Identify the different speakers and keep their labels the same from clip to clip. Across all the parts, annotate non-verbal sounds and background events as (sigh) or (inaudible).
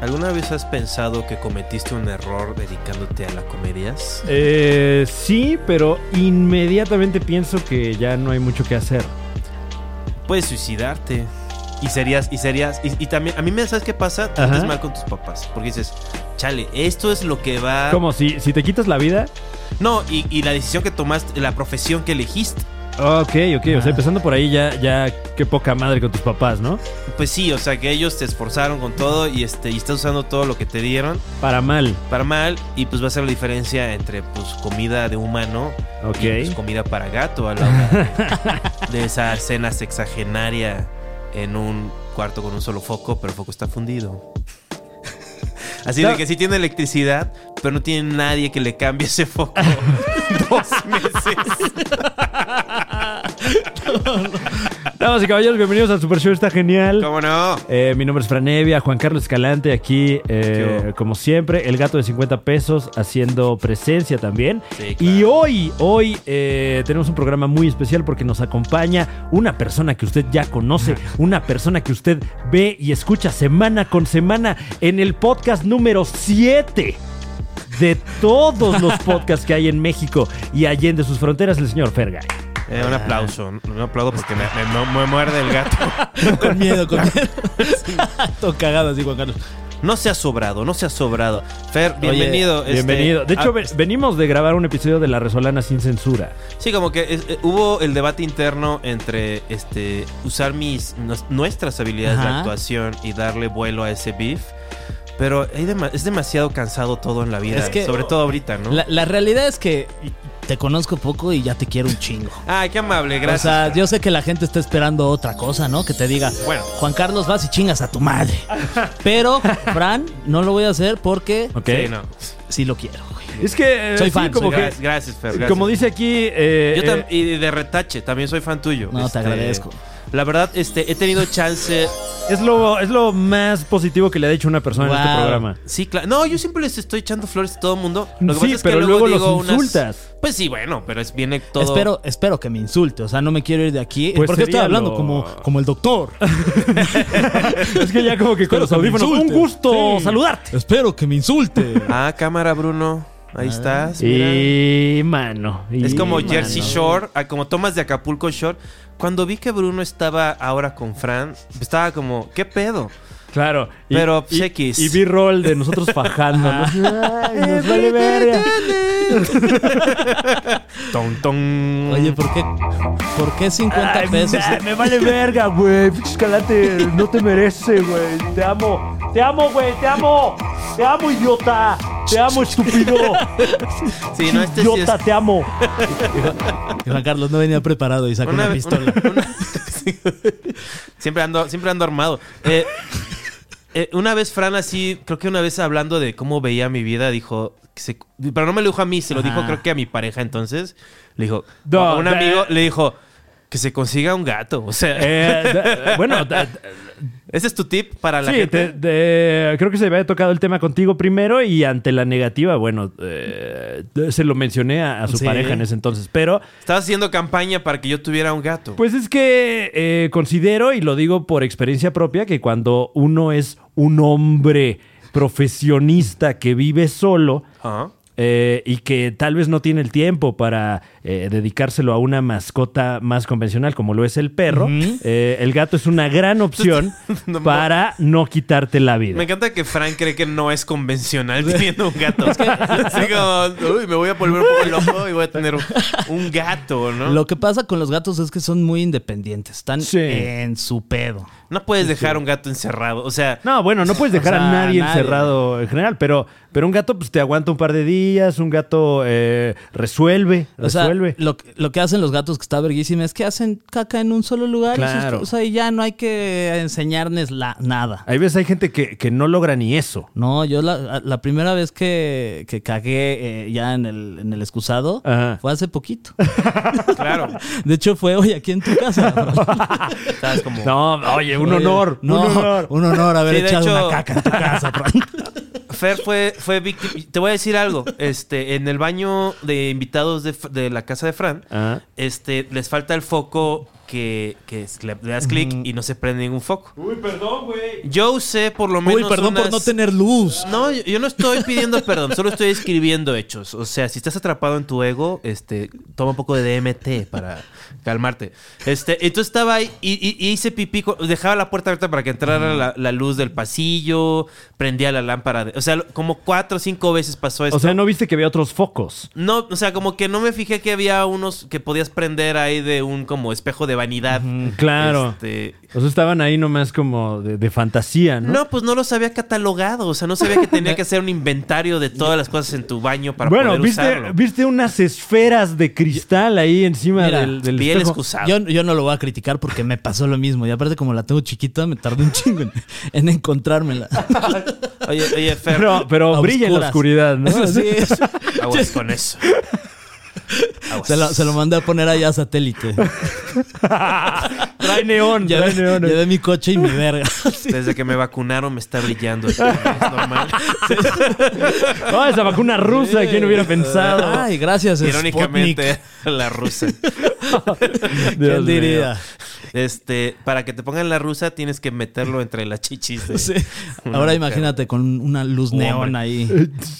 Speaker 1: ¿alguna vez has pensado que cometiste un error dedicándote a la comedias?
Speaker 2: Eh, sí, pero inmediatamente pienso que ya no hay mucho que hacer.
Speaker 1: Puedes suicidarte. Y serías, y serías, y, y también, a mí me sabes qué pasa, te sientes
Speaker 2: Ajá.
Speaker 1: mal con tus papás, porque dices, chale, esto es lo que
Speaker 3: Ah.
Speaker 1: va...
Speaker 2: Como si, si te quitas la vida.
Speaker 1: No, y, y la decisión que tomaste, la profesión que elegiste,
Speaker 2: Ok, ok. O
Speaker 3: Ah.
Speaker 2: sea, empezando por ahí ya, ya qué poca madre con tus papás, ¿no?
Speaker 1: pues sí, o sea, que ellos te esforzaron con todo y, este, y estás usando todo lo que te dieron
Speaker 2: Para mal.
Speaker 1: para mal, y pues va a ser la diferencia entre, pues, comida de humano
Speaker 2: Ok.
Speaker 1: y, pues, comida para gato a la
Speaker 2: (laughs)
Speaker 1: hora de, de esa cena sexagenaria en un cuarto con un solo foco, pero el foco está fundido. Así de
Speaker 2: No.
Speaker 1: que sí tiene electricidad, pero no tiene nadie que le cambie ese foco
Speaker 2: (laughs)
Speaker 1: dos meses.
Speaker 2: Damas y caballeros, bienvenidos al Super Show. Está genial.
Speaker 1: ¿Cómo no?
Speaker 2: Eh, mi nombre es Fran Evia, Juan Carlos Escalante aquí, eh,
Speaker 1: Yo.
Speaker 2: como siempre, el gato de 50 pesos haciendo presencia también.
Speaker 1: Sí,
Speaker 2: Y
Speaker 1: claro.
Speaker 2: hoy, hoy eh, tenemos un programa muy especial porque nos acompaña una persona que usted ya
Speaker 1: (laughs)
Speaker 2: conoce, una persona que usted ve y escucha semana con semana en el podcast número 7 de todos
Speaker 1: (laughs)
Speaker 2: los podcasts que hay en México y allende sus fronteras, el señor Fergay.
Speaker 1: Eh,
Speaker 2: Ah.
Speaker 1: un aplauso. Un aplauso porque me, me- me muerde el gato.
Speaker 3: Con miedo, con miedo.
Speaker 4: (laughs)
Speaker 3: Todo cagado así, Juan Carlos.
Speaker 1: No se ha sobrado, no se ha sobrado. Fer, bienvenido. este,
Speaker 2: Bienvenido. De hecho,
Speaker 1: a-
Speaker 2: ve- venimos de grabar un episodio de La Resolana sin censura.
Speaker 1: Sí, como que es- eh, hubo el debate interno entre este usar mis nos- nuestras habilidades de
Speaker 3: Ajá.
Speaker 1: actuación y darle vuelo a ese beef. Pero hay dema- es demasiado cansado todo en la vida,
Speaker 4: Es que-
Speaker 1: sobre todo ahorita, ¿no?
Speaker 4: La, la realidad es que te conozco poco y ya te quiero un chingo.
Speaker 1: Ay, qué amable, gracias.
Speaker 4: O sea, yo sé que la gente está esperando otra cosa, ¿no? Que te diga,
Speaker 1: Bueno.
Speaker 4: Juan Carlos, vas y chingas a tu madre. Pero, Fran, no lo voy a hacer porque
Speaker 2: ¿Ok?
Speaker 1: Sí, no.
Speaker 4: sí lo quiero. güey.
Speaker 2: Es que. eh,
Speaker 4: Soy
Speaker 2: sí,
Speaker 4: fan,
Speaker 2: como
Speaker 4: soy
Speaker 2: que-
Speaker 1: Gra- Gracias, Fer. gracias.
Speaker 2: Como dice aquí. eh,
Speaker 1: Yo tam-
Speaker 2: eh,
Speaker 1: y de retache, también soy fan tuyo.
Speaker 4: No, te
Speaker 1: Este,
Speaker 4: agradezco.
Speaker 1: La verdad, este, he tenido chance
Speaker 2: es, lo, es lo más positivo que le ha dicho una persona en este
Speaker 4: Wow.
Speaker 2: programa.
Speaker 1: Sí, claro. No, yo siempre les estoy echando flores a todo el mundo. Lo que
Speaker 2: Sí,
Speaker 1: pasa es que
Speaker 2: pero luego los
Speaker 1: digo unas- (laughs)
Speaker 2: insultas.
Speaker 1: Pues sí, bueno, pero es, viene todo.
Speaker 4: Espero, espero que me insulte, o sea, no me quiero ir de aquí.
Speaker 2: Pues
Speaker 4: porque estoy
Speaker 2: sería
Speaker 4: hablando
Speaker 2: lo-
Speaker 4: como, como el doctor.
Speaker 2: es que ya como que con los
Speaker 4: que me
Speaker 2: audífonos. Un
Speaker 4: insultes.
Speaker 2: gusto
Speaker 4: Sí.
Speaker 2: saludarte.
Speaker 4: Espero que me insulte.
Speaker 1: (laughs) Ah, cámara, Bruno. Ahí estás. mira.
Speaker 2: Y mano. y
Speaker 1: Es como
Speaker 2: mano.
Speaker 1: Jersey Shore, ah, como tomas de Acapulco Shore. Cuando vi que Bruno estaba ahora con Fran, estaba como, ¿qué pedo?
Speaker 2: Claro. y-
Speaker 1: Pero,
Speaker 2: y,
Speaker 1: pues, X.
Speaker 2: Y B-roll de
Speaker 1: (laughs)
Speaker 2: nosotros fajando. ¿no? Ay, nos vale verga.
Speaker 1: Ton, ton.
Speaker 4: Oye, ¿por qué, ¿por qué 50
Speaker 2: Ay,
Speaker 4: pesos?
Speaker 2: me- me vale verga, güey. Pinche Escalante no te merece, güey. Te amo. Te amo, güey. Te amo. Te amo, idiota. Te amo,
Speaker 1: (laughs)
Speaker 2: estúpido.
Speaker 1: Sí, no, este sí es-
Speaker 2: idiota, te amo.
Speaker 4: Y Juan Carlos no venía preparado y sacó una,
Speaker 1: Una vez-
Speaker 4: pistola.
Speaker 1: una- una- (laughs) siempre, ando, siempre ando armado. Eh, eh, una vez Fran así, creo que una vez hablando de cómo veía mi vida, dijo... que se- pero no me lo dijo a mí, se lo dijo
Speaker 4: Ajá.
Speaker 1: creo que a mi pareja entonces. Le dijo...
Speaker 2: No,
Speaker 1: a un
Speaker 2: da-
Speaker 1: amigo le dijo... Que se consiga un gato.
Speaker 2: (laughs)
Speaker 1: O sea,
Speaker 2: Eh, bueno,
Speaker 1: ese es tu tip para la
Speaker 2: sí,
Speaker 1: gente.
Speaker 2: te- te- creo que se había tocado el tema contigo primero y ante la negativa, bueno, eh, se lo mencioné a, a su
Speaker 1: Sí.
Speaker 2: pareja en ese entonces, pero
Speaker 1: Estabas haciendo campaña para que yo tuviera un gato.
Speaker 2: Pues es que eh, considero, y lo digo por experiencia propia, que cuando uno es un hombre profesionista que vive solo
Speaker 1: Ajá.
Speaker 2: eh, y que tal vez no tiene el tiempo para eh, dedicárselo a una mascota más convencional como lo es el perro,
Speaker 4: Ujú.
Speaker 2: eh, el gato es una gran
Speaker 4: (laughs)
Speaker 2: opción
Speaker 1: No,
Speaker 2: para no quitarte la vida.
Speaker 1: Me encanta que Frank cree que no
Speaker 2: (laughs)
Speaker 1: es convencional teniendo un gato. (laughs) Así como, uy, me voy a volver un poco loco y voy a
Speaker 2: (laughs)
Speaker 1: tener un, un gato, ¿no?
Speaker 4: Lo que pasa con los gatos es que son muy independientes, están
Speaker 2: Sí.
Speaker 4: en su pedo.
Speaker 1: No puedes dejar un gato encerrado. O sea,
Speaker 2: No, bueno, no puedes dejar
Speaker 4: O sea,
Speaker 2: a nadie
Speaker 4: nadie.
Speaker 2: encerrado en general, pero, Pero un gato, pues te aguanta un par de días, un gato eh, resuelve,
Speaker 4: O sea,
Speaker 2: resuelve.
Speaker 4: lo, que- lo que hacen los gatos que está verguísima es que hacen caca en un solo lugar. y eso es-
Speaker 2: Claro. Eh.
Speaker 4: o sea, y ya no hay que enseñarles la, nada.
Speaker 2: Hay veces hay gente que, que no logra ni eso.
Speaker 4: No, yo la, la primera vez que, que cagué eh, ya en el, en el excusado
Speaker 2: Ajá.
Speaker 4: fue hace poquito. (laughs)
Speaker 1: Claro.
Speaker 4: De hecho, fue hoy aquí en tu casa.
Speaker 1: Estabas como.
Speaker 2: (laughs) No, oye, un
Speaker 4: Oye,
Speaker 2: honor,
Speaker 4: no,
Speaker 2: un honor.
Speaker 4: Un honor haber
Speaker 1: Sí, de
Speaker 4: echado
Speaker 1: hecho-
Speaker 4: una caca en tu
Speaker 1: (laughs)
Speaker 4: casa, Fran.
Speaker 1: Fer fue, fue víctima. Te voy a decir algo. Este, en el baño de invitados de, F- de la casa de Fran,
Speaker 2: Ah.
Speaker 1: este, les falta el foco que, que es- le, le das clic y no se prende ningún foco. Uy, perdón, güey. Yo usé por lo menos.
Speaker 4: Uy, perdón por
Speaker 1: unas-
Speaker 4: no tener luz.
Speaker 1: No, yo, yo no estoy pidiendo perdón, solo estoy escribiendo hechos. O sea, si estás atrapado en tu ego, este, toma un poco de DMT para calmarte. Este, entonces estaba ahí y, y- y hice pipí, con- dejaba la puerta abierta para que entrara la, la luz del pasillo, prendía la lámpara. de- o sea, lo- como cuatro o cinco veces pasó esto.
Speaker 4: Este
Speaker 2: O sea, no viste que había otros focos.
Speaker 1: no, o sea, como que no me fijé que había unos que podías prender ahí de un como espejo de vanidad.
Speaker 4: Mm,
Speaker 2: Claro.
Speaker 1: Este,
Speaker 2: O sea, estaban ahí nomás como de, de fantasía, ¿no?
Speaker 1: no, pues no los había catalogado. O sea, no sabía que tenía
Speaker 4: (laughs)
Speaker 1: que hacer un inventario de todas las cosas en tu baño para
Speaker 2: bueno,
Speaker 1: poder
Speaker 2: viste,
Speaker 1: usarlo.
Speaker 2: viste unas esferas de cristal ahí encima
Speaker 4: Mira,
Speaker 2: del, del
Speaker 1: Bien
Speaker 2: espejo.
Speaker 1: excusado.
Speaker 4: Yo, yo no lo voy a criticar porque me pasó lo mismo. Y aparte, como la tengo chiquita, me tardé un chingo en, en encontrármela.
Speaker 2: Ah,
Speaker 1: Oye, oye,
Speaker 2: (laughs)
Speaker 1: Fer, (laughs)
Speaker 2: Pero, pero
Speaker 4: A
Speaker 2: brilla en la oscuridad,
Speaker 4: oscuras.
Speaker 2: ¿no?
Speaker 4: (laughs) Eso sí es.
Speaker 1: aguas con eso. Aguas.
Speaker 4: (laughs) Se lo, se lo mandé a poner allá a satélite.
Speaker 2: (laughs) trae neón, trae
Speaker 4: Llevé,
Speaker 2: neón.
Speaker 4: llevé mi coche y
Speaker 2: (laughs)
Speaker 4: mi verga. Sí.
Speaker 1: Desde que me vacunaron me está brillando.
Speaker 4: (laughs)
Speaker 1: Es normal.
Speaker 2: Ah, esa vacuna rusa, ¿quién hubiera pensado?
Speaker 4: Ay, gracias. Sputnik.
Speaker 1: Irónicamente, (laughs) la rusa.
Speaker 2: Dios
Speaker 4: ¿Quién diría?
Speaker 1: Este, para que te pongan la rusa tienes que meterlo entre las chichis. de-
Speaker 4: Sí.
Speaker 1: Una
Speaker 4: Ahora
Speaker 1: mujer.
Speaker 4: imagínate con una luz
Speaker 1: Un
Speaker 4: neón
Speaker 2: (laughs)
Speaker 1: hombre.
Speaker 4: ahí.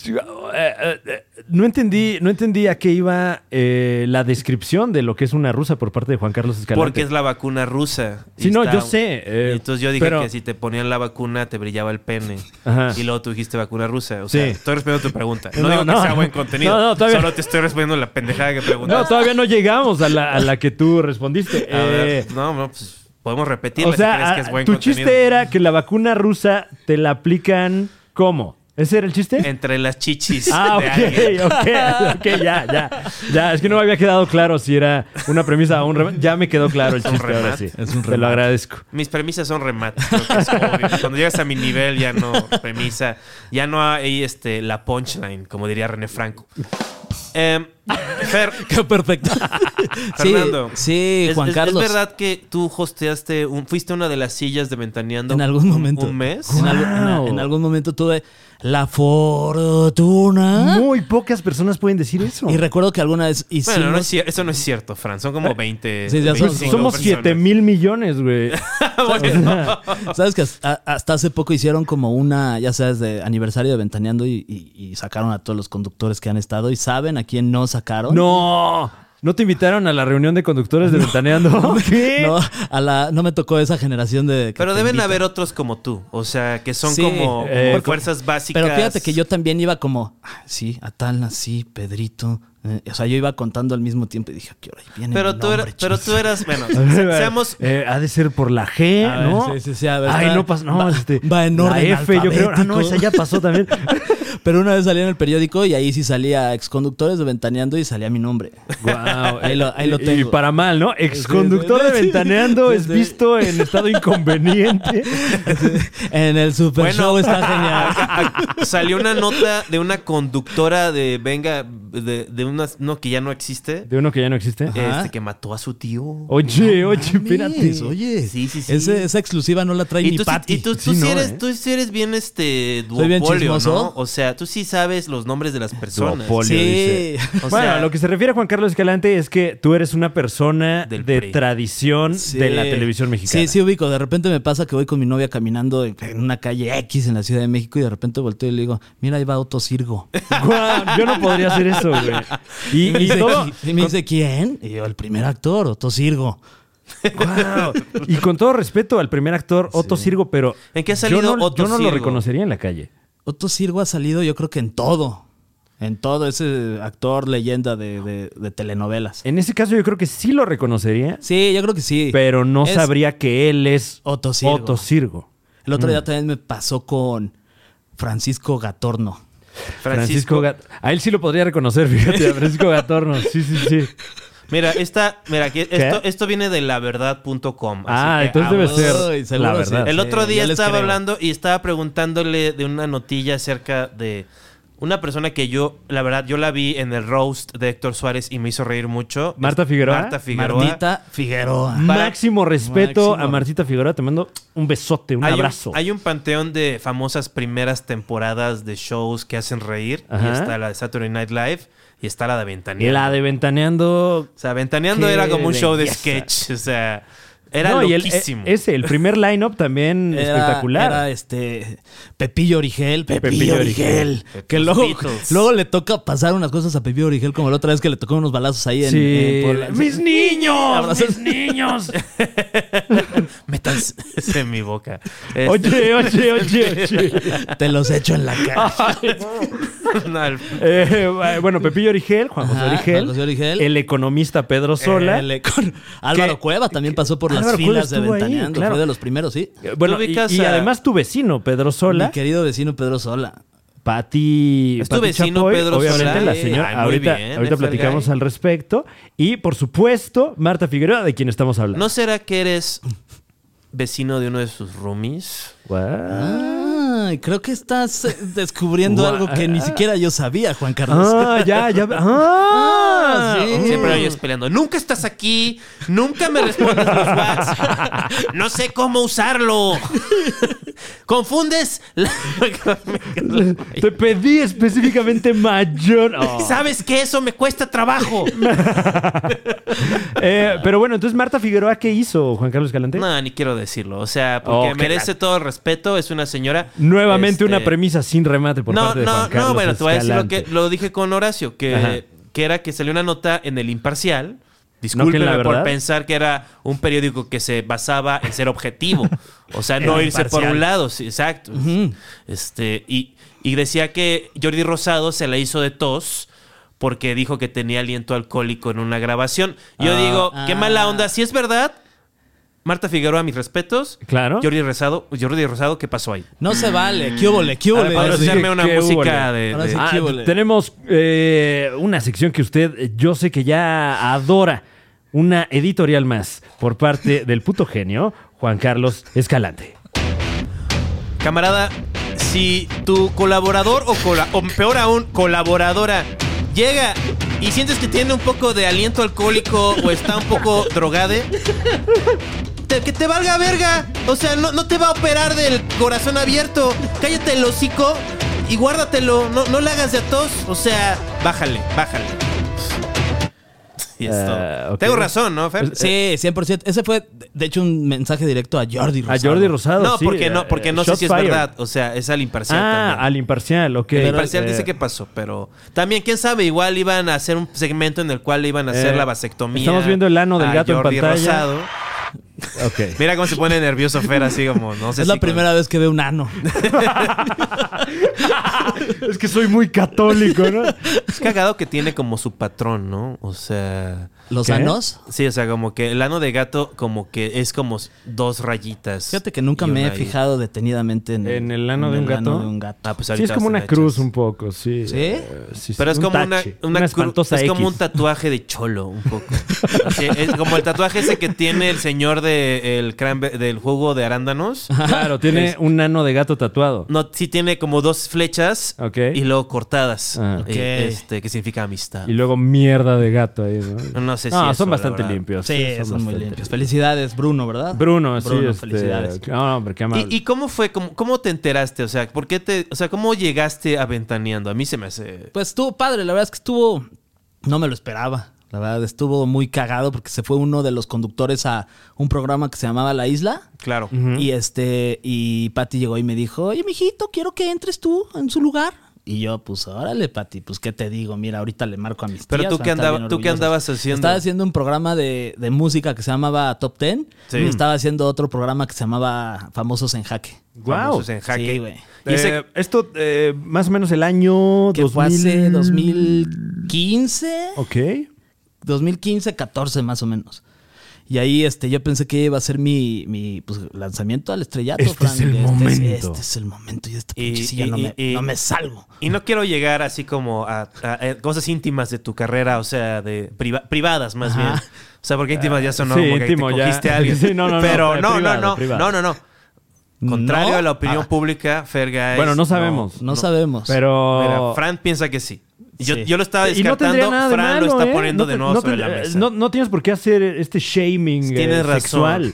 Speaker 2: mío. Eh, eh, eh, No entendí, no entendí a qué iba eh, la descripción de lo que es una rusa por parte de Juan Carlos Escalante.
Speaker 1: Porque es la vacuna rusa. Y
Speaker 2: Sí, no,
Speaker 1: está-
Speaker 2: yo sé. eh,
Speaker 1: y entonces yo dije
Speaker 2: pero-
Speaker 1: que si te ponían la vacuna te brillaba el pene.
Speaker 2: Ajá.
Speaker 1: Y luego tú dijiste vacuna rusa. O sea,
Speaker 2: Sí.
Speaker 1: estoy respondiendo tu pregunta. No,
Speaker 2: No,
Speaker 1: digo
Speaker 2: no.
Speaker 1: que sea buen contenido.
Speaker 2: No, no, todavía-
Speaker 1: Solo te estoy respondiendo la pendejada que preguntaste.
Speaker 2: No, todavía no llegamos a la, a la que tú respondiste.
Speaker 1: A ver,
Speaker 2: Eh,
Speaker 1: no, no, pues podemos repetirla
Speaker 2: o
Speaker 1: si
Speaker 2: sea,
Speaker 1: crees que es
Speaker 2: a-
Speaker 1: buen
Speaker 2: tu
Speaker 1: contenido.
Speaker 2: chiste era que la vacuna rusa te la aplican ¿cómo? ¿Ese era el chiste?
Speaker 1: Entre las chichis
Speaker 2: Ah,
Speaker 1: de alguien.
Speaker 2: ok, ok, ok, ya, ya. Ya, es que no me había quedado claro si era una premisa o un remate. Ya me quedó claro el
Speaker 1: un
Speaker 2: chiste ahora
Speaker 1: remate.
Speaker 2: sí. Te lo agradezco.
Speaker 1: Mis premisas son remates, creo que es obvio. Cuando llegas a mi nivel ya no premisa, ya no hay este, la punchline, como diría René Franco. Em, Fer,
Speaker 4: Qué
Speaker 1: (laughs)
Speaker 4: perfecto. (laughs) Sí,
Speaker 1: Fernando.
Speaker 4: sí,
Speaker 1: es-
Speaker 4: Juan
Speaker 1: es, es
Speaker 4: Carlos.
Speaker 1: verdad que tú hosteaste, un- fuiste una de las sillas de Ventaneando
Speaker 4: En algún
Speaker 1: un-
Speaker 4: momento.
Speaker 1: un mes.
Speaker 4: En, algún- en a-
Speaker 2: Wow.
Speaker 4: en algún momento tuve la fortuna.
Speaker 2: Muy pocas personas pueden decir eso.
Speaker 4: Y recuerdo que alguna vez hicimos.
Speaker 1: Bueno, no es cier- eso no es cierto, Fran. Son como 20.
Speaker 4: Eh, Sí, ya son-
Speaker 2: Pues,
Speaker 1: 25
Speaker 2: Somos
Speaker 1: personas. (laughs)
Speaker 2: 7 mil millones,
Speaker 4: (laughs)
Speaker 2: güey.
Speaker 1: Bueno,
Speaker 4: Sabes que hasta, hasta hace poco hicieron como una, ya sabes, de aniversario de Ventaneando y, y- y sacaron a todos los conductores que han estado y saben a quién no sacaron.
Speaker 2: No, no te invitaron a la reunión de conductores de Ventaneando. ¿Qué?
Speaker 4: (laughs) No, a la, no me tocó esa generación de. que
Speaker 1: Pero
Speaker 4: te
Speaker 1: deben
Speaker 4: invitan.
Speaker 1: haber otros como tú. O sea, que son
Speaker 4: Sí,
Speaker 1: como
Speaker 2: eh,
Speaker 1: como fuerzas básicas.
Speaker 4: Pero fíjate que yo también iba como, ah, sí, Atalna, sí, Pedrito. eh, o sea, yo iba contando al mismo tiempo y dije, ¿qué hora viene?
Speaker 1: Pero
Speaker 4: mi
Speaker 1: tú,
Speaker 4: nombre,
Speaker 1: eras, pero tú
Speaker 4: chingada?"
Speaker 1: eras,
Speaker 4: (laughs)
Speaker 1: bueno,
Speaker 2: A ver,
Speaker 1: se- seamos...
Speaker 2: eh, ha de ser por la G,
Speaker 4: A ver,
Speaker 2: ¿no?
Speaker 4: sí, sí, sí, a ver,
Speaker 2: Ay,
Speaker 4: está-
Speaker 2: no pasa. No,
Speaker 4: va-
Speaker 2: este.
Speaker 4: va en orden
Speaker 2: La F, yo creo. Ah, no,
Speaker 4: alfabético.
Speaker 2: esa ya pasó
Speaker 4: (laughs)
Speaker 2: también.
Speaker 1: (laughs)
Speaker 4: Pero una vez salía en el periódico y ahí sí salía exconductores de Ventaneando y salía
Speaker 1: (laughs)
Speaker 4: mi nombre. (laughs)
Speaker 2: Guau,
Speaker 4: Ahí lo- ahí lo
Speaker 2: y- Y
Speaker 4: tengo.
Speaker 2: para mal, ¿no? Exconductor de
Speaker 4: sí, sí.
Speaker 2: Ventaneando es
Speaker 4: Sí.
Speaker 2: visto en estado
Speaker 4: (laughs)
Speaker 2: inconveniente.
Speaker 4: en el Super
Speaker 1: Bueno.
Speaker 4: Show está
Speaker 1: (laughs)
Speaker 4: genial.
Speaker 1: Salió una nota de una conductora de Venga, de, de unas- no, que ya no existe,
Speaker 2: De uno que ya no existe.
Speaker 4: Ajá.
Speaker 1: este, que mató a su tío.
Speaker 2: Oye, oye,
Speaker 4: Eh, Mames,
Speaker 2: espérate.
Speaker 4: Oye,
Speaker 1: Sí, sí, sí.
Speaker 4: Ese- esa exclusiva no la trae
Speaker 1: Y
Speaker 4: ni
Speaker 1: tú, sí-
Speaker 4: Patty.
Speaker 1: y tú, tú
Speaker 2: Sí,
Speaker 1: sí
Speaker 2: no,
Speaker 1: eres,
Speaker 2: ¿eh?
Speaker 1: tú sí eres bien este
Speaker 4: Soy bien
Speaker 1: duopolio, ¿no?
Speaker 4: chismoso.
Speaker 1: O sea, tú sí sabes los nombres de las personas.
Speaker 2: Duopolio.
Speaker 4: Sí.
Speaker 2: dice.
Speaker 1: O
Speaker 2: bueno,
Speaker 1: sea-
Speaker 2: a lo que se refiere a Juan Carlos Escalante es que tú eres una persona
Speaker 1: Del
Speaker 2: de
Speaker 1: PRI.
Speaker 2: tradición
Speaker 4: Sí.
Speaker 2: de la televisión mexicana.
Speaker 4: Sí, sí, ubico. De repente me pasa que voy con mi novia caminando en una calle X en la Ciudad de México y de repente volteo y le digo, mira, ahí va Otto Sirgo.
Speaker 2: Guau, yo no podría hacer eso, güey. (laughs) Y,
Speaker 4: Y me,
Speaker 2: y
Speaker 4: dice,
Speaker 2: todo-
Speaker 4: "¿Qui- y me dice, ¿quién? Y yo, el primer actor, Otto Sirgo.
Speaker 2: Guau. Y con todo respeto al primer actor, Otto Sirgo, pero.
Speaker 1: ¿En qué ha
Speaker 2: yo
Speaker 1: salido
Speaker 2: no- yo no,
Speaker 1: Otto
Speaker 2: lo
Speaker 1: Sirgo?
Speaker 2: reconocería en la calle.
Speaker 4: Otto Sirgo ha salido yo creo que en todo. En todo. Ese actor leyenda de, de- de telenovelas.
Speaker 2: En ese caso, yo creo que sí lo reconocería,
Speaker 4: Sí, yo creo que sí.
Speaker 2: pero no
Speaker 4: Es-
Speaker 2: sabría que él es
Speaker 4: Otto Sirgo.
Speaker 2: Otto Sirgo. Mm.
Speaker 4: El otro día también me pasó con Francisco Gatorno.
Speaker 1: Francisco.
Speaker 2: Francisco Gat- A él sí lo podría reconocer, fíjate, a Francisco Gatorno. Sí, sí, sí.
Speaker 1: Mira, esta, mira, aquí, esto, esto viene de laverdad.com. así
Speaker 2: Ah,
Speaker 1: que,
Speaker 2: entonces debe
Speaker 1: aguas.
Speaker 2: ser
Speaker 4: Uy, seguro
Speaker 2: la verdad.
Speaker 4: sí.
Speaker 1: El otro día
Speaker 4: ya les
Speaker 1: estaba
Speaker 4: creo.
Speaker 1: hablando y estaba preguntándole de una notilla acerca de una persona que yo, la verdad, yo la vi en el roast de Héctor Suárez y me hizo reír mucho.
Speaker 2: ¿Marta Figueroa?
Speaker 1: Marta Figueroa.
Speaker 4: Martita Figueroa.
Speaker 1: Para-
Speaker 2: Máximo respeto
Speaker 4: Máximo.
Speaker 2: a Martita Figueroa. Te mando un besote, un
Speaker 1: hay
Speaker 2: abrazo.
Speaker 1: Un, hay un panteón de famosas primeras temporadas de shows que hacen reír. Y
Speaker 2: Ajá.
Speaker 1: está la de Saturday Night Live y está la de Ventaneando.
Speaker 2: La de Ventaneando.
Speaker 1: O sea, Ventaneando
Speaker 2: Qué
Speaker 1: era como un show de
Speaker 2: belleza.
Speaker 1: sketch. O sea, era
Speaker 2: No, y el-
Speaker 1: loquísimo.
Speaker 2: e- ese, el primer line-up también
Speaker 4: (laughs) Era-
Speaker 2: espectacular.
Speaker 4: Era este Pepillo Origel, Pepillo,
Speaker 2: Pepillo
Speaker 4: Origel.
Speaker 1: Origel.
Speaker 4: Que
Speaker 1: Los
Speaker 4: luego,
Speaker 1: Beatles.
Speaker 4: luego le toca pasar unas cosas a Pepillo Origel, como la otra vez que le tocó unos balazos ahí en, eh,
Speaker 2: sí.
Speaker 4: en Puebla.
Speaker 2: ¡Mis niños!
Speaker 4: Abrazos.
Speaker 2: ¡Mis niños!
Speaker 1: (laughs) Metas en mi boca.
Speaker 2: (laughs)
Speaker 1: Este,
Speaker 2: Oye, oye, oye, oye.
Speaker 4: (laughs) Te los echo en la
Speaker 2: Ah,
Speaker 4: cara.
Speaker 1: Este, (laughs) no, el-
Speaker 2: Eh, bueno, Pepillo Origel, Juan José
Speaker 4: Ajá,
Speaker 2: Origel,
Speaker 4: Juan José Origel.
Speaker 2: el economista Pedro Sola.
Speaker 4: El- Eh, con- Álvaro
Speaker 2: Que-
Speaker 4: Cueva también pasó por las
Speaker 2: Álvaro Cueva
Speaker 4: filas de
Speaker 2: estuvo ahí,
Speaker 4: Ventaneando.
Speaker 2: claro.
Speaker 4: Fue de los primeros, sí.
Speaker 2: Eh, Bueno,
Speaker 1: Tú
Speaker 2: y,
Speaker 1: ubicas
Speaker 2: y
Speaker 1: a-
Speaker 2: además tu vecino, Pedro Sola.
Speaker 4: Mi querido vecino Pedro Sola.
Speaker 2: Pati,
Speaker 1: Es tu
Speaker 2: Pati
Speaker 1: vecino,
Speaker 2: Chapoy,
Speaker 1: Pedro
Speaker 2: obviamente la
Speaker 1: Solá.
Speaker 2: señora.
Speaker 1: Ay, muy
Speaker 2: ahorita
Speaker 1: bien,
Speaker 2: ahorita
Speaker 1: F.L.
Speaker 2: platicamos
Speaker 1: Guy.
Speaker 2: al respecto. Y por supuesto, Marta Figueroa, de quien estamos hablando.
Speaker 1: ¿No será que eres vecino de uno de sus roomies? (laughs)
Speaker 2: Guau.
Speaker 4: Ay, creo que estás eh, descubriendo algo que ni siquiera yo sabía, Juan Carlos.
Speaker 2: Ah, ya, ya. Ah,
Speaker 4: Ah, sí.
Speaker 1: Oh. Siempre lo oyes peleando. Nunca estás aquí. Nunca me respondes los (laughs) WhatsApps. No sé cómo usarlo. Confundes. (laughs) la-
Speaker 2: Te pedí específicamente mayor.
Speaker 1: (laughs)
Speaker 2: Oh.
Speaker 1: Sabes que eso me cuesta trabajo.
Speaker 2: Eh, pero bueno, entonces Marta Figueroa, ¿qué hizo Juan Carlos Galante?
Speaker 1: No, ni quiero decirlo. O sea, porque
Speaker 2: Oh, qué
Speaker 1: merece todo el respeto. Es una señora.
Speaker 2: Nuevamente
Speaker 1: este,
Speaker 2: una premisa sin remate por
Speaker 1: no,
Speaker 2: parte de
Speaker 1: no,
Speaker 2: Juan Carlos
Speaker 1: no, bueno, te voy a decir lo
Speaker 2: Escalante.
Speaker 1: que lo dije con Horacio,
Speaker 2: Ajá.
Speaker 1: que, que era que salió una nota en el imparcial. Discúlpeme
Speaker 2: la
Speaker 1: por
Speaker 2: verdad.
Speaker 1: pensar que era un periódico que se basaba en ser objetivo.
Speaker 2: (laughs)
Speaker 1: O sea, no
Speaker 2: Era
Speaker 1: irse por
Speaker 2: imparcial.
Speaker 1: un lado, sí, exacto. Este, y, y decía que Jordi Rosado se la hizo de tos porque dijo que tenía aliento alcohólico en una grabación. Yo
Speaker 4: Ah.
Speaker 1: digo, qué mala
Speaker 4: Ah.
Speaker 1: onda, si es verdad. Marta Figueroa, mis respetos.
Speaker 2: Claro.
Speaker 1: Jordi Rosado, Jordi Rosado, ¿qué pasó ahí?
Speaker 4: No se vale. ¿Qué hubole? ¿Qué hubole?
Speaker 1: Para
Speaker 2: ahora sí
Speaker 1: patrocinarme
Speaker 2: que-
Speaker 1: una
Speaker 2: qué
Speaker 1: música
Speaker 2: hubole.
Speaker 1: de-
Speaker 4: Ahora
Speaker 1: de,
Speaker 4: sí
Speaker 2: Ah,
Speaker 4: ¿Qué hubo?
Speaker 2: tenemos eh, una sección que usted, eh, yo sé que ya adora, una editorial más por
Speaker 1: (laughs)
Speaker 2: parte del puto genio Juan Carlos Escalante.
Speaker 1: Camarada, si tu colaborador o, cola- o peor aún, colaboradora llega y sientes que tiene un poco de aliento alcohólico o está un poco
Speaker 2: (laughs)
Speaker 1: drogade, te- que te valga verga. O sea, no, no te va a operar del corazón abierto. Cállate el hocico y guárdatelo. No, no le hagas de a tos. O sea, bájale, bájale. Y esto.
Speaker 2: Ah, ok. Pues,
Speaker 1: Tengo razón, ¿no, Fer?
Speaker 4: Sí, 100%. Ese fue, de hecho, un mensaje directo a Jordi
Speaker 2: eh, A
Speaker 4: Rosado.
Speaker 2: Jordi Rosado.
Speaker 1: No,
Speaker 2: sí,
Speaker 1: porque no, porque
Speaker 2: eh,
Speaker 1: no sé
Speaker 2: shot
Speaker 1: si es
Speaker 2: fire.
Speaker 1: verdad. O sea, es al imparcial.
Speaker 2: Ah,
Speaker 1: también.
Speaker 2: al imparcial, ok.
Speaker 1: El parcial
Speaker 2: Eh,
Speaker 1: dice que pasó, pero también, quién sabe, igual iban a hacer un segmento en el cual le iban a hacer
Speaker 2: Eh,
Speaker 1: la vasectomía.
Speaker 2: estamos viendo el ano del
Speaker 1: a
Speaker 2: gato en
Speaker 1: Jordi
Speaker 2: pantalla.
Speaker 1: Rosado. (laughs)
Speaker 2: ok.
Speaker 1: Mira cómo se pone nervioso Fer, así como, no sé
Speaker 4: Es
Speaker 1: si
Speaker 4: la
Speaker 1: con-
Speaker 4: primera vez que veo
Speaker 2: (laughs)
Speaker 4: un ano.
Speaker 2: es que soy muy católico,
Speaker 1: (laughs)
Speaker 2: ¿no?
Speaker 1: Es cagado que tiene como su patrón, ¿no? O sea.
Speaker 4: ¿Los
Speaker 2: ¿Qué?
Speaker 4: anos?
Speaker 1: Sí, o sea, como que el ano de gato, como que es como dos rayitas.
Speaker 4: Fíjate que nunca
Speaker 1: y
Speaker 4: me he
Speaker 1: una ahí.
Speaker 4: fijado detenidamente en,
Speaker 2: ¿En el ano de un gato?
Speaker 4: de un gato.
Speaker 1: Ah, pues
Speaker 2: sí, es
Speaker 1: ahorita
Speaker 2: como
Speaker 1: se la
Speaker 2: una cruz
Speaker 1: echas.
Speaker 2: un poco, sí.
Speaker 4: ¿Sí?
Speaker 2: Eh, sí, sí,
Speaker 1: Pero es
Speaker 2: un
Speaker 1: como una,
Speaker 2: tache,
Speaker 1: una, cru-
Speaker 2: espantosa
Speaker 1: Es como
Speaker 2: X.
Speaker 1: un tatuaje de cholo, un poco. Sí, es como el tatuaje ese que tiene el señor de, el cranbe- del jugo de arándanos.
Speaker 2: Claro,
Speaker 1: (laughs)
Speaker 2: tiene un ano de gato tatuado.
Speaker 1: No, sí tiene como dos flechas
Speaker 2: Ok.
Speaker 1: y luego cortadas.
Speaker 2: Ah.
Speaker 1: eh,
Speaker 4: Ok.
Speaker 1: este, que significa amistad.
Speaker 2: Y luego mierda de gato ahí, ¿no?
Speaker 1: No sé si
Speaker 2: No,
Speaker 1: eso,
Speaker 2: son
Speaker 1: la
Speaker 2: bastante
Speaker 1: verdad.
Speaker 2: limpios.
Speaker 4: Sí, son, muy
Speaker 2: bastante
Speaker 4: limpios. Felicidades, Bruno, ¿verdad?
Speaker 2: Bruno, sí,
Speaker 4: Bruno,
Speaker 2: este,
Speaker 4: felicidades.
Speaker 2: No, hombre, qué amable.
Speaker 1: ¿Y, y cómo fue? ¿Cómo, cómo te enteraste? O sea, ¿por qué te, o sea, ¿cómo llegaste a Ventaneando? A mí se me hace...
Speaker 4: Pues estuvo padre, la verdad es que estuvo. No me lo esperaba. La verdad, estuvo muy cagado porque se fue uno de los conductores a un programa que se llamaba La Isla.
Speaker 1: Claro.
Speaker 4: Y este, y Patty llegó y me dijo, oye, mijito, quiero que entres tú en su lugar. Y yo, pues, órale, Patty, pues, ¿qué te digo? Mira, ahorita le marco a mis
Speaker 1: Pero
Speaker 4: tías,
Speaker 1: tú
Speaker 4: van
Speaker 1: qué
Speaker 4: a estar
Speaker 1: andaba-
Speaker 4: bien
Speaker 1: tú qué
Speaker 4: orgullosas".
Speaker 1: andabas haciendo.
Speaker 4: Estaba haciendo un programa de, de música que se llamaba Top Ten.
Speaker 1: Sí.
Speaker 4: Y estaba haciendo otro programa que se llamaba Famosos en Jaque.
Speaker 2: Guau.
Speaker 1: Famosos en jaque.
Speaker 4: Sí, güey.
Speaker 1: Y ese-
Speaker 2: Eh, Esto, eh, más o menos el año
Speaker 4: Que
Speaker 2: 2000...
Speaker 4: fue hace 2015.
Speaker 2: Ok.
Speaker 4: 2015, 14 más o menos. Y ahí este, yo pensé que iba a ser mi, mi, pues, lanzamiento al estrellato,
Speaker 2: Este es el
Speaker 4: Este
Speaker 2: momento.
Speaker 4: este es el momento. Y esta
Speaker 1: Y-
Speaker 4: pinche silla
Speaker 1: y-
Speaker 4: no,
Speaker 1: y-
Speaker 4: me,
Speaker 1: y-
Speaker 4: no me salgo.
Speaker 1: Y no quiero llegar así como a, a- a cosas íntimas de tu carrera, o sea, de priva- privadas más
Speaker 4: Ajá.
Speaker 1: bien. O sea, porque íntimas ya sonó
Speaker 2: sí,
Speaker 1: como que
Speaker 2: íntimo,
Speaker 1: te
Speaker 2: ya.
Speaker 1: cogiste a alguien.
Speaker 2: (laughs) Sí, no, no, no,
Speaker 1: Pero
Speaker 2: eh,
Speaker 1: no,
Speaker 2: privado,
Speaker 1: no, no,
Speaker 2: privado.
Speaker 1: no, no, no. Contrario
Speaker 4: ¿No?
Speaker 1: a la opinión
Speaker 4: Ah.
Speaker 1: pública, Ferga es-
Speaker 2: Bueno, no sabemos.
Speaker 4: No, sabemos.
Speaker 2: Pero. Eh,
Speaker 1: Mira, Fran piensa que sí. Yo,
Speaker 4: Sí.
Speaker 1: yo lo estaba
Speaker 2: y no
Speaker 1: descartando,
Speaker 2: tendría nada de
Speaker 1: Fran lo
Speaker 2: malo,
Speaker 1: está
Speaker 2: ¿eh?
Speaker 1: poniendo
Speaker 2: No
Speaker 1: de
Speaker 2: te-
Speaker 1: nuevo
Speaker 2: no
Speaker 1: sobre
Speaker 2: tendría-
Speaker 1: la mesa.
Speaker 2: No, no tienes por qué hacer este shaming eh,
Speaker 1: Tienes razón.
Speaker 2: sexual.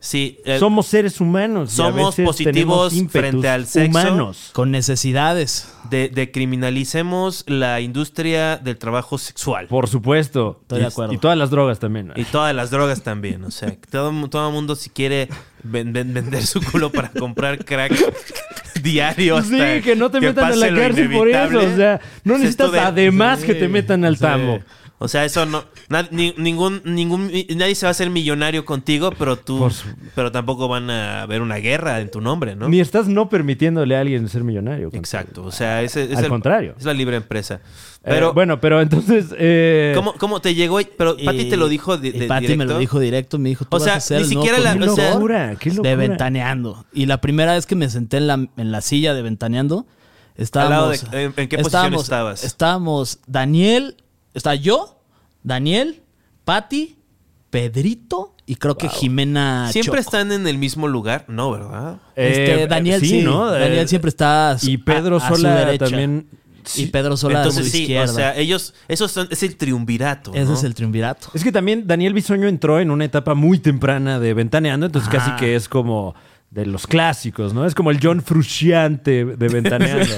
Speaker 1: Sí, eh,
Speaker 2: Somos seres humanos. y a
Speaker 1: somos
Speaker 2: veces
Speaker 1: positivos
Speaker 2: tenemos ímpetus
Speaker 1: frente al sexo.
Speaker 2: Humanos.
Speaker 4: Con necesidades.
Speaker 1: de, de criminalicemos la industria del trabajo sexual.
Speaker 2: Por supuesto.
Speaker 4: Estoy de
Speaker 2: Y-
Speaker 4: acuerdo.
Speaker 2: Y todas las drogas también.
Speaker 1: Y todas las drogas también. O sea, todo, mu- todo mundo si quiere ven- ven- vender su culo para comprar crack (laughs) diario. hasta
Speaker 2: Pues Sí, que no te metan a
Speaker 1: pase
Speaker 2: la
Speaker 1: lo
Speaker 2: cárcel por eso.
Speaker 1: inevitable.
Speaker 2: O sea, no
Speaker 1: Es esto
Speaker 2: necesitas
Speaker 1: de-
Speaker 2: además que te
Speaker 1: Sí,
Speaker 2: metan al
Speaker 1: sí.
Speaker 2: tambo.
Speaker 1: O sea, eso no. na- ni- ningún, ningún, nadie se va a hacer millonario contigo, pero tú.
Speaker 2: Por su-
Speaker 1: Pero tampoco van a haber una guerra en tu nombre, ¿no?
Speaker 2: Ni estás no permitiéndole a alguien ser millonario.
Speaker 1: Exacto. O sea, ese, es
Speaker 2: Al
Speaker 1: el-
Speaker 2: contrario.
Speaker 1: Es la libre empresa.
Speaker 2: Pero
Speaker 1: Pero.
Speaker 2: Eh, bueno, pero entonces. eh,
Speaker 1: ¿Cómo, ¿Cómo te llegó? Pero Pati
Speaker 4: Y-
Speaker 1: te lo dijo de,
Speaker 4: y
Speaker 1: de
Speaker 4: Pati me lo
Speaker 1: directo.
Speaker 4: dijo directo, me dijo, tú
Speaker 1: O
Speaker 4: vas
Speaker 1: sea,
Speaker 4: a ser
Speaker 1: ni
Speaker 4: el
Speaker 1: siquiera
Speaker 4: nuevo
Speaker 1: la-
Speaker 2: ¡Qué
Speaker 1: o sea,
Speaker 2: locura! ¡Qué locura!
Speaker 4: de Ventaneando. Y la primera vez que me senté en la, en la silla de Ventaneando,
Speaker 1: Al lado de-
Speaker 4: estábamos...
Speaker 1: ¿en- en qué posición estabas?
Speaker 4: Estábamos Daniel, está yo, Daniel, Patti, Pedrito y creo que Jimena
Speaker 1: ¿Siempre
Speaker 4: Choco.
Speaker 1: están en el mismo lugar? No, ¿verdad?
Speaker 4: Este,
Speaker 2: Eh,
Speaker 4: Daniel,
Speaker 2: sí,
Speaker 4: sí,
Speaker 2: ¿no? Eh,
Speaker 4: Daniel siempre está a su-
Speaker 2: Y Pedro
Speaker 4: a- a su
Speaker 2: Sola
Speaker 4: derecha.
Speaker 2: también.
Speaker 4: Y Pedro Sola a su
Speaker 1: Entonces sí,
Speaker 4: izquierda.
Speaker 1: o sea, ellos, esos son, es el triunvirato.
Speaker 4: Ese
Speaker 1: ¿no?
Speaker 4: es el triunvirato.
Speaker 2: Es que también Daniel Bisoño entró en una etapa muy temprana de Ventaneando, entonces
Speaker 4: Ajá.
Speaker 2: casi que es como de los clásicos, ¿no? Es como el John Frusciante de
Speaker 4: (laughs)
Speaker 2: Ventaneando.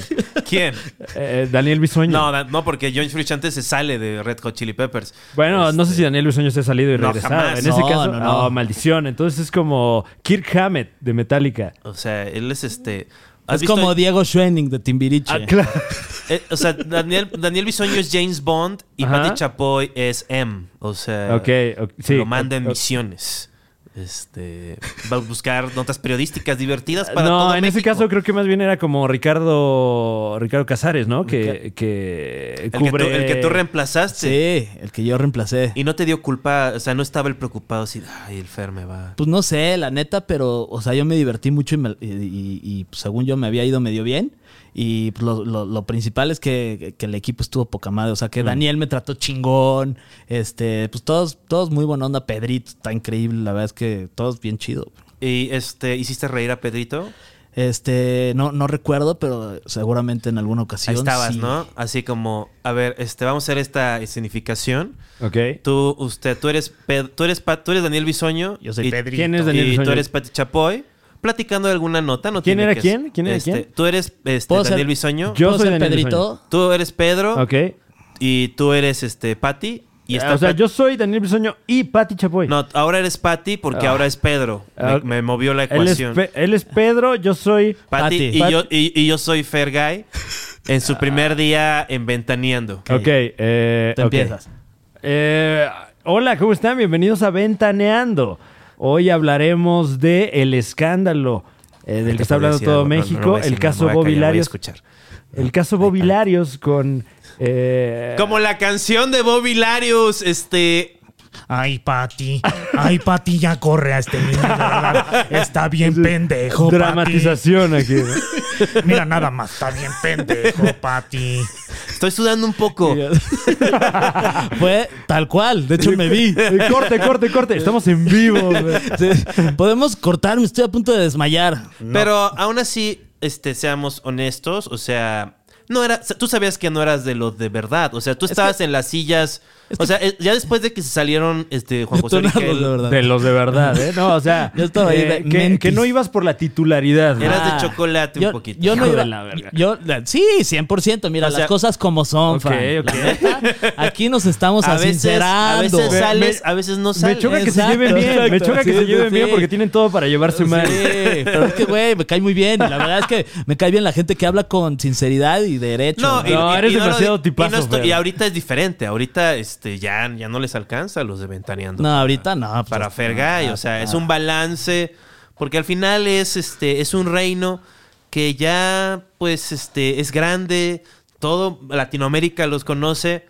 Speaker 1: ¿Quién?
Speaker 2: Eh, Daniel Bisoño.
Speaker 1: No, da- no, porque John Frusciante se sale de Red Hot Chili Peppers.
Speaker 2: Bueno, no sé
Speaker 1: Este,
Speaker 2: si Daniel Bisoño se ha salido y
Speaker 1: No,
Speaker 2: regresado.
Speaker 1: jamás.
Speaker 2: En ese
Speaker 4: No,
Speaker 2: caso,
Speaker 4: no, no.
Speaker 2: oh, maldición. Entonces es como Kirk Hammett de Metallica.
Speaker 1: O sea, él es este... ¿has
Speaker 4: Es
Speaker 1: visto-
Speaker 4: como Diego Schwenning de Timbiriche.
Speaker 2: Ah, claro.
Speaker 1: eh, o sea, Daniel, Daniel Bisoño es James Bond y
Speaker 2: Ajá.
Speaker 1: Patty Chapoy es M. O sea,
Speaker 2: Ok, (laughs) ok, sí.
Speaker 1: lo manda en
Speaker 2: Ok.
Speaker 1: misiones. Este, va a buscar notas periodísticas divertidas para
Speaker 2: no,
Speaker 1: todo
Speaker 2: en ese
Speaker 1: México.
Speaker 2: caso creo que más bien era como Ricardo Ricardo Casares, ¿no? Que, que
Speaker 1: El que, tú,
Speaker 2: cubre...
Speaker 1: el que tú reemplazaste.
Speaker 4: Sí, el que yo reemplacé.
Speaker 1: Y no te dio culpa, o sea, no estaba el preocupado así, ay, el Fer me va.
Speaker 4: Pues no sé, la neta, pero, o sea, yo me divertí mucho y, me- y- y- y, pues, según yo me había ido medio bien. Y pues, lo, lo- lo principal es que, que el equipo estuvo poca madre. O sea,
Speaker 1: Mm.
Speaker 4: que Daniel me trató chingón. Este, pues todos, todos muy buena onda. Pedrito está increíble. La verdad es que todos bien chido.
Speaker 1: Y este, hiciste reír a Pedrito.
Speaker 4: Este, no, no recuerdo, pero seguramente en alguna ocasión.
Speaker 1: Ahí estabas,
Speaker 4: sí.
Speaker 1: ¿no? Así como, a ver, este, vamos a hacer esta escenificación.
Speaker 2: Ok.
Speaker 1: Tú, usted, tú eres, Ped- tú eres, Pa- tú eres Daniel Bisoño.
Speaker 4: Yo soy
Speaker 1: y-
Speaker 4: Pedrito.
Speaker 2: ¿Quién es
Speaker 1: Y
Speaker 2: Daniel
Speaker 1: tú
Speaker 2: Bisoño?
Speaker 1: eres Pati Chapoy. Platicando de alguna nota, no
Speaker 2: ¿Quién
Speaker 1: tiene
Speaker 2: era
Speaker 1: que-
Speaker 2: quién? ¿Quién era
Speaker 1: este,
Speaker 2: quién?
Speaker 1: Tú eres este,
Speaker 4: ¿Puedo ser-
Speaker 1: Daniel Bisoño.
Speaker 2: Yo
Speaker 4: ¿Puedo
Speaker 2: soy
Speaker 4: ser
Speaker 2: Daniel
Speaker 4: Pedrito.
Speaker 1: Tú eres Pedro.
Speaker 2: Ok. Eh,
Speaker 1: Y tú eres este Pati. Y está
Speaker 2: o sea,
Speaker 1: Pat-
Speaker 2: yo soy Daniel Bisoño y Pati Chapoy.
Speaker 1: No, ahora eres Pati porque
Speaker 2: Ah.
Speaker 1: ahora es Pedro. Me,
Speaker 2: Ah.
Speaker 1: me movió la
Speaker 2: él, es
Speaker 1: ecuación.
Speaker 2: Pe- él es Pedro, yo soy...
Speaker 1: Pati,
Speaker 4: Pati.
Speaker 1: Y, Yo, y, y yo soy Fergay en
Speaker 2: Ah.
Speaker 1: su primer día en Ventaneando.
Speaker 2: Ok, eh,
Speaker 4: Te
Speaker 2: ok.
Speaker 4: empiezas.
Speaker 2: Eh, hola, ¿cómo están? Bienvenidos a Ventaneando. Hoy hablaremos de el escándalo eh, del que está hablando
Speaker 1: Decir
Speaker 2: todo
Speaker 1: algo, no, no, no
Speaker 2: México,
Speaker 1: voy a decir
Speaker 2: el
Speaker 1: nada,
Speaker 2: caso
Speaker 1: me voy a
Speaker 2: Bobby
Speaker 1: callar, voy a
Speaker 2: Larios.
Speaker 1: escuchar.
Speaker 2: El caso Bobby Larios con... eh,
Speaker 1: Como la canción de Bobby Larios, este...
Speaker 5: Ay, Pati. Ay, Pati, ya corre a este niño, de verdad. Está bien pendejo, Pati.
Speaker 2: pues, dramatización aquí. ¿no?
Speaker 5: Mira, nada más, está bien pendejo, Pati.
Speaker 1: Estoy sudando un poco.
Speaker 4: (laughs) Fue tal cual. De hecho,
Speaker 2: (laughs)
Speaker 4: me vi.
Speaker 2: Eh, corte, corte, corte. Estamos en vivo. güey.
Speaker 4: Podemos cortarme, estoy a punto de desmayar.
Speaker 1: Pero aún así, este, seamos honestos, o sea... No era, tú sabías que no eras de los de verdad. O sea, tú estabas en las sillas. o sea, eh, ya después de que se salieron este, Juan José
Speaker 4: Tú no hablas
Speaker 1: Origel,
Speaker 4: de verdad.
Speaker 2: De los de verdad, ¿eh? No, o sea,
Speaker 4: Yo estaba ahí de
Speaker 2: eh, que,
Speaker 4: mentis.
Speaker 2: que no ibas por la titularidad. ¿no?
Speaker 1: Eras de chocolate un
Speaker 4: yo,
Speaker 1: poquito.
Speaker 4: Yo no
Speaker 2: Ah. Hijo
Speaker 4: iba,
Speaker 2: de la verga.
Speaker 4: yo- la- sí, 100%. Mira,
Speaker 1: O sea-
Speaker 4: las cosas como son,
Speaker 2: Ok,
Speaker 4: Fran.
Speaker 2: ok.
Speaker 4: La neta, aquí nos estamos
Speaker 1: a veces, a
Speaker 4: asincerando.
Speaker 1: veces sales,
Speaker 2: Me-
Speaker 1: a veces no
Speaker 2: Me
Speaker 1: sales.
Speaker 2: choca que
Speaker 4: Exacto,
Speaker 2: se lleven bien. Me
Speaker 4: exacto.
Speaker 2: choca que
Speaker 4: Sí,
Speaker 2: se
Speaker 4: sí,
Speaker 2: lleven bien
Speaker 4: sí.
Speaker 2: porque tienen todo para llevarse mal.
Speaker 4: Sí, pero es que, güey, me cae muy bien. Y la verdad es que me cae bien la gente que habla con sinceridad y derecho.
Speaker 1: No, y-
Speaker 2: No,
Speaker 1: y-
Speaker 2: eres
Speaker 1: y lo
Speaker 2: demasiado
Speaker 1: di-
Speaker 2: tipazo,
Speaker 1: Y, no estoy-
Speaker 2: Fer.
Speaker 1: y ahorita es diferente. Ahorita este, ya, ya no les alcanza a los de Ventaneando.
Speaker 4: No, ahorita no. pues,
Speaker 1: Para
Speaker 4: no,
Speaker 1: Fergay.
Speaker 4: no,
Speaker 1: o sea,
Speaker 4: no.
Speaker 1: es un balance. Porque al final es, este, es un reino que ya, pues, este, es grande. Todo Latinoamérica los conoce.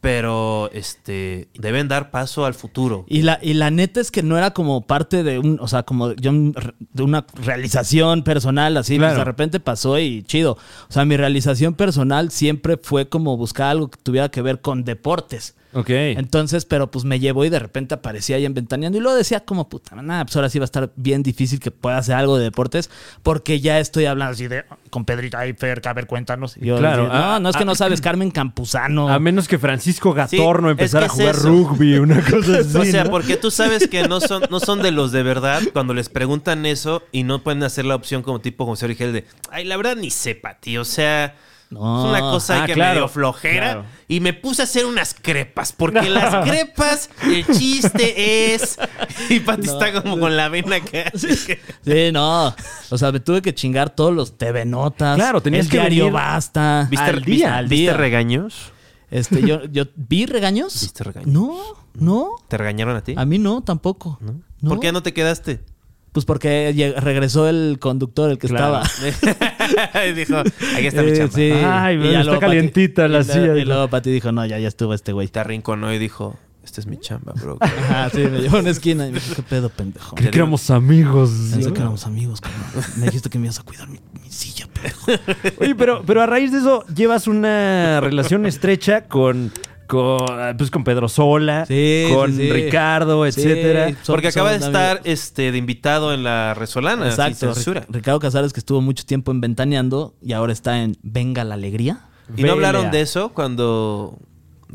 Speaker 1: pero este deben dar paso al futuro.
Speaker 4: Y la, y la neta es que no era como parte de un, o sea, como yo, de una realización personal, así, pues,
Speaker 2: Claro.
Speaker 4: de repente pasó y chido. O sea, mi realización personal siempre fue como buscar algo que tuviera que ver con deportes.
Speaker 2: Ok.
Speaker 4: Entonces, pero pues me llevó y de repente aparecía ahí en Ventaneando y luego decía como, puta, nada, pues ahora sí va a estar bien difícil que pueda hacer algo de deportes porque ya estoy hablando así de,
Speaker 5: Con Pedrito ahí, Fer, a ver, cuéntanos.
Speaker 4: yo
Speaker 2: Claro,
Speaker 4: decía, no,
Speaker 2: ah,
Speaker 4: no es que
Speaker 2: ah,
Speaker 4: no sabes Carmen Campuzano.
Speaker 2: A menos que Francisco Gatorno
Speaker 1: Sí,
Speaker 2: empezara
Speaker 1: es que
Speaker 2: a jugar
Speaker 1: es eso.
Speaker 2: rugby,
Speaker 1: (laughs)
Speaker 2: una cosa así.
Speaker 1: O sea,
Speaker 2: ¿no?
Speaker 1: porque tú sabes que no son, no son de los de verdad cuando les preguntan eso y no pueden hacer la opción como tipo José Origel de, ay, la verdad ni sepa, tío, o sea...
Speaker 4: No.
Speaker 1: Es una cosa
Speaker 2: Ah,
Speaker 1: que
Speaker 2: claro,
Speaker 1: me dio flojera
Speaker 2: claro.
Speaker 1: y me puse a hacer unas crepas, porque las crepas, el chiste es... Y Pati está como con la vena acá.
Speaker 4: Sí, no. O sea, me tuve que chingar todos los TV notas.
Speaker 2: Claro, tenías
Speaker 4: el
Speaker 2: que
Speaker 4: diario
Speaker 2: venir
Speaker 4: Basta.
Speaker 1: ¿Viste,
Speaker 4: al
Speaker 1: viste-
Speaker 4: día, al
Speaker 1: viste
Speaker 4: día.
Speaker 1: regaños?
Speaker 4: Este, yo, yo vi regaños.
Speaker 1: ¿Viste regaños?
Speaker 4: No, no.
Speaker 1: ¿Te regañaron a ti?
Speaker 4: A mí no, tampoco. No.
Speaker 1: ¿Por qué no te
Speaker 4: (laughs)
Speaker 1: quedaste? (laughs)
Speaker 4: Pues porque lleg- regresó el conductor, el que
Speaker 2: Claro.
Speaker 4: estaba.
Speaker 1: Y dijo, aquí está mi
Speaker 4: Eh,
Speaker 1: chamba.
Speaker 4: (laughs) sí.
Speaker 2: Ay,
Speaker 4: Y
Speaker 2: bueno,
Speaker 4: ya
Speaker 2: está
Speaker 4: luego
Speaker 2: calientita la
Speaker 4: y
Speaker 2: silla,
Speaker 4: luego- Y
Speaker 2: dijo.
Speaker 4: luego Pati dijo, no, ya, ya estuvo este güey.
Speaker 1: Te arrinconó y dijo, esta es mi chamba, bro.
Speaker 4: Ajá, sí, me llevó a una esquina y me dijo, qué pedo, pendejo.
Speaker 2: Creí que éramos amigos.
Speaker 4: Pensé
Speaker 2: ¿no?
Speaker 4: que éramos amigos, cabrón. Me dijiste que me ibas a cuidar mi, mi silla, pendejo.
Speaker 2: (laughs) Oye, pero, pero a raíz de eso llevas una relación estrecha con, con, pues, con Pedro Sola,
Speaker 4: Sí,
Speaker 2: con
Speaker 4: sí, sí.
Speaker 2: Ricardo,
Speaker 4: Sí,
Speaker 2: etcétera.
Speaker 4: son-
Speaker 1: Porque acaba de
Speaker 4: son-
Speaker 1: estar este, de invitado en la Resolana, sin
Speaker 4: Exacto.
Speaker 1: Ah, censura.
Speaker 4: Ric- Ricardo Casares, que estuvo mucho tiempo en Ventaneando y ahora está en Venga la Alegría.
Speaker 1: ¿Y no hablaron
Speaker 2: Vela.
Speaker 1: de eso cuando,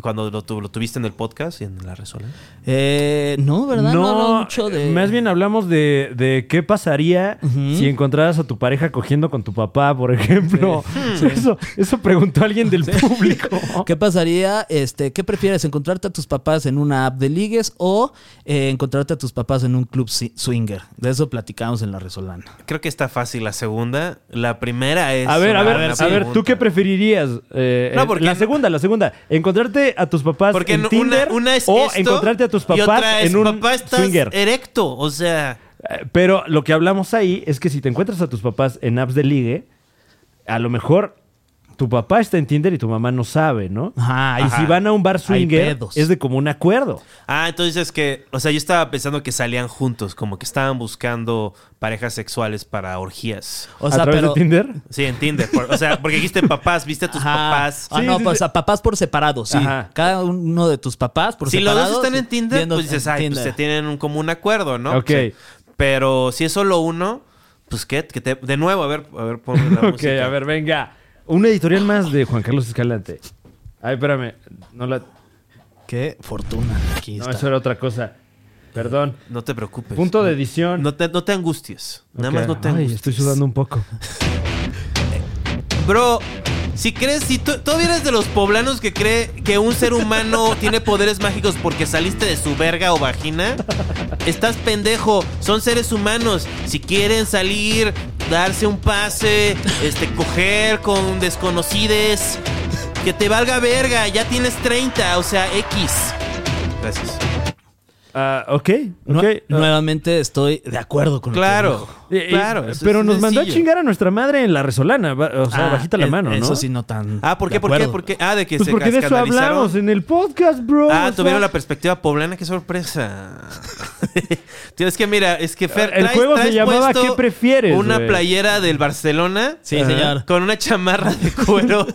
Speaker 1: cuando lo, tu- lo tuviste en el podcast y en la Resolana?
Speaker 4: Eh, no, ¿verdad? No, hablamos mucho de.
Speaker 2: más bien hablamos de, de qué pasaría
Speaker 4: Ujú.
Speaker 2: si encontraras a tu pareja cogiendo con tu papá, por ejemplo. (laughs) Eso, eso preguntó alguien del público.
Speaker 1: (laughs)
Speaker 4: ¿Qué pasaría? Este, ¿Qué prefieres? ¿Encontrarte a tus papás en una app de ligues o eh, encontrarte a tus papás en un club si- swinger? De eso platicamos en la Resolana.
Speaker 1: Creo que está fácil la segunda. La primera es.
Speaker 2: A ver, a
Speaker 1: una
Speaker 2: ver,
Speaker 1: buena
Speaker 2: a ver, ¿tú
Speaker 1: pregunta.
Speaker 2: qué preferirías? Eh,
Speaker 1: No,
Speaker 2: eh,
Speaker 1: porque
Speaker 2: la
Speaker 1: no-
Speaker 2: segunda, la segunda. Encontrarte a tus papás
Speaker 1: Porque
Speaker 2: en
Speaker 1: no- una,
Speaker 2: Tinder
Speaker 1: una es
Speaker 2: o
Speaker 1: esto,
Speaker 2: encontrarte a tus
Speaker 1: y
Speaker 2: papás
Speaker 1: otra es,
Speaker 2: en un
Speaker 1: papá estás
Speaker 2: swinger.
Speaker 1: erecto, o sea,
Speaker 2: Eh, Pero lo que hablamos ahí es que si te encuentras a tus papás en apps de ligue, a lo mejor tu papá está en Tinder y tu mamá no sabe, ¿no?
Speaker 4: Ajá,
Speaker 2: y si van a un bar swinger,
Speaker 4: pedos.
Speaker 2: es de como un acuerdo.
Speaker 1: ah, entonces es que, o sea, yo estaba pensando que salían juntos, como que estaban buscando parejas sexuales para orgías.
Speaker 4: O
Speaker 2: a
Speaker 4: sea,
Speaker 2: través
Speaker 4: pero.
Speaker 2: de
Speaker 1: (laughs)
Speaker 2: Tinder.
Speaker 1: Sí, en Tinder, por- o sea, porque dijiste papás, viste a tus
Speaker 4: Ajá.
Speaker 1: papás.
Speaker 4: Ah,
Speaker 2: Sí,
Speaker 4: no,
Speaker 2: sí,
Speaker 4: pues
Speaker 2: sí.
Speaker 4: a papás por separado, sí.
Speaker 2: Ajá.
Speaker 4: Cada uno de tus papás por
Speaker 1: si los
Speaker 4: separado.
Speaker 1: dos están
Speaker 4: sí,
Speaker 1: en Tinder,
Speaker 4: viendo
Speaker 1: pues dices,
Speaker 4: en
Speaker 1: ay, pues
Speaker 4: Tinder".
Speaker 1: se tienen un- como un acuerdo, ¿no?
Speaker 2: Ok.
Speaker 1: Sí. Pero si es solo uno, pues qué, que te- de nuevo, a ver, a ver, ponme la
Speaker 2: (laughs) ok,
Speaker 1: música.
Speaker 2: a ver, venga. Una editorial más de Juan Carlos Escalante. Ay, espérame. No, la...
Speaker 4: Qué fortuna. Aquí
Speaker 2: no
Speaker 4: está.
Speaker 2: eso era otra cosa. Perdón.
Speaker 1: No te preocupes.
Speaker 2: Punto de edición.
Speaker 1: Pues, No te, no te angusties. Nada
Speaker 2: Ok.
Speaker 1: más no te
Speaker 2: Ay,
Speaker 1: angusties.
Speaker 2: estoy sudando un poco.
Speaker 1: Bro, si crees, si tú, tú eres de los poblanos que cree que un ser humano tiene poderes mágicos porque saliste de su verga o vagina, estás pendejo. Son seres humanos. Si quieren salir, darse un pase, este, coger con desconocides, que te valga verga. Ya tienes 30, o sea, X. Gracias.
Speaker 2: Ah, ok,
Speaker 4: Nue-
Speaker 2: ok. Ah,
Speaker 4: Nuevamente estoy de acuerdo con lo que
Speaker 1: Claro,
Speaker 2: eh, eh,
Speaker 1: claro. eso
Speaker 2: Pero
Speaker 1: es
Speaker 2: nos mandó a
Speaker 1: sencillo.
Speaker 2: chingar a nuestra madre en la resolana. va- O sea,
Speaker 4: Ah,
Speaker 2: bajita la
Speaker 4: e-
Speaker 2: mano, ¿no?
Speaker 4: Eso sí, no tan.
Speaker 1: Ah, ¿por qué?
Speaker 4: de
Speaker 1: ¿Por qué?
Speaker 4: acuerdo.
Speaker 1: ¿Por qué? Ah, de que
Speaker 2: Pues
Speaker 1: se
Speaker 2: porque de eso
Speaker 1: escandalizaron.
Speaker 2: hablamos en el podcast, bro.
Speaker 1: Ah,
Speaker 2: o sea,
Speaker 1: tuvieron la perspectiva poblana, qué (laughs) sorpresa. Tío, es que mira, es que Fer,
Speaker 2: El juego se llamaba
Speaker 1: puesto
Speaker 2: ¿Qué prefieres,
Speaker 1: Una
Speaker 2: güey?
Speaker 1: playera del Barcelona.
Speaker 4: Sí, señor.
Speaker 1: Con una chamarra de
Speaker 2: (laughs)
Speaker 1: cuero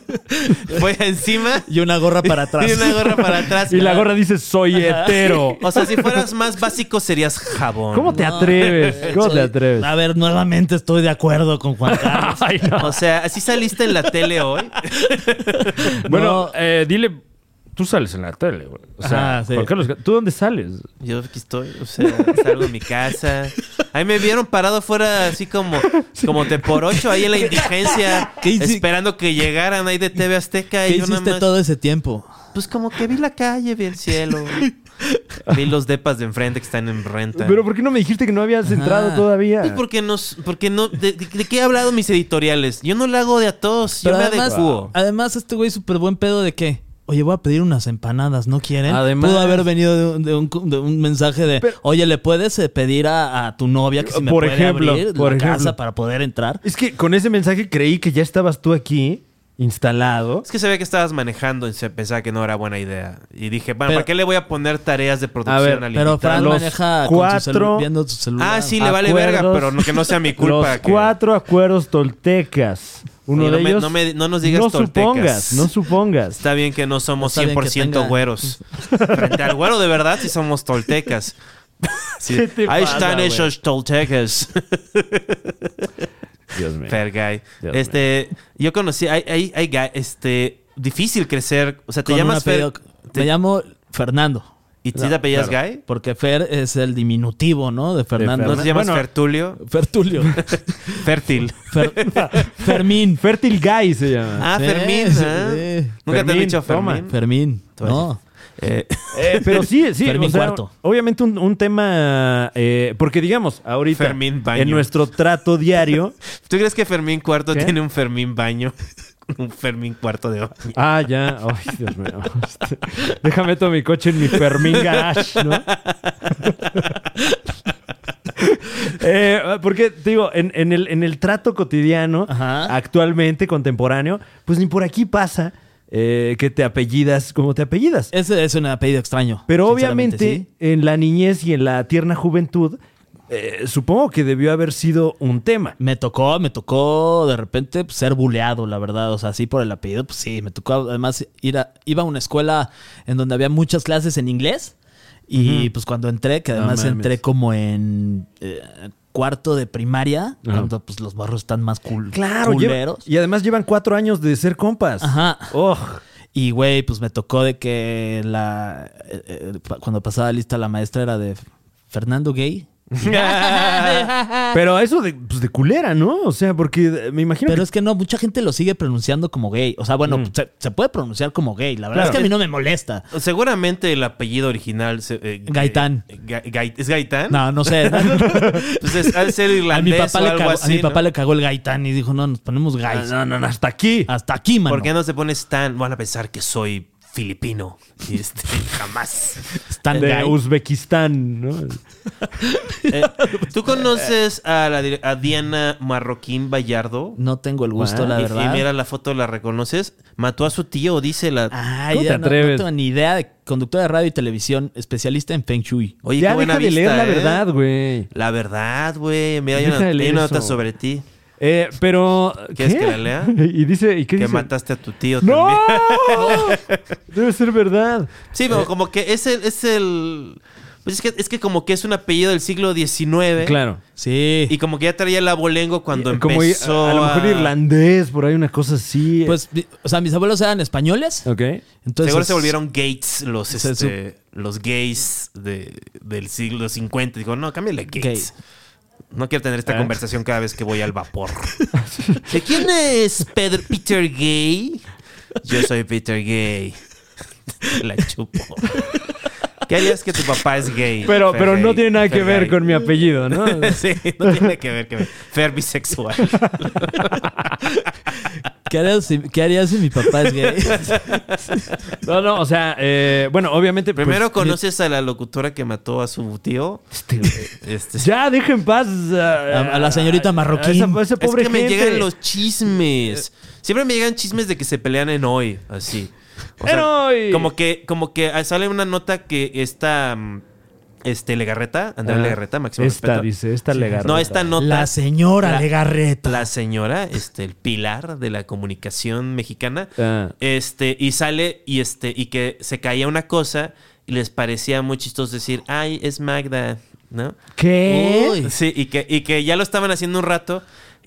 Speaker 1: fue encima
Speaker 4: Y una gorra (laughs) para atrás.
Speaker 1: y una gorra para atrás.
Speaker 2: Y la gorra dice, soy
Speaker 1: (laughs)
Speaker 2: hetero.
Speaker 1: O sea, si fueras más básico serías jabón.
Speaker 2: ¿Cómo te
Speaker 1: (laughs)
Speaker 4: No.
Speaker 2: atreves? ¿Cómo te
Speaker 4: Soy-
Speaker 2: atreves?
Speaker 4: A ver, nuevamente estoy de acuerdo con Juan Carlos.
Speaker 2: (laughs) Ay, no.
Speaker 1: O sea, así saliste en la tele hoy.
Speaker 2: Bueno, eh, dile, tú sales en la tele, güey. O sea,
Speaker 4: Ajá, sí.
Speaker 2: Juan Carlos, ¿tú dónde sales?
Speaker 1: Yo aquí estoy, o sea, salgo de mi casa. Ahí me vieron parado fuera así como, como de por ocho, ahí en
Speaker 4: (laughs)
Speaker 1: la indigencia,
Speaker 4: ¿Qué hici-
Speaker 1: esperando que llegaran ahí de TV Azteca.
Speaker 4: ¿Qué
Speaker 1: y yo nada
Speaker 4: hiciste
Speaker 1: más,
Speaker 4: todo ese tiempo?
Speaker 1: Pues como que vi la calle, vi el cielo. vi los depas de enfrente que están en renta.
Speaker 2: Pero ¿por qué no me dijiste que no habías entrado todavía?
Speaker 1: Pues porque nos, porque no, de, de- de qué he hablado mis editoriales? Yo no le hago de a todos, yo
Speaker 4: Pero
Speaker 1: me
Speaker 4: además,
Speaker 1: adecuo.
Speaker 4: además, este güey súper buen pedo de qué. Oye, voy a pedir unas empanadas, ¿no quieren?
Speaker 2: Además-
Speaker 4: Pudo haber venido de un, de un, cu- de un mensaje de, oye, ¿le puedes eh, pedir a, a tu novia que si me
Speaker 2: Por
Speaker 4: puede
Speaker 2: ejemplo,
Speaker 4: abrir
Speaker 2: por
Speaker 4: la
Speaker 2: ejemplo.
Speaker 4: casa para poder entrar?
Speaker 2: Es que con ese mensaje creí que ya estabas tú aquí instalado.
Speaker 1: Es que se ve que estabas manejando y se pensaba que no era buena idea. Y dije, bueno,
Speaker 4: Pero-
Speaker 1: ¿para qué le voy a poner tareas de producción
Speaker 2: ver,
Speaker 1: al
Speaker 4: Pero
Speaker 1: invitado?
Speaker 4: Fran
Speaker 2: Los
Speaker 4: maneja con su celu-
Speaker 2: cuatro-
Speaker 4: viendo su celular.
Speaker 1: Ah, sí, le vale
Speaker 2: Acuerdos.
Speaker 1: verga, pero no- que no sea mi culpa.
Speaker 2: Los
Speaker 1: que-
Speaker 2: cuatro acuerdos toltecas. Uno
Speaker 1: Oye,
Speaker 2: de
Speaker 1: no me-
Speaker 2: ellos.
Speaker 1: no me- no nos digas
Speaker 2: No
Speaker 1: toltecas.
Speaker 2: supongas, no supongas.
Speaker 1: Está bien que no somos
Speaker 4: Está bien que
Speaker 1: 100%
Speaker 4: tenga-
Speaker 1: güeros. Frente al güero de verdad sí somos toltecas. Sí.
Speaker 2: ¿Qué te
Speaker 1: Ahí
Speaker 2: pasa,
Speaker 1: están
Speaker 2: güey?
Speaker 1: esos toltecas.
Speaker 2: Dios mío.
Speaker 1: (laughs) Fair guy.
Speaker 2: Dios
Speaker 1: Este, yo conocí, hay, hay, hay guy- este, difícil crecer. O sea, te
Speaker 4: Con un
Speaker 1: llamas Fer
Speaker 4: apellido- Me llamo Fernando.
Speaker 1: y si te apellidas
Speaker 2: claro.
Speaker 1: guy.
Speaker 4: Porque Fer es el diminutivo, ¿no? De Fernando.
Speaker 1: No te llamas
Speaker 2: Bueno.
Speaker 1: Fertulio.
Speaker 4: Fertulio.
Speaker 1: Fértil.
Speaker 4: Fer- Fermín.
Speaker 2: (laughs) Fertil Guy se llama.
Speaker 1: Ah,
Speaker 4: Sí,
Speaker 1: Fermín.
Speaker 4: sí,
Speaker 1: ah.
Speaker 4: sí.
Speaker 1: Nunca te
Speaker 2: (laughs)
Speaker 1: han
Speaker 2: Fermín,
Speaker 1: dicho
Speaker 2: toma.
Speaker 1: Fermín.
Speaker 4: Fermín. No.
Speaker 1: Eh,
Speaker 2: Eh, pero sí, sí.
Speaker 4: Fermín
Speaker 2: o sea,
Speaker 4: Cuarto.
Speaker 2: Obviamente un, un tema. eh, porque digamos, ahorita.
Speaker 1: Fermín Baño.
Speaker 2: En nuestro trato diario.
Speaker 1: (laughs) ¿Tú crees que Fermín Cuarto
Speaker 2: ¿Qué?
Speaker 1: tiene un Fermín baño? (laughs) un Fermín Cuarto de baño.
Speaker 2: Ah, ya. Ay, Dios mío. Este, Déjame todo mi coche en mi Fermín Garage, ¿no? Eh, porque, te digo, en, en el, en el trato cotidiano,
Speaker 4: Ajá.
Speaker 2: actualmente, contemporáneo, pues ni por aquí pasa eh, que te apellidas como te apellidas.
Speaker 4: Ese es un apellido extraño.
Speaker 2: Pero
Speaker 4: sinceramente,
Speaker 2: obviamente, en la niñez y en la tierna juventud, eh, supongo que debió haber sido un tema.
Speaker 4: Me tocó, me tocó de repente pues, ser buleado, la verdad. O sea, sí, por el apellido, pues sí, me tocó además ir a, iba a una escuela en donde había muchas clases en inglés. Y pues cuando entré, que además
Speaker 2: mames.
Speaker 4: entré como en eh, cuarto de primaria,
Speaker 2: Ajá.
Speaker 4: cuando pues los barros están más cul
Speaker 2: Claro, lleva-
Speaker 4: culeros.
Speaker 2: y además llevan cuatro años de ser compas. Oh.
Speaker 4: Ajá.
Speaker 2: Oj.
Speaker 4: Y güey, pues me tocó de que la eh, eh, pa- cuando pasaba lista la maestra era de Fernando Gay.
Speaker 2: Pero eso de, pues de culera, ¿no? O sea, porque eh, me imagino
Speaker 4: Pero
Speaker 2: que
Speaker 4: es que no, mucha gente lo sigue pronunciando como gay. O sea, bueno,
Speaker 2: Mm.
Speaker 4: se, se puede pronunciar como gay. La verdad
Speaker 2: Claro.
Speaker 4: es que a mí no me molesta.
Speaker 1: ¿Eh? Seguramente el apellido original. se- eh,
Speaker 4: Gaitán.
Speaker 1: eh, Ga- Gai- ¿Es Gaitán?
Speaker 4: No, no
Speaker 1: (laughs)
Speaker 4: sé.
Speaker 1: Pues es, ha de ser
Speaker 4: a mi
Speaker 1: irlandés
Speaker 4: papá,
Speaker 1: o
Speaker 4: le
Speaker 1: algo
Speaker 4: cagó, a
Speaker 1: así.
Speaker 4: mi
Speaker 1: ¿no?
Speaker 4: papá le cagó el gaitán y dijo, no, nos ponemos gays.
Speaker 2: No, no, no, hasta aquí.
Speaker 4: Hasta aquí, mano.
Speaker 1: ¿Por qué no se pone Stan? Van a pensar que soy filipino. Y este, (laughs) jamás.
Speaker 2: (laughs)
Speaker 4: Están
Speaker 2: de
Speaker 4: gay.
Speaker 2: Uzbekistán, ¿no?
Speaker 1: Eh, ¿Tú conoces a, la dire- a Diana Marroquín Vallardo?
Speaker 4: No tengo el gusto,
Speaker 2: Wow.
Speaker 4: la
Speaker 1: Y-
Speaker 4: verdad.
Speaker 1: Y, mira la foto, ¿la reconoces? Mató a su tío, dice la...
Speaker 4: Ay,
Speaker 2: ¿Cómo te
Speaker 4: ya no-
Speaker 2: atreves?
Speaker 4: No, tengo ni idea. de- Conductora de radio y televisión, especialista en Feng Shui.
Speaker 1: Oye,
Speaker 2: ya
Speaker 1: qué buena
Speaker 2: deja de
Speaker 1: vista,
Speaker 2: leer la
Speaker 1: ¿eh?
Speaker 2: verdad, güey.
Speaker 1: La verdad, güey. Mira, hay
Speaker 2: Deja
Speaker 1: una,
Speaker 2: de leer
Speaker 1: hay una nota
Speaker 2: eso.
Speaker 1: sobre ti.
Speaker 2: Eh, pero.
Speaker 1: ¿Quieres que la lea?
Speaker 2: (laughs) y dice, ¿y qué
Speaker 1: Que
Speaker 2: dice?
Speaker 1: mataste a tu tío
Speaker 2: ¡No!
Speaker 1: también.
Speaker 2: (laughs) Debe ser verdad.
Speaker 1: Sí, pero como que es el... Es el pues es que, es que como que es un apellido del siglo XIX.
Speaker 2: Claro.
Speaker 4: Sí.
Speaker 1: Y como que ya traía el abolengo cuando
Speaker 2: Eh, Como i-
Speaker 1: empezó
Speaker 2: a, a lo mejor
Speaker 1: a-
Speaker 2: irlandés, por ahí una cosa así.
Speaker 4: Pues, mi- o sea, mis abuelos eran españoles.
Speaker 2: Ok.
Speaker 4: Entonces,
Speaker 1: Seguro se volvieron Gates los,
Speaker 4: se su-
Speaker 1: este, los gays de- del siglo 50. Digo, no, cámbiale Gates. No quiero tener esta
Speaker 2: Ah.
Speaker 1: conversación cada vez que voy
Speaker 2: (laughs)
Speaker 1: al vapor. ¿De quién es Pedro- Peter Gay? Yo soy Peter Gay. (laughs) La chupo. ¿Qué harías que tu papá es gay?
Speaker 2: Pero,
Speaker 1: Fer
Speaker 2: pero no
Speaker 1: gay,
Speaker 2: tiene nada
Speaker 1: Fer
Speaker 2: que ver
Speaker 1: gay.
Speaker 2: con mi apellido, (laughs)
Speaker 1: (laughs)
Speaker 2: ¿no?
Speaker 1: sí, no tiene que ver que ver.
Speaker 2: (laughs)
Speaker 1: Fer bisexual.
Speaker 2: Pues,
Speaker 4: ¿Qué harías, si, qué harías si mi papá es gay?
Speaker 2: No, no, o sea, eh, bueno, obviamente. pues,
Speaker 1: Primero conoces a la locutora que mató a su tío.
Speaker 2: este, güey.
Speaker 1: Este,
Speaker 2: Ya, deja en paz
Speaker 4: A- a la señorita marroquín.
Speaker 2: a esa- a esa pobre
Speaker 1: es que me
Speaker 2: gente.
Speaker 1: llegan los chismes. Siempre me llegan chismes de que se pelean en hoy, así. O sea,
Speaker 2: ¡En hoy!
Speaker 1: Como que, como que ah, sale una nota que esta mm, este Legarreta, Andrea
Speaker 2: Ah,
Speaker 1: Legarreta, máximo
Speaker 2: Esta
Speaker 1: respeto.
Speaker 2: dice, esta legarreta.
Speaker 1: (laughs) No, esta nota.
Speaker 4: La
Speaker 1: La,
Speaker 4: señora
Speaker 1: La-
Speaker 4: Legarreta.
Speaker 1: señora, este, el pilar de la comunicación mexicana.
Speaker 2: Ah.
Speaker 1: Este, y sale, y este, y que se caía una cosa, y les parecía muy chistoso decir, ay, es Magda, ¿no?
Speaker 2: ¿Qué?
Speaker 4: Uy.
Speaker 1: Sí, y que, y que ya lo estaban haciendo un rato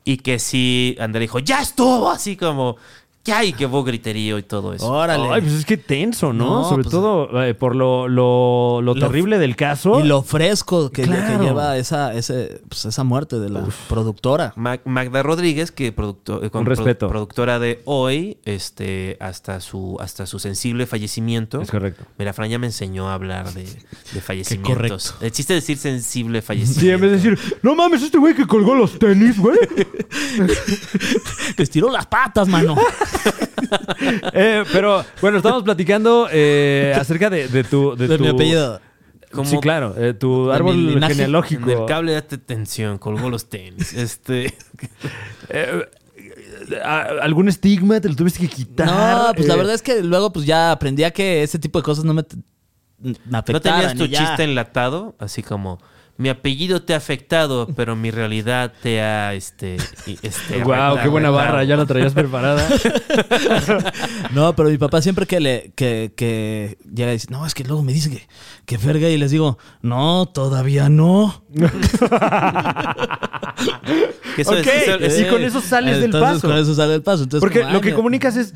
Speaker 1: y que sí, André dijo, ya estuvo, así como, ya, y que hubo griterío y todo eso.
Speaker 4: Órale.
Speaker 2: Ay, pues es que tenso, ¿no?
Speaker 4: No,
Speaker 2: Sobre
Speaker 4: pues-
Speaker 2: todo eh, por lo, lo, lo
Speaker 4: Lo-
Speaker 2: terrible del caso.
Speaker 4: Y lo fresco que,
Speaker 2: Claro.
Speaker 4: que lleva esa, ese, pues, esa muerte de la
Speaker 1: (laughs)
Speaker 4: productora.
Speaker 1: Ma- Magda Rodríguez, que producto- eh, con
Speaker 2: Un
Speaker 1: pro-
Speaker 2: respeto.
Speaker 1: productora de hoy, este, hasta su, hasta su sensible fallecimiento.
Speaker 2: Es correcto.
Speaker 1: Mira, Fran ya me enseñó a hablar de, de fallecimientos.
Speaker 4: correcto.
Speaker 1: El chiste es decir
Speaker 2: Sí,
Speaker 1: sensible
Speaker 2: en
Speaker 1: fallecimiento.
Speaker 2: vez de decir, no mames, este güey que colgó los tenis,
Speaker 4: (laughs)
Speaker 2: güey.
Speaker 4: Te estiró las patas, mano.
Speaker 2: Eh, pero bueno, estamos platicando eh, acerca de, de tu. De,
Speaker 4: De
Speaker 2: tu-
Speaker 4: mi apellido.
Speaker 1: Como
Speaker 2: Sí, claro, eh, tu
Speaker 4: De mi
Speaker 2: árbol
Speaker 4: linaje.
Speaker 1: En el
Speaker 2: genealógico. (laughs)
Speaker 1: cable date tensión, colgó los tenis. Este,
Speaker 2: Eh, a- algún estigma? ¿Te lo tuviste que quitar?
Speaker 4: No, pues la
Speaker 2: Eh,
Speaker 4: verdad es que luego pues ya aprendí a que ese tipo de cosas no me, t- me
Speaker 1: ¿No tenías
Speaker 4: afectaran.
Speaker 1: tu
Speaker 4: y ya.
Speaker 1: chiste enlatado? Así como, mi apellido te ha afectado, pero mi realidad te ha, este... y- este
Speaker 2: Eh, Guau,
Speaker 1: arregla-
Speaker 2: qué buena
Speaker 1: arreglado".
Speaker 2: barra, ya la traías
Speaker 4: (laughs)
Speaker 2: preparada.
Speaker 4: No, pero mi papá siempre que le que, que llega y dice, no, es que luego me dice que, que verga y les digo, no, todavía no.
Speaker 1: Que eso es-
Speaker 2: Ok,
Speaker 1: eso es-
Speaker 2: y con eso sales del
Speaker 4: Eh, Entonces,
Speaker 2: paso.
Speaker 4: Con eso sale del paso. Entonces,
Speaker 2: Porque
Speaker 4: como,
Speaker 2: lo
Speaker 4: "Ah,
Speaker 2: que
Speaker 4: mira".
Speaker 2: comunicas es,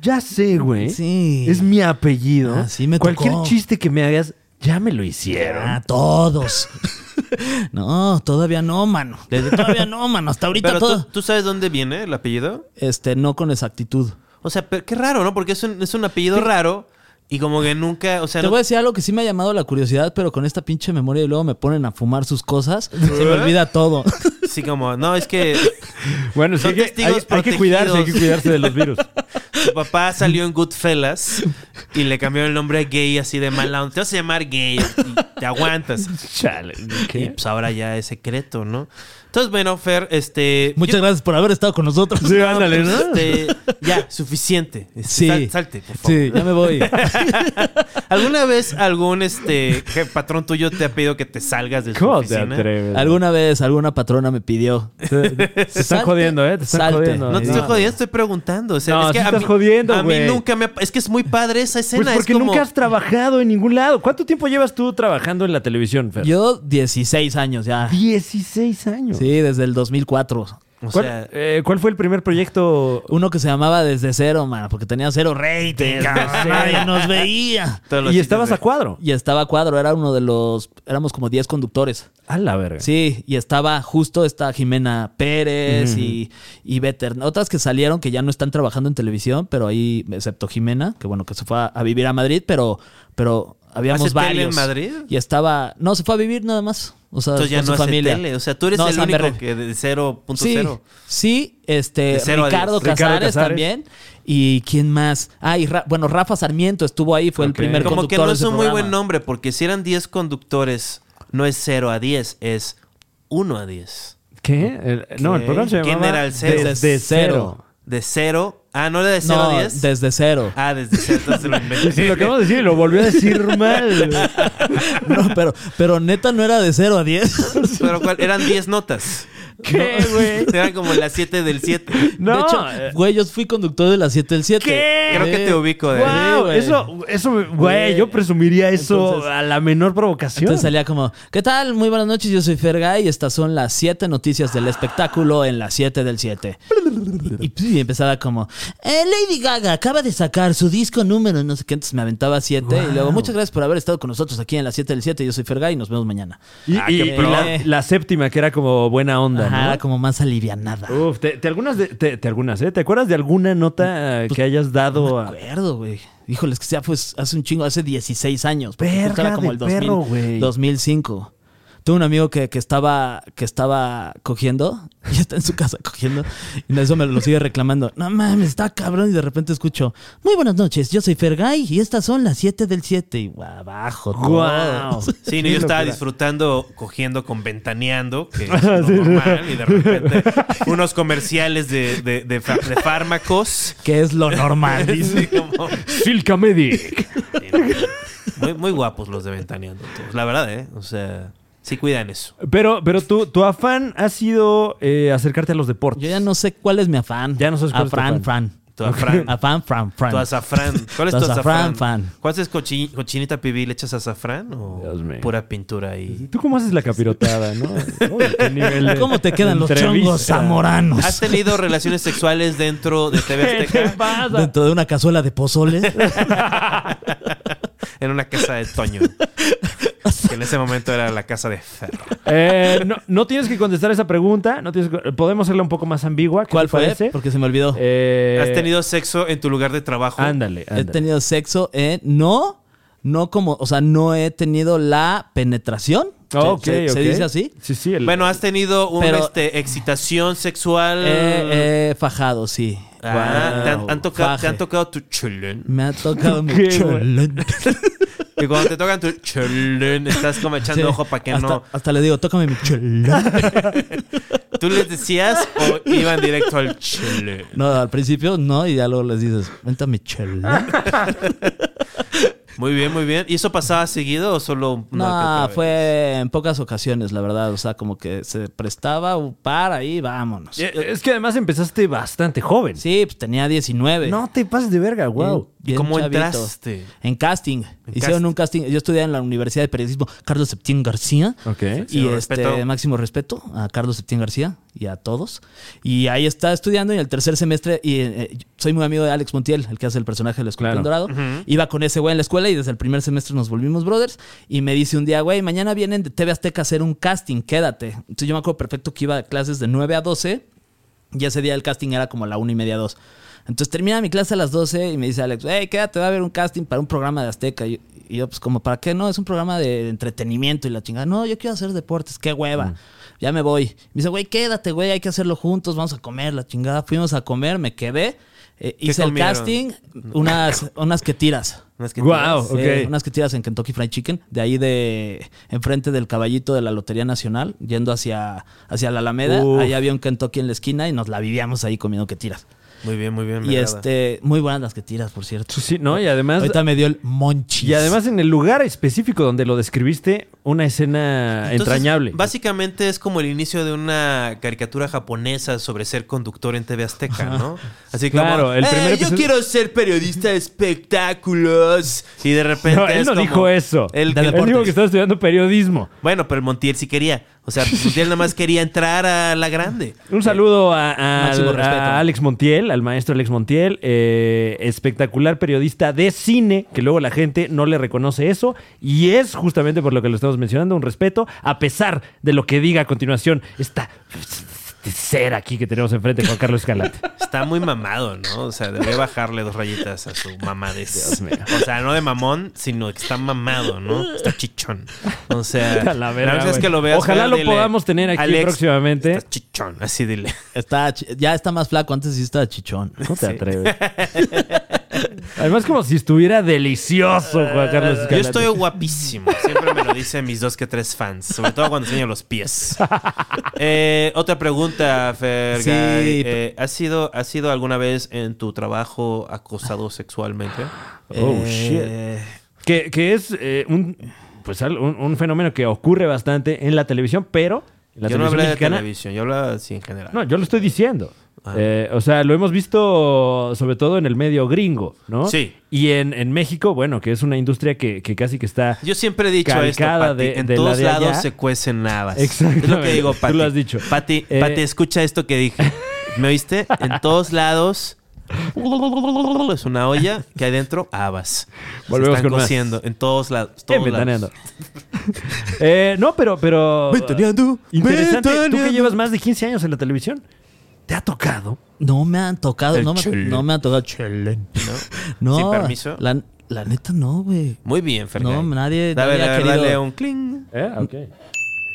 Speaker 2: ya sé, güey.
Speaker 4: Sí.
Speaker 2: Es mi apellido.
Speaker 1: Ah,
Speaker 4: Así me
Speaker 2: Cualquier
Speaker 4: tocó.
Speaker 2: chiste que me hagas, ya me lo hicieron.
Speaker 4: Ah, todos. (laughs) no, todavía no, mano. Todavía no, mano. Hasta ahorita
Speaker 1: Pero
Speaker 4: todo.
Speaker 1: ¿tú, tú sabes dónde viene el apellido?
Speaker 4: Este, no con exactitud.
Speaker 1: O sea, pero qué raro, ¿no? Porque es un, es un apellido raro y como que nunca... O sea,
Speaker 4: Te
Speaker 1: no-
Speaker 4: voy a decir algo que sí me ha llamado la curiosidad, pero con esta pinche memoria y luego me ponen a fumar sus cosas, se me
Speaker 2: ¿Eh?
Speaker 4: olvida
Speaker 2: (laughs)
Speaker 4: todo. (laughs)
Speaker 1: sí como, no, es que
Speaker 2: Bueno, sí
Speaker 1: Son
Speaker 2: hay que-
Speaker 1: testigos
Speaker 2: hay, hay que cuidarse, hay que
Speaker 1: protegidos.
Speaker 2: cuidarse de los virus.
Speaker 1: su papá salió en Goodfellas y le cambió el nombre a gay así de mala onda. Te vas a llamar gay y
Speaker 2: (laughs)
Speaker 1: te aguantas.
Speaker 2: (laughs) Chale.
Speaker 1: Y pues ahora ya es secreto, ¿no? Entonces, bueno, Fer, este...
Speaker 4: Muchas
Speaker 1: yo-
Speaker 4: gracias por haber estado con nosotros.
Speaker 2: Sí, ándale, ¿no?
Speaker 1: Este, ya, suficiente. Este,
Speaker 4: Sí.
Speaker 1: sal- salte, por favor.
Speaker 4: Sí, ya
Speaker 2: (laughs)
Speaker 4: me voy.
Speaker 1: ¿Alguna vez algún este je- patrón tuyo te ha pedido que te salgas de su
Speaker 2: ¿Cómo te
Speaker 1: oficina?
Speaker 2: atreves?
Speaker 4: Alguna vez alguna patrona me pidió.
Speaker 2: Te,
Speaker 1: (laughs)
Speaker 2: te están
Speaker 4: Salte,
Speaker 2: jodiendo, ¿eh? Te están
Speaker 4: salte.
Speaker 2: jodiendo.
Speaker 1: No te
Speaker 2: Sí.
Speaker 1: estoy jodiendo, estoy preguntando. O sea,
Speaker 2: No,
Speaker 1: es que
Speaker 2: sí
Speaker 1: a
Speaker 2: estás
Speaker 1: mí,
Speaker 2: jodiendo,
Speaker 1: A mí
Speaker 2: güey.
Speaker 1: nunca me ha- Es que es muy padre esa escena.
Speaker 2: Pues porque
Speaker 1: es como,
Speaker 2: nunca has trabajado en ningún lado. ¿Cuánto tiempo llevas tú trabajando en la televisión, Fer?
Speaker 4: Yo 16 años ya.
Speaker 2: 16 años.
Speaker 4: Sí, desde el 2004.
Speaker 1: O
Speaker 2: ¿Cuál,
Speaker 1: sea,
Speaker 2: eh, ¿Cuál fue el primer proyecto?
Speaker 4: Uno que se llamaba Desde Cero, mano, porque tenía cero rating.
Speaker 5: cabrón.
Speaker 4: Nadie nos veía.
Speaker 1: todos los
Speaker 2: Y
Speaker 1: chistes
Speaker 2: estabas
Speaker 1: de-
Speaker 2: a cuadro.
Speaker 4: Y estaba a cuadro, era uno de los. Éramos como 10 conductores.
Speaker 2: A la verga.
Speaker 4: Sí, y estaba justo esta Jimena Pérez y, y Better. Otras que salieron que ya no están trabajando en televisión, pero ahí, excepto Jimena, que bueno, que se fue a, a vivir a Madrid, pero, pero habíamos
Speaker 1: ¿Hace tele
Speaker 4: varios.
Speaker 1: en Madrid?
Speaker 4: Y estaba. No, se fue a vivir nada más. O sea,
Speaker 1: Entonces ya
Speaker 4: con su
Speaker 1: no hace
Speaker 4: familia.
Speaker 1: tele. O sea, tú eres
Speaker 4: No,
Speaker 1: el
Speaker 4: San
Speaker 1: único
Speaker 4: Berre.
Speaker 1: que de 0.0.
Speaker 4: Sí, sí, este
Speaker 1: De cero a
Speaker 4: Ricardo,
Speaker 1: diez.
Speaker 4: Casares
Speaker 2: Ricardo Casares.
Speaker 4: también. ¿Y quién más? Ah, y Ra- bueno, Rafa Sarmiento estuvo ahí, fue
Speaker 2: Ok.
Speaker 4: el primer
Speaker 1: Como que
Speaker 4: conductor
Speaker 1: no
Speaker 4: de
Speaker 1: es
Speaker 4: ese
Speaker 1: un muy
Speaker 4: programa.
Speaker 1: buen nombre, porque si eran 10 conductores, no es 0 a 10, es 1 a 10.
Speaker 2: ¿Qué? El- no, el
Speaker 1: ¿Qué?
Speaker 2: programa se llamaba...
Speaker 1: ¿Quién era el cero?
Speaker 2: Desde cero.
Speaker 1: De 0. Ah, no era de 0
Speaker 4: No,
Speaker 1: a 10.
Speaker 4: desde cero.
Speaker 1: Ah, desde 0. Entonces lo inventé.
Speaker 2: Sí, (laughs) lo acabamos de decir y lo volvió a decir (laughs) mal.
Speaker 4: (laughs) No, pero, pero neta no era de cero a diez.
Speaker 1: Pero ¿cuál? eran 10 notas.
Speaker 2: ¿Qué, güey?
Speaker 1: (laughs) Eran como las 7 del 7.
Speaker 2: (laughs) No.
Speaker 4: de hecho,
Speaker 2: eh,
Speaker 4: güey, yo fui conductor de las 7 del 7.
Speaker 2: ¿Qué?
Speaker 1: Creo que te ubico de.
Speaker 4: Guau.
Speaker 2: Wow,
Speaker 4: güey.
Speaker 2: eso, eso, güey, yo presumiría eso
Speaker 4: Entonces-
Speaker 2: a la menor provocación.
Speaker 4: Entonces salía como, ¿qué tal? Muy buenas noches, yo soy Ferga y estas son las 7 noticias del espectáculo en las 7 del 7. Y, y empezaba como, "Eh, Lady Gaga acaba de sacar su disco número, no sé qué, entonces me aventaba 7 y luego, muchas gracias por haber estado con nosotros aquí en las 7 del 7, yo soy Ferga y nos vemos mañana.
Speaker 2: y
Speaker 1: Ah,
Speaker 2: y-
Speaker 1: qué
Speaker 2: y
Speaker 1: pro.
Speaker 2: la, la séptima, que era como buena onda,
Speaker 4: Ajá,
Speaker 2: ¿no?
Speaker 4: era como más alivianada. No
Speaker 2: Uf, te, te algunas de- te, te algunas, ¿eh? ¿Te acuerdas de alguna nota eh, que hayas dado
Speaker 4: me
Speaker 2: a...
Speaker 4: acuerdo, güey. Híjole, es que sea pues hace un chingo, hace 16 años. porque
Speaker 2: Verga
Speaker 4: justo era
Speaker 2: de perro, güey.
Speaker 4: 2005. Tuve un amigo que, que estaba que estaba cogiendo (laughs) y está en su casa cogiendo y eso me lo sigue reclamando. No mames, está cabrón y de repente escucho, "Muy buenas noches, yo soy Fergay y estas son las 7 del 7." Y guau, abajo todo.
Speaker 2: Guau.
Speaker 1: Sí, no,
Speaker 2: Qué
Speaker 1: yo estaba
Speaker 2: locura.
Speaker 1: disfrutando, cogiendo con ventaneando, que es lo normal, y de repente unos comerciales de, de, de fa- de fármacos.
Speaker 4: (laughs) Que es
Speaker 2: (laughs)
Speaker 1: (laughs)
Speaker 4: lo normal. Ah, dice.
Speaker 1: Sí, como-
Speaker 2: Silka Medic.
Speaker 1: muy, muy guapos los de ventaneando, todos, la verdad, ¿eh? O sea, sí cuidan eso.
Speaker 2: Pero, pero tu, tu afán ha sido eh, acercarte a los deportes.
Speaker 4: Yo ya no sé cuál es mi afán.
Speaker 2: Ya no sabes cuál
Speaker 4: a
Speaker 2: es tu
Speaker 4: Fran,
Speaker 2: afán.
Speaker 4: Fran.
Speaker 1: Tu afán.
Speaker 4: (laughs) Afán, Fran, Fran.
Speaker 1: Tu azafrán. ¿Cuál es tu
Speaker 4: Tu azafrán,
Speaker 1: azafrán?
Speaker 4: fan.
Speaker 1: ¿Cuál es cochi- cochinita pibil? ¿Le echas azafrán o
Speaker 2: Dios mío.
Speaker 1: pura pintura ahí?
Speaker 2: ¿Tú cómo haces la capirotada, no? Uy,
Speaker 4: (laughs)
Speaker 2: qué nivel de
Speaker 4: ¿Cómo te quedan los
Speaker 2: entrevista.
Speaker 4: chongos zamoranos?
Speaker 1: ¿Has tenido relaciones sexuales dentro
Speaker 2: (laughs)
Speaker 1: de TV Azteca?
Speaker 4: Dentro de una cazuela de pozole.
Speaker 1: (laughs) En una casa de Toño. Que en ese momento era la casa de Ferro.
Speaker 2: Eh, no, no tienes que contestar esa pregunta. No tienes que- podemos hacerla un poco más ambigua. ¿qué
Speaker 4: (laughs) ¿Cuál
Speaker 2: te
Speaker 4: fue?
Speaker 2: parece?
Speaker 4: Porque se me olvidó.
Speaker 2: Eh,
Speaker 1: ¿Has tenido sexo en tu lugar de trabajo?
Speaker 2: (laughs) Ándale,
Speaker 4: he
Speaker 2: ándale.
Speaker 4: tenido sexo en. No, no como. O sea, no he tenido la penetración. Se-
Speaker 2: Ok,
Speaker 4: se, se
Speaker 2: ok.
Speaker 4: dice así.
Speaker 2: Sí, sí. el-
Speaker 1: Bueno, ¿has tenido una
Speaker 4: Pero- Eh,
Speaker 1: este, excitación
Speaker 4: Ah.
Speaker 1: sexual?
Speaker 4: He he fajado, sí.
Speaker 1: Ah, ¿te, han,
Speaker 4: Wow.
Speaker 1: han tocado, te
Speaker 4: Faje. (laughs)
Speaker 1: han tocado tu chulén?
Speaker 4: Me ha tocado
Speaker 2: ¿Qué,
Speaker 4: mucho.
Speaker 1: Y cuando te tocan tu chelén, estás como echando
Speaker 4: Sí.
Speaker 1: ojo para que
Speaker 4: hasta,
Speaker 1: no.
Speaker 4: Hasta le digo, tócame mi chela.
Speaker 1: ¿Tú les decías o iban directo al chelén?
Speaker 4: (laughs) No, al principio no, y ya luego les dices, venta
Speaker 1: (laughs)
Speaker 4: mi chela.
Speaker 1: Muy bien, muy bien. ¿Y eso pasaba seguido o solo una que otra
Speaker 4: No,
Speaker 1: vez?
Speaker 4: fue en pocas ocasiones, la verdad. O sea, como que se prestaba un par ahí, vámonos.
Speaker 2: eh, Es que además empezaste bastante joven.
Speaker 4: Sí, Mm. pues tenía 19.
Speaker 2: No te pases de verga, wow.
Speaker 4: Bien- bien
Speaker 1: ¿Cómo
Speaker 4: chavito.
Speaker 1: entraste?
Speaker 4: En casting. Hicieron
Speaker 1: casting.
Speaker 4: un casting. Yo estudié en la Universidad de Periodismo Carlos Septién García.
Speaker 2: Ok.
Speaker 4: Y
Speaker 1: Máximo
Speaker 4: este,
Speaker 1: respeto.
Speaker 4: máximo respeto a Carlos Septién García y a todos. Y ahí está estudiando en el tercer semestre. Y eh, soy muy amigo de Alex Montiel, el que hace el personaje del Escorpión
Speaker 2: Claro.
Speaker 4: Dorado. Iba con ese güey en la escuela y desde el primer semestre nos volvimos brothers. Y me dice un día, güey, mañana vienen de TV Azteca a hacer un casting, quédate. Entonces yo me acuerdo perfecto que iba a clases de 9 a 12. Y ese día el casting era como la una y media, dos. Entonces termina mi clase a las 12 y me dice Alex, hey, quédate, va a haber un casting para un programa de Azteca. Y y yo, pues, como, ¿para qué no? Es un programa de entretenimiento y la chingada. No, yo quiero hacer deportes, qué hueva. Ya me voy. Me dice, güey, quédate, güey, hay que hacerlo juntos, vamos a comer, la chingada. Fuimos a comer, me quedé. eh,
Speaker 1: ¿Qué
Speaker 4: hice el
Speaker 1: comieron?
Speaker 4: casting, unas, unas que tiras.
Speaker 1: Unas que
Speaker 2: Wow,
Speaker 4: Sí,
Speaker 2: Oh, ok.
Speaker 4: unas que tiras en Kentucky Fried Chicken, de ahí de enfrente del caballito de la Lotería Nacional, yendo hacia, hacia la Alameda.
Speaker 2: Uf.
Speaker 4: Ahí había un Kentucky en la esquina y nos la vivíamos ahí comiendo que tiras.
Speaker 1: Muy bien, muy bien. me
Speaker 4: Y
Speaker 1: agrada.
Speaker 4: este, muy buenas las que tiras, por cierto.
Speaker 2: Pues Sí, no, y además.
Speaker 4: Ahorita me dio el monchis.
Speaker 2: Y además en el lugar específico donde lo describiste, una escena
Speaker 1: Entonces,
Speaker 2: entrañable.
Speaker 1: Básicamente es como el inicio de una caricatura japonesa sobre ser conductor en TV Azteca, ¿no? Así como,
Speaker 2: Claro, el
Speaker 1: "Eh,
Speaker 2: primer
Speaker 1: yo
Speaker 2: episodio-
Speaker 1: quiero ser periodista de espectáculos. Y de repente
Speaker 2: No, él
Speaker 1: es
Speaker 2: no
Speaker 1: como-
Speaker 2: dijo eso.
Speaker 1: El,
Speaker 4: De
Speaker 1: el-
Speaker 2: Él dijo que estaba estudiando periodismo.
Speaker 1: Bueno, pero el Montiel sí quería. O sea, Montiel nada más quería entrar a la grande.
Speaker 2: Un saludo a, a-
Speaker 4: Máximo
Speaker 2: al-
Speaker 4: respeto.
Speaker 2: a Alex Montiel, al maestro Alex Montiel, eh, espectacular periodista de cine, que luego la gente no le reconoce eso, y es justamente por lo que lo estamos mencionando, un respeto, a pesar de lo que diga a continuación esta ser aquí que tenemos enfrente con Carlos
Speaker 4: (laughs)
Speaker 2: Escalante.
Speaker 1: Está muy mamado, ¿no? O sea, debería bajarle dos rayitas a su mamadez. O sea, no de mamón, sino que está mamado, ¿no? Está chichón. O sea,
Speaker 2: A la verga,
Speaker 1: verdad es
Speaker 2: güey.
Speaker 1: que lo veas.
Speaker 2: Ojalá
Speaker 1: güey,
Speaker 2: lo
Speaker 1: dile,
Speaker 2: podamos tener aquí
Speaker 1: "Alex,
Speaker 2: próximamente".
Speaker 1: Estás chichón, así dile.
Speaker 4: Está chi- ya está más flaco, antes sí estaba chichón.
Speaker 2: No te atreves. Además, como si estuviera delicioso Juan Carlos Escalante.
Speaker 1: Yo estoy guapísimo. Siempre me lo dicen mis dos que tres fans. Sobre todo cuando enseño
Speaker 2: (laughs)
Speaker 1: los pies. Eh, otra pregunta, Fergay.
Speaker 4: Sí.
Speaker 1: Eh, ¿has, sido, ¿Has sido alguna vez en tu trabajo acosado sexualmente?
Speaker 2: Oh,
Speaker 4: Eh,
Speaker 2: Que, que es eh, un, pues, al- un, un fenómeno que ocurre bastante en la televisión, pero en la
Speaker 1: yo
Speaker 2: televisión
Speaker 1: no hablé
Speaker 2: mexicana.
Speaker 1: de televisión, yo hablaba así en general.
Speaker 2: No, yo lo estoy diciendo.
Speaker 1: Ah.
Speaker 2: Eh, o sea, lo hemos visto sobre todo en el medio gringo, ¿no?
Speaker 1: Sí.
Speaker 2: Y en, en México, bueno, que es una industria que, que casi que está.
Speaker 1: Yo siempre he dicho
Speaker 2: Calcada
Speaker 1: esto, Pati.
Speaker 2: de-
Speaker 1: en
Speaker 2: de la
Speaker 1: todos
Speaker 2: de
Speaker 1: lados
Speaker 2: allá.
Speaker 1: se cuecen habas.
Speaker 2: Exactamente.
Speaker 1: Es lo que digo,
Speaker 2: Tú
Speaker 1: Pati.
Speaker 2: lo has dicho.
Speaker 1: Pati,
Speaker 2: Eh,
Speaker 1: Pati, escucha esto que dije. ¿Me oíste? En todos lados es una olla que adentro habas.
Speaker 2: Volvemos
Speaker 1: se
Speaker 2: con
Speaker 1: están
Speaker 2: más.
Speaker 1: cociendo en todos lados.
Speaker 2: Eh,
Speaker 1: Todos
Speaker 2: ventaneando.
Speaker 1: lados.
Speaker 2: (laughs) Eh, no, pero, pero.
Speaker 4: Ventaneando,
Speaker 2: Interesante. Tú que
Speaker 4: ventaneando.
Speaker 2: llevas más de 15 años en la televisión, ¿te ha tocado?
Speaker 4: No me han tocado, no me,
Speaker 1: chelen.
Speaker 4: no me han tocado chelen. No,
Speaker 1: Sin permiso.
Speaker 4: La, la neta no, güey.
Speaker 1: Muy bien, Fernando.
Speaker 4: No, nadie- nadie ha querido-
Speaker 1: Dale un cling.
Speaker 2: Eh, ok.
Speaker 4: Ay,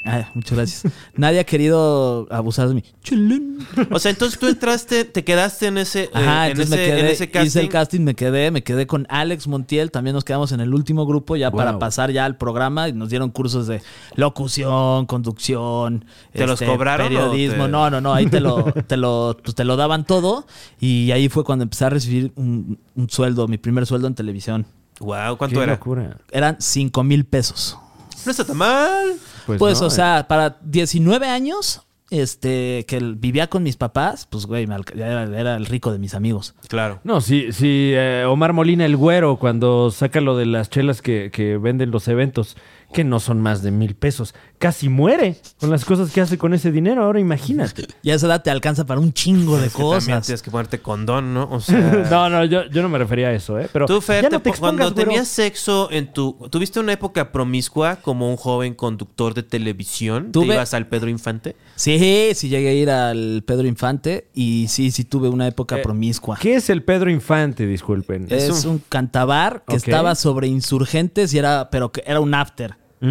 Speaker 4: Ah, muchas gracias. Nadie ha querido abusar de mí. Chelen.
Speaker 1: O sea, entonces tú entraste, te quedaste en ese, eh,
Speaker 4: Ajá,
Speaker 1: en, ese
Speaker 4: entonces me
Speaker 1: en
Speaker 4: quedé,
Speaker 1: ese casting.
Speaker 4: hice el casting, me quedé, me quedé con Alex Montiel, también nos quedamos en el último grupo ya para
Speaker 2: Wow.
Speaker 4: pasar ya al programa y nos dieron cursos de locución, conducción, este,
Speaker 1: ¿Te los cobraron o
Speaker 4: periodismo,
Speaker 1: te-
Speaker 4: no, no, no, ahí
Speaker 1: (laughs)
Speaker 4: te lo, te lo, pues, te lo daban todo y ahí fue cuando empecé a recibir un, un sueldo, mi primer sueldo en televisión.
Speaker 1: Wow,
Speaker 2: Qué
Speaker 1: ¿cuánto era?
Speaker 2: locura.
Speaker 4: Eran 5 mil pesos.
Speaker 1: No está tan mal.
Speaker 2: Pues,
Speaker 4: Pues,
Speaker 2: no,
Speaker 4: o
Speaker 1: eh.
Speaker 4: sea, para 19 años, este, que el- vivía con mis papás, pues güey, me alca- ya era, era el rico de mis amigos.
Speaker 1: Claro.
Speaker 2: No, si, si eh, Omar Molina el Güero, cuando saca lo de las chelas que, que venden los eventos, que no son más de mil pesos, casi muere con las cosas que hace con ese dinero. Ahora
Speaker 1: (laughs)
Speaker 2: imagínate.
Speaker 4: Y a esa edad te alcanza para un chingo
Speaker 2: (laughs)
Speaker 4: de
Speaker 1: Es que también
Speaker 4: cosas.
Speaker 1: tienes que ponerte condón, ¿no? O
Speaker 4: (laughs)
Speaker 1: sea,
Speaker 2: No, no, yo, yo no me refería a eso, ¿eh? Pero
Speaker 1: Ah. Tú, Fer,
Speaker 2: ya
Speaker 1: te
Speaker 2: no te
Speaker 1: po- cuando
Speaker 2: expongas, güero.
Speaker 1: tenías sexo en tu... ¿Tuviste una época promiscua como un joven conductor de televisión? ¿Tú
Speaker 4: Tuve-
Speaker 1: ibas al Pedro Infante?
Speaker 4: Sí, sí llegué a ir al Pedro Infante y sí, sí tuve una época
Speaker 2: Eh,
Speaker 4: promiscua.
Speaker 2: ¿Qué es el Pedro Infante? Disculpen.
Speaker 4: Es,
Speaker 1: es
Speaker 4: un, cantabar que
Speaker 2: Ok.
Speaker 4: estaba sobre insurgentes y era, pero que era un after.
Speaker 2: Mm.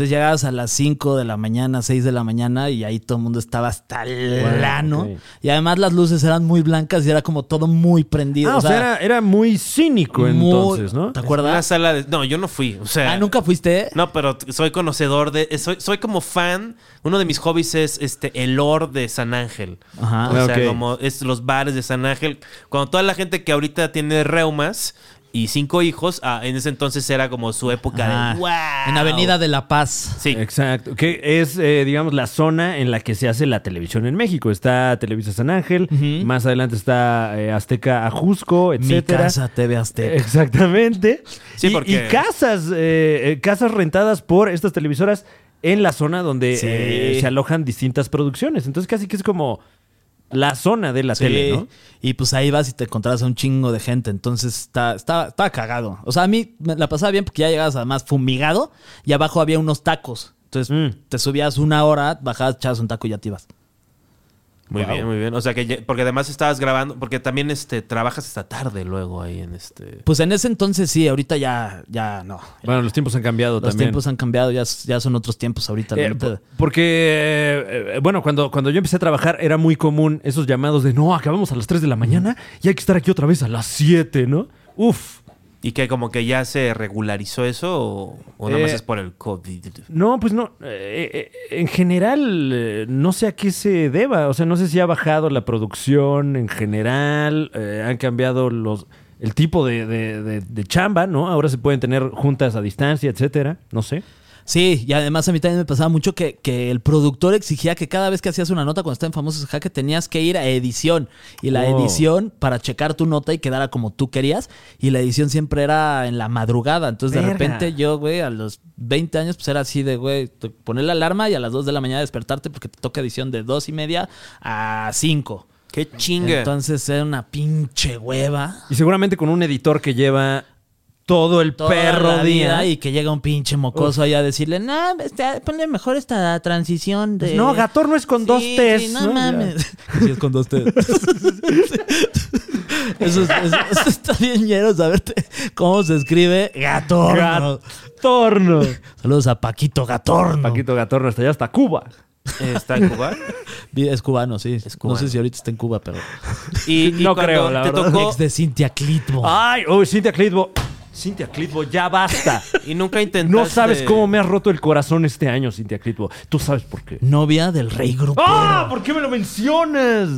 Speaker 4: Entonces Entonces llegabas a las 5 de la mañana, 6 de la mañana y ahí todo el mundo estaba hasta el
Speaker 2: Wow,
Speaker 4: ano.
Speaker 2: ok.
Speaker 4: Y además las luces eran muy blancas y era como todo muy prendido.
Speaker 2: Ah, o sea, era, era muy cínico
Speaker 4: muy-
Speaker 2: entonces, ¿no?
Speaker 4: ¿Te
Speaker 1: Una
Speaker 4: acuerdas?
Speaker 1: sala de... No, yo no fui. O sea...
Speaker 4: Ah, ¿nunca fuiste?
Speaker 1: No, pero t- soy conocedor de... eh, Soy, soy como fan. Uno de mis hobbies es este, el lore de San Ángel.
Speaker 4: Ajá.
Speaker 1: O sea,
Speaker 2: ok.
Speaker 1: como es los bares de San Ángel. Cuando toda la gente que ahorita tiene reumas y cinco hijos, ah, en ese entonces era como su época
Speaker 4: Ah,
Speaker 1: de... ¡Wow!
Speaker 4: En Avenida de la Paz.
Speaker 1: Sí.
Speaker 2: Exacto, que es, eh, digamos, la zona en la que se hace la televisión en México. Está Televisa San Ángel, más adelante está eh, Azteca Ajusco,
Speaker 4: Mi
Speaker 2: etcétera. Eh,
Speaker 4: casa TV Azteca.
Speaker 2: Exactamente.
Speaker 1: Sí,
Speaker 2: y,
Speaker 1: porque-
Speaker 2: y casas, eh, eh, casas rentadas por estas televisoras en la zona donde
Speaker 4: Sí.
Speaker 2: eh, se alojan distintas producciones. Entonces casi que es como la zona de la
Speaker 4: Sí,
Speaker 2: tele, ¿no?
Speaker 4: Y pues ahí vas y te encontrabas a un chingo de gente. Entonces está- estaba, estaba cagado. O sea, a mí me la pasaba bien porque ya llegabas además fumigado y abajo había unos tacos. Entonces
Speaker 2: Mm.
Speaker 4: te subías una hora, bajabas, echabas un taco y ya te ibas.
Speaker 1: Muy bien, muy bien. O sea que... ya- Porque además estabas grabando... Porque también este, trabajas hasta tarde luego ahí en este...
Speaker 4: Pues en ese entonces sí, ahorita ya, ya no.
Speaker 2: Bueno, los tiempos han cambiado
Speaker 4: Los
Speaker 2: también.
Speaker 4: tiempos han cambiado, ya, ya son otros tiempos ahorita. la
Speaker 2: Eh,
Speaker 4: neta.
Speaker 2: po- porque, eh, eh, bueno, cuando, cuando yo empecé a trabajar era muy común esos llamados de no, acabamos a las 3 de la mañana y hay que estar aquí otra vez a las 7, ¿no? Uf.
Speaker 1: Y que como que ya se regularizó eso o, o nada más
Speaker 2: Eh,
Speaker 1: es por el COVID.
Speaker 2: No, pues no. eh, eh, en general, eh, no sé a qué se deba. O sea, no sé si ha bajado la producción en general, eh, han cambiado los el tipo de, de- de- de chamba, ¿no? Ahora se pueden tener juntas a distancia, etcétera. No sé.
Speaker 4: Sí, y además a mí también me pasaba mucho que, que el productor exigía que cada vez que hacías una nota cuando estaba en Famosos Jaque tenías que ir a edición. Y la
Speaker 2: Wow.
Speaker 4: edición para checar tu nota y quedara como tú querías. Y la edición siempre era en la madrugada. Entonces de
Speaker 2: Verga.
Speaker 4: repente yo, güey, a los 20 años pues era así de, güey, te- poner la alarma y a las 2 de la mañana despertarte porque te toca edición de 2 y media a 5.
Speaker 1: ¡Qué chinga!
Speaker 4: Entonces era una pinche hueva.
Speaker 2: Y seguramente con un editor que lleva todo el
Speaker 4: Todo
Speaker 2: perro día.
Speaker 4: y que llega un pinche mocoso ahí a decirle, nah, este, ponle mejor esta transición de...
Speaker 2: No, Gator no es con dos
Speaker 4: Sí,
Speaker 2: T's.
Speaker 4: sí, no, mames. Sí, es con dos T's. (laughs) eso, es- eso- eso está bien ñero saberte cómo se escribe Gatorno.
Speaker 2: Gatorno.
Speaker 4: Saludos a Paquito Gatorno.
Speaker 2: Paquito Gatorno está allá hasta Cuba.
Speaker 1: Está en Cuba.
Speaker 4: Es cubano, sí.
Speaker 1: cubano.
Speaker 4: No sé si ahorita está en Cuba, pero...
Speaker 1: Y,
Speaker 2: (laughs)
Speaker 1: y
Speaker 2: No
Speaker 1: cuando
Speaker 2: creo, la
Speaker 1: te
Speaker 2: verdad.
Speaker 1: tocó
Speaker 4: Ex de Cintia Clitmo.
Speaker 2: Ay, oh, Cintia Clitbo. Cintia Clitbo, ya basta.
Speaker 1: y nunca intentaste.
Speaker 2: No sabes cómo me has roto el corazón este año, Cintia Clitbo. Tú sabes por qué.
Speaker 4: Novia del rey grupero.
Speaker 2: ¡Ah! ¿Por qué me lo mencionas?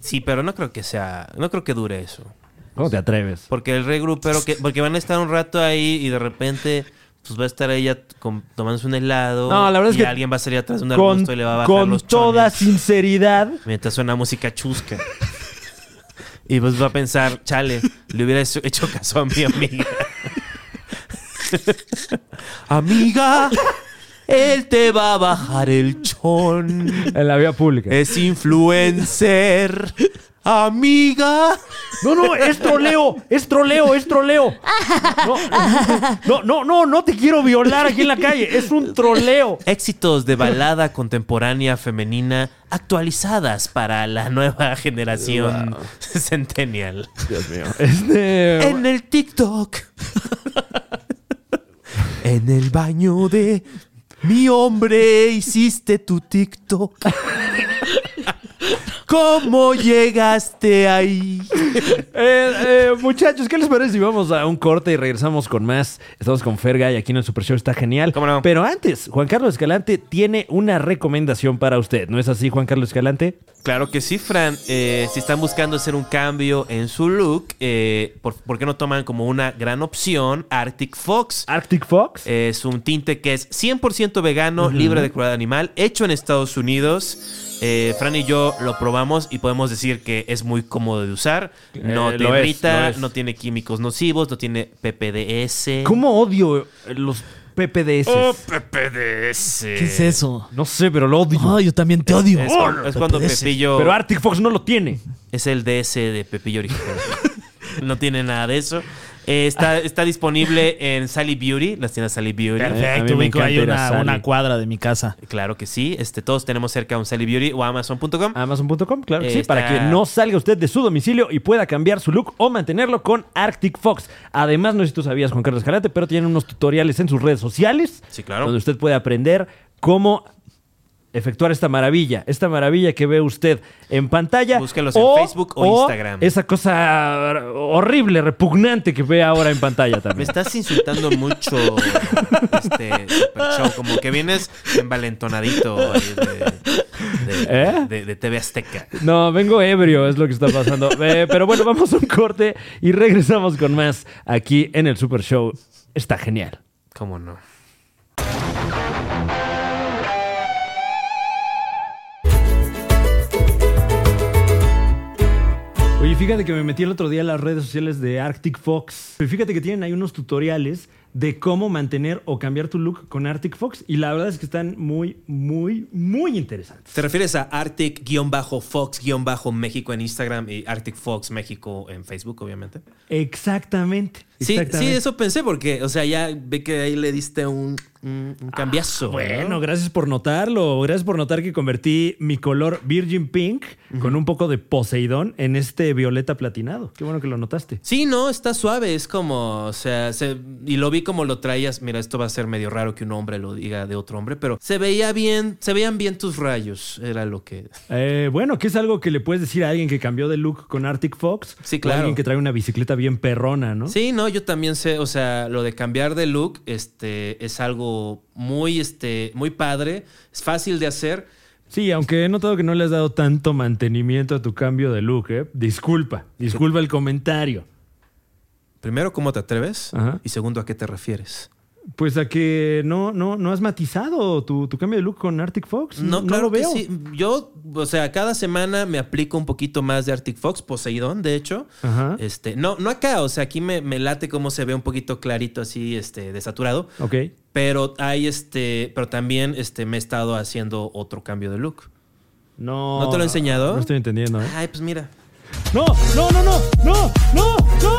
Speaker 1: Sí, pero no creo que sea, no creo que dure eso,
Speaker 2: ¿Cómo te atreves?
Speaker 1: porque el regrupero que porque van a estar un rato ahí y de repente pues va a estar ella con- tomándose un helado
Speaker 2: No, la verdad
Speaker 1: y
Speaker 2: es que
Speaker 1: alguien va a salir atrás de un
Speaker 2: Con,
Speaker 1: arbusto y le va a bajar
Speaker 2: con
Speaker 1: los
Speaker 2: toda
Speaker 1: chones (laughs)
Speaker 2: sinceridad.
Speaker 1: mientras suena música chusca. y pues va a pensar, chale, le hubiera hecho- hecho caso a mi amiga. (laughs) amiga, él te va a bajar el chon.
Speaker 2: En la vía pública.
Speaker 1: Es influencer. Amiga.
Speaker 2: No, no, es troleo, es troleo, es troleo. No, no, no, no, no te quiero violar aquí en la calle. Es un troleo.
Speaker 1: Éxitos de balada contemporánea femenina actualizadas para la nueva generación (laughs) centennial.
Speaker 2: Este,
Speaker 1: En el TikTok. en el baño de mi hombre hiciste tu TikTok. ¿Cómo llegaste ahí?
Speaker 2: Eh, eh, muchachos, ¿qué les parece si vamos a un corte y regresamos con más? Estamos con Ferga y aquí en el Super Show está genial.
Speaker 1: ¿Cómo no?
Speaker 2: Pero antes, Juan Carlos Escalante tiene una recomendación para usted. ¿No es así, Juan Carlos Escalante?
Speaker 1: Claro que sí, Fran. Eh, si están buscando hacer un cambio en su look, eh, ¿por, por qué no toman como una gran opción Arctic Fox?
Speaker 2: Arctic Fox.
Speaker 1: Es un tinte que es 100% vegano, libre de crueldad animal, hecho en Estados Unidos. Eh, Fran y yo lo probamos y podemos decir que es muy cómodo de usar. No
Speaker 2: Eh,
Speaker 1: te
Speaker 2: lo es,
Speaker 1: irrita,
Speaker 2: lo es.
Speaker 1: no tiene químicos nocivos, no tiene PPDS.
Speaker 2: ¿Cómo odio eh, los PPDS?
Speaker 1: Oh, PPDS.
Speaker 4: ¿Qué es eso?
Speaker 2: no sé, pero lo odio.
Speaker 4: Ay, yo también te odio.
Speaker 1: Es, cu- es cuando
Speaker 4: PPDS.
Speaker 1: Pepillo.
Speaker 2: pero Arctic Fox no lo tiene.
Speaker 1: (laughs) Es el DS de Pepillo Origel. no tiene nada de eso. Eh, está, está disponible en Sally Beauty, las tiendas Sally Beauty.
Speaker 2: A mí me
Speaker 4: Perfecto, ubico ahí
Speaker 2: encanta ir a
Speaker 4: una,
Speaker 2: Sally.
Speaker 4: una cuadra de mi casa.
Speaker 1: Claro que sí. Este, todos tenemos cerca un Sally Beauty o Amazon.com.
Speaker 2: Amazon.com, claro que sí,
Speaker 1: Está-
Speaker 2: para que no salga usted de su domicilio y pueda cambiar su look o mantenerlo con Arctic Fox. Además, no sé si tú sabías, Juan Carlos Jalate, pero tienen unos tutoriales en sus redes sociales.
Speaker 1: Sí, claro.
Speaker 2: Donde usted puede aprender cómo efectuar esta maravilla, esta maravilla que ve usted en pantalla.
Speaker 1: Búsquelos en Facebook o Instagram.
Speaker 2: Esa cosa horrible, repugnante que ve ahora en
Speaker 1: (laughs)
Speaker 2: pantalla
Speaker 1: Me
Speaker 2: también.
Speaker 1: estás insultando mucho, este Super Show. Como que vienes envalentonadito ahí de, de-
Speaker 2: ¿Eh?
Speaker 1: de- de TV Azteca.
Speaker 2: No, vengo ebrio, es lo que está pasando. Eh, pero bueno, vamos a un corte y regresamos con más aquí en el Super Show. Está genial.
Speaker 1: ¿Cómo no?
Speaker 2: Oye, fíjate que me metí el otro día a las redes sociales de Arctic Fox. Y fíjate que tienen ahí unos tutoriales de cómo mantener o cambiar tu look con Arctic Fox. Y la verdad es que están muy, muy, muy interesantes.
Speaker 1: ¿Te refieres a Arctic-Fox-México en Instagram y Arctic Fox México en Facebook, obviamente?
Speaker 2: Exactamente.
Speaker 1: Sí, sí,
Speaker 2: exactamente.
Speaker 1: eso pensé porque, o sea, ya ve que ahí le diste un, un- un cambiazo. ¿no?
Speaker 2: Ah, Bueno, gracias por notarlo. Gracias por notar que convertí mi color Virgin Pink con un poco de Poseidón en este violeta platinado. Qué bueno que lo notaste.
Speaker 1: Sí, no, está suave, es como, o sea, se- y lo vi como lo traías, mira, esto va a ser medio raro que un hombre lo diga de otro hombre, pero se veía bien, se veían bien tus rayos, era lo que...
Speaker 2: Eh, bueno, que es algo que le puedes decir a alguien que cambió de look con Arctic Fox.
Speaker 1: Sí,
Speaker 2: O
Speaker 1: claro.
Speaker 2: alguien que trae una bicicleta bien perrona, ¿no?
Speaker 1: Sí, no, yo también sé, o sea, lo de cambiar de look, este, es algo muy, este, muy padre, es fácil de hacer.
Speaker 2: Sí, aunque he notado que no le has dado tanto mantenimiento a tu cambio de look, ¿eh? Disculpa, disculpa el comentario.
Speaker 1: Primero, ¿cómo te atreves?
Speaker 2: Ajá.
Speaker 1: Y segundo, ¿a qué te refieres?
Speaker 2: Pues a que no, no, no has matizado tu, tu cambio de look con Arctic Fox.
Speaker 1: No, claro
Speaker 2: lo veo.
Speaker 1: que sí. Yo, o sea, cada semana me aplico un poquito más de Arctic Fox, Poseidón, de hecho.
Speaker 2: Ajá.
Speaker 1: Este, no, no acá, o sea, aquí me, me late cómo se ve un poquito clarito así, este, desaturado.
Speaker 2: Ok.
Speaker 1: Pero hay este, pero también este, me he estado haciendo otro cambio de look.
Speaker 2: No.
Speaker 1: ¿No te lo he enseñado?
Speaker 2: No estoy entendiendo, ¿eh?
Speaker 1: Ay, pues mira.
Speaker 2: ¡No! ¡No, no, no! ¡No! ¡No! ¡No!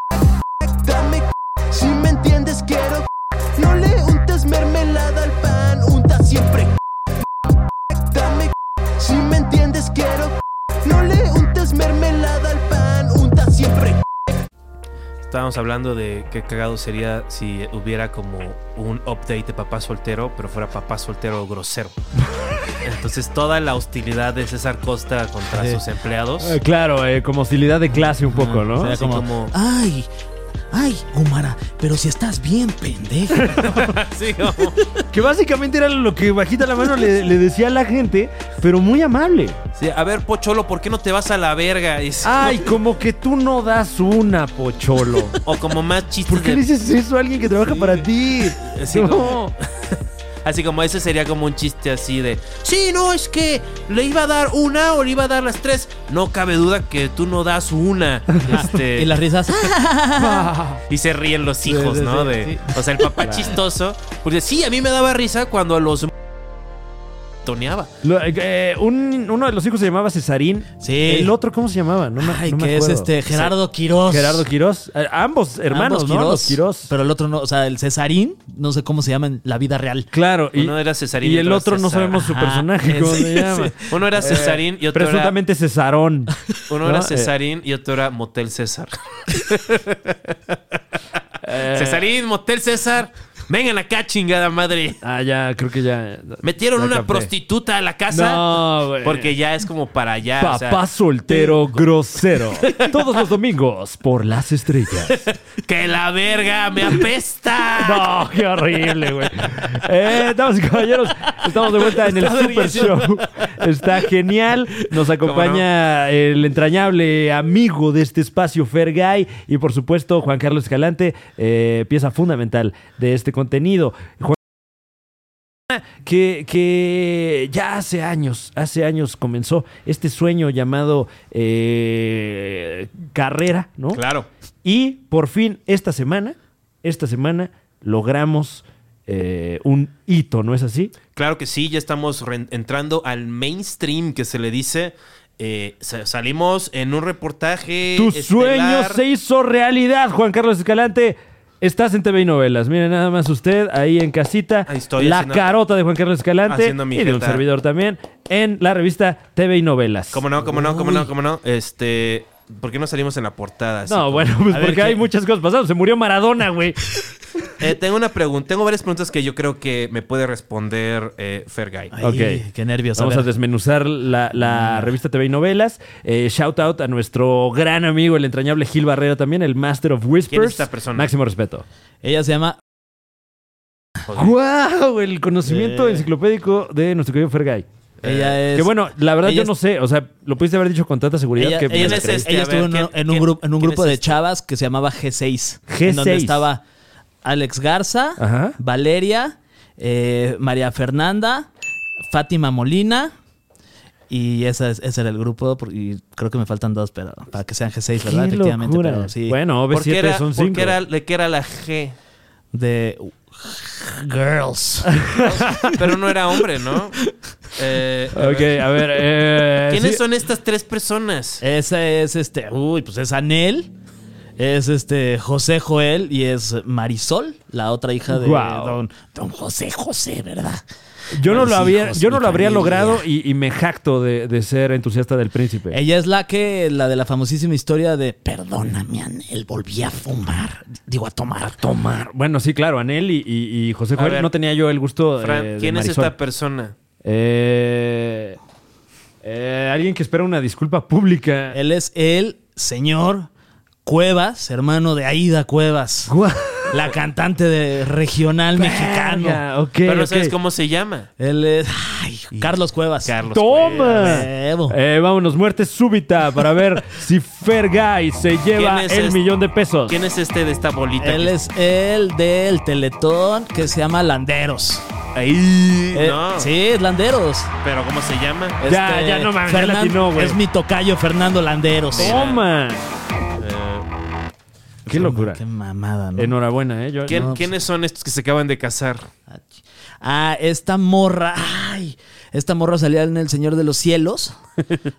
Speaker 6: Dame si me entiendes quiero No le untes mermelada al pan, unta siempre Dame si me entiendes quiero No le untes mermelada al pan, unta siempre
Speaker 1: Estábamos hablando de qué cagado sería si hubiera como un update de papá soltero, pero fuera papá
Speaker 2: (laughs)
Speaker 1: soltero grosero. Entonces toda la hostilidad de César Costa contra sus empleados.
Speaker 2: claro, eh, como hostilidad de clase un poco, ¿no? "Ah".
Speaker 1: Así
Speaker 4: como-
Speaker 1: como
Speaker 6: Ay, ay, Gumara, pero si estás bien pendejo
Speaker 1: (laughs) Sí, como-
Speaker 2: Que básicamente era lo que bajita la mano le, le decía a la gente, pero muy amable.
Speaker 1: Sí, a ver, Pocholo, ¿por qué no te vas a la verga? Y-
Speaker 2: Ay, como que tú no das una, pocholo.
Speaker 1: O como más chistes
Speaker 2: ¿Por qué
Speaker 1: de-
Speaker 2: le dices eso a alguien que trabaja para ti?
Speaker 1: Sí,
Speaker 2: No.
Speaker 1: como- (laughs) Así como ese sería como un chiste así de... Sí, no, es que le iba a dar una o le iba a dar las tres. No cabe duda que tú no
Speaker 2: (laughs)
Speaker 1: das una. Este,
Speaker 4: Y las risas.
Speaker 1: (laughs) y se ríen los hijos,
Speaker 4: sí,
Speaker 1: ¿no?
Speaker 4: sí,
Speaker 1: de,
Speaker 4: sí.
Speaker 1: O sea, el
Speaker 2: (laughs)
Speaker 1: papá chistoso. Porque sí, a mí me daba risa cuando a los... Toneaba.
Speaker 2: Lo- eh, un- uno de los hijos se llamaba Cesarín.
Speaker 4: Sí.
Speaker 2: El otro, ¿cómo se llamaba? No me,
Speaker 4: Ay,
Speaker 2: no me
Speaker 4: que es
Speaker 2: acuerdo.
Speaker 4: este Gerardo Quirós.
Speaker 2: Gerardo Quirós. Eh, ambos hermanos,
Speaker 4: Ambos
Speaker 2: ¿no? Los Quirós.
Speaker 4: Pero el otro no, o sea, el Cesarín, no sé cómo se llama en la vida real.
Speaker 2: Claro. Y,
Speaker 1: Uno era Cesarín
Speaker 2: y
Speaker 1: y
Speaker 2: el
Speaker 1: otro
Speaker 2: otro no
Speaker 1: César.
Speaker 2: sabemos su
Speaker 4: Ajá,
Speaker 2: personaje, (laughs) ¿cómo
Speaker 4: sí,
Speaker 2: se llama? Eh,
Speaker 4: sí.
Speaker 1: Uno era (laughs) Cesarín y otro era...
Speaker 2: Presuntamente
Speaker 1: (laughs)
Speaker 2: Cesarón.
Speaker 1: Uno
Speaker 2: ¿no?
Speaker 1: era
Speaker 2: Eh,
Speaker 1: Cesarín y otro era
Speaker 2: (laughs)
Speaker 1: Motel César. (laughs) Cesarín, Motel César. Vengan acá, chingada madre.
Speaker 2: Ah, ya, creo que ya.
Speaker 1: Metieron
Speaker 2: ya
Speaker 1: una
Speaker 2: capté.
Speaker 1: prostituta a la casa.
Speaker 2: No, güey.
Speaker 1: Porque ya es como para allá. o sea,
Speaker 2: Papá soltero
Speaker 1: (laughs)
Speaker 2: grosero. Todos los domingos por las estrellas.
Speaker 1: que la verga me apesta.
Speaker 2: No, qué horrible, güey. Eh, damas y caballeros, estamos de vuelta en el Super Show. Está genial. Nos acompaña el entrañable amigo de este espacio, Fergay, y por supuesto Juan Carlos Escalante, eh, pieza fundamental de este contenido. Juan que, que ya hace años, hace años comenzó este sueño llamado eh, carrera, (laughs) ¿no?
Speaker 1: Claro.
Speaker 2: Y por fin, esta semana, esta semana logramos eh, un hito, ¿no es así?
Speaker 1: Claro que sí, ya estamos re- entrando al mainstream que se le dice. Eh, sa- salimos en un reportaje.
Speaker 2: Tu sueño
Speaker 1: estelar.
Speaker 2: se hizo realidad, Juan Carlos Escalante. Estás en TV y novelas. Mire, nada más usted ahí en casita.
Speaker 1: Ahí estoy
Speaker 2: la
Speaker 1: haciendo-
Speaker 2: carota de Juan Carlos Escalante
Speaker 1: haciendo mi
Speaker 2: y de un
Speaker 1: jeta.
Speaker 2: servidor también en la revista TV y novelas.
Speaker 1: ¿Cómo no, cómo no, cómo no, cómo no? Este. ¿Por qué no salimos en la portada? así
Speaker 2: No,
Speaker 1: como-
Speaker 2: bueno, pues
Speaker 4: A ver,
Speaker 2: porque
Speaker 4: ¿qué?
Speaker 2: hay muchas cosas pasando. Se murió Maradona, güey.
Speaker 1: Eh, tengo una pregunta. Tengo varias preguntas que yo creo que me puede responder eh, Fergay.
Speaker 4: Ay,
Speaker 2: Ok.
Speaker 4: Qué nervios.
Speaker 2: Vamos
Speaker 4: a
Speaker 2: a,
Speaker 4: ver.
Speaker 2: desmenuzar la, la
Speaker 1: Mm.
Speaker 2: revista TV y novelas. Eh, shout out a nuestro gran amigo, el entrañable Gil Barrera también, el Master of Whispers.
Speaker 1: ¿Quién es esta persona?
Speaker 2: Máximo respeto.
Speaker 4: Ella se llama
Speaker 2: ¡Guau! El conocimiento
Speaker 4: Eh.
Speaker 2: enciclopédico de nuestro querido Fergay.
Speaker 4: Ella es.
Speaker 2: que Eh, bueno, la verdad
Speaker 4: ella
Speaker 2: yo no
Speaker 4: es-
Speaker 2: sé. O sea, lo pudiste haber dicho con tanta seguridad
Speaker 4: Ella,
Speaker 2: que...
Speaker 4: ella-
Speaker 1: es
Speaker 4: ella
Speaker 1: este? A
Speaker 4: estuvo
Speaker 1: ver,
Speaker 4: en,
Speaker 1: ¿quién-
Speaker 4: un- en un,
Speaker 1: quién-
Speaker 4: grupo, en un
Speaker 1: quién
Speaker 4: grupo
Speaker 1: es
Speaker 4: de
Speaker 1: este?
Speaker 4: chavas que se llamaba G6.
Speaker 2: G6.
Speaker 4: En donde estaba Alex Garza,
Speaker 2: Ajá.
Speaker 4: Valeria, eh, María Fernanda, Fátima Molina. Y esa es- ese era el grupo. por- Y creo que me faltan dos, pero para que sean G6, ¿verdad?
Speaker 2: ¡Qué
Speaker 4: Efectivamente.
Speaker 2: locura!
Speaker 4: Pero sí.
Speaker 2: Bueno,
Speaker 1: ¿Por qué
Speaker 2: OV7
Speaker 1: era,
Speaker 2: son
Speaker 1: por qué
Speaker 2: 5.
Speaker 1: era- ¿De qué era la G?
Speaker 4: De Girls.
Speaker 1: (laughs) Pero no era hombre, ¿no? Eh, a
Speaker 2: Ok,
Speaker 1: ver.
Speaker 2: a ver... eh,
Speaker 1: (laughs) ¿Quiénes
Speaker 2: sí. Eh,
Speaker 1: son estas tres personas?
Speaker 4: Esa es este. Uy, pues es Anel. Es este José Joel y es Marisol, la otra hija de
Speaker 2: Guau.
Speaker 4: don, don José José, ¿verdad?
Speaker 2: Yo no
Speaker 4: Mis
Speaker 2: lo, había,
Speaker 4: hijos,
Speaker 2: yo no
Speaker 4: mi
Speaker 2: lo habría
Speaker 4: familia.
Speaker 2: logrado y, y me jacto de, de ser entusiasta del príncipe.
Speaker 4: Ella es la que, la de la famosísima historia de Perdóname, Anel, volví a fumar. Digo, a tomar.
Speaker 2: Tomar. Bueno, sí, claro, Anel y, y- y José
Speaker 1: A
Speaker 2: Joel.
Speaker 1: ver,
Speaker 2: no tenía yo el gusto eh,
Speaker 1: Fran,
Speaker 2: de
Speaker 1: ¿quién es
Speaker 2: Marisol.
Speaker 1: esta persona?
Speaker 2: Eh, eh, alguien que espera una disculpa pública.
Speaker 4: Él es el señor Cuevas, hermano de Aida Cuevas,
Speaker 2: Guau.
Speaker 4: la cantante de regional mexicano.
Speaker 2: Verga, ok,
Speaker 1: Pero no
Speaker 2: ok.
Speaker 1: sabes cómo se llama.
Speaker 4: Él es ay, Carlos Cuevas.
Speaker 1: Carlos.
Speaker 2: ¡Toma!
Speaker 4: Huevo.
Speaker 2: Eh, vámonos, muerte súbita para
Speaker 1: (laughs)
Speaker 2: ver si Fergay se lleva
Speaker 1: es
Speaker 2: el
Speaker 1: este?
Speaker 2: millón de pesos.
Speaker 1: ¿Quién es este de esta bolita?
Speaker 4: Él es el del Teletón que se llama Landeros.
Speaker 1: Ahí.
Speaker 4: Eh,
Speaker 1: no.
Speaker 4: Sí, es Landeros.
Speaker 1: Pero ¿cómo se llama?
Speaker 2: Ya, ya, no mames, ya
Speaker 4: Fernan-
Speaker 2: latinó, güey.
Speaker 4: Es mi tocayo Fernando Landeros.
Speaker 2: ¡Toma!
Speaker 1: Eh,
Speaker 2: ¡Qué locura!
Speaker 4: Qué mamada, ¿no?
Speaker 2: Enhorabuena, ¿eh? Yo-
Speaker 1: ¿quién-
Speaker 2: no,
Speaker 1: ¿Quiénes son estos que se acaban de casar?
Speaker 4: Ah, esta morra. Ay, esta morra salía en El Señor de
Speaker 2: (laughs)
Speaker 4: los Cielos.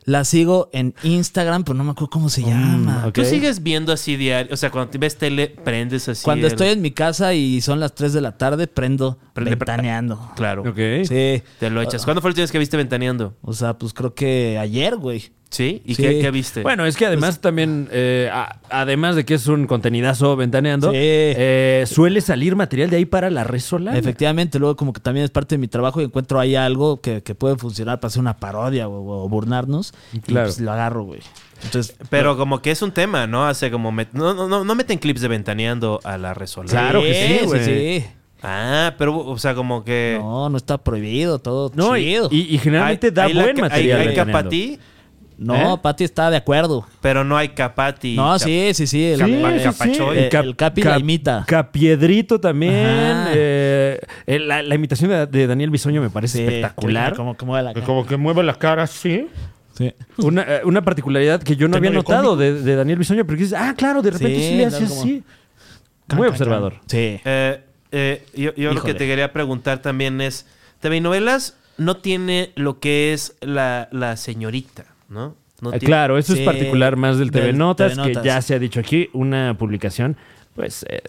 Speaker 4: La sigo en Instagram, pero no me acuerdo cómo se llama.
Speaker 2: Mm, pues, ok.
Speaker 1: ¿Tú sigues viendo así diario? O sea, cuando te ves tele, prendes así.
Speaker 4: Cuando
Speaker 1: el-
Speaker 4: estoy en mi casa y son las 3 de la tarde, prendo
Speaker 1: Prende-
Speaker 4: ventaneando.
Speaker 1: Claro.
Speaker 2: Ok. Ah.
Speaker 4: Sí.
Speaker 1: Te lo echas. ¿Cuándo fue el día que viste Ventaneando?
Speaker 4: O sea, pues creo que ayer, güey.
Speaker 1: ¿Sí? ¿Y
Speaker 4: Sí.
Speaker 1: Qué, qué
Speaker 4: Este,
Speaker 1: viste?
Speaker 2: Bueno, es que además
Speaker 4: pues,
Speaker 2: también, eh, a- además de que es un contenidazo ventaneando,
Speaker 4: Sí.
Speaker 2: eh, suele salir material de ahí para la red solar.
Speaker 4: Efectivamente, luego como que también es parte de mi trabajo y encuentro ahí algo que, que puede funcionar para hacer una parodia o, o burlarnos.
Speaker 2: Claro.
Speaker 4: Y pues lo agarro, güey. Entonces,
Speaker 1: Pero como que es un tema, ¿no? Hace como... met- No, no, no, no meten clips de Ventaneando a la resola.
Speaker 2: Claro que sí, güey.
Speaker 4: sí.
Speaker 1: Ah, pero, o sea, como que...
Speaker 4: No, no está prohibido, todo
Speaker 2: No, y,
Speaker 4: chido.
Speaker 2: y- y generalmente da
Speaker 1: la
Speaker 2: buen
Speaker 1: ca-
Speaker 2: material.
Speaker 1: Hay, hay
Speaker 2: ventaneando.
Speaker 1: Capati,
Speaker 4: no,
Speaker 2: ¿Eh?
Speaker 4: Pati está de acuerdo.
Speaker 1: pero no hay Capati.
Speaker 4: no,
Speaker 1: Cap-
Speaker 4: sí, sí, sí. El,
Speaker 2: Sí,
Speaker 4: el-
Speaker 2: sí, Eh,
Speaker 1: Capachoy.
Speaker 2: sí.
Speaker 4: el- el Capi la imita.
Speaker 2: Capiedrito también.
Speaker 4: Ajá.
Speaker 2: eh, eh, la, la imitación de, de Daniel Bisoño me parece
Speaker 4: sí,
Speaker 2: espectacular. Pues
Speaker 4: que- Como, como de la cara.
Speaker 5: Como que mueve la cara así.
Speaker 4: Sí.
Speaker 2: Una, eh, una particularidad que yo no había
Speaker 5: de
Speaker 2: notado de, de Daniel Bisoño, pero que dices, ah, claro, de repente sí,
Speaker 4: Sí,
Speaker 2: le
Speaker 4: claro,
Speaker 2: hace
Speaker 4: como-
Speaker 2: así.
Speaker 4: Can,
Speaker 2: Muy
Speaker 4: can,
Speaker 2: observador.
Speaker 4: can. Sí.
Speaker 1: Eh, eh, yo yo lo que
Speaker 4: Híjole.
Speaker 1: te quería preguntar también es... TV Novelas no tiene lo que es la, la señorita, ¿no? No
Speaker 2: Eh,
Speaker 1: tiene-
Speaker 2: Claro, eso es
Speaker 4: Sí,
Speaker 2: particular más del TV
Speaker 4: del
Speaker 2: Notas,
Speaker 4: TV
Speaker 2: que ya
Speaker 4: Notas.
Speaker 2: se ha dicho aquí, una publicación, pues, eh,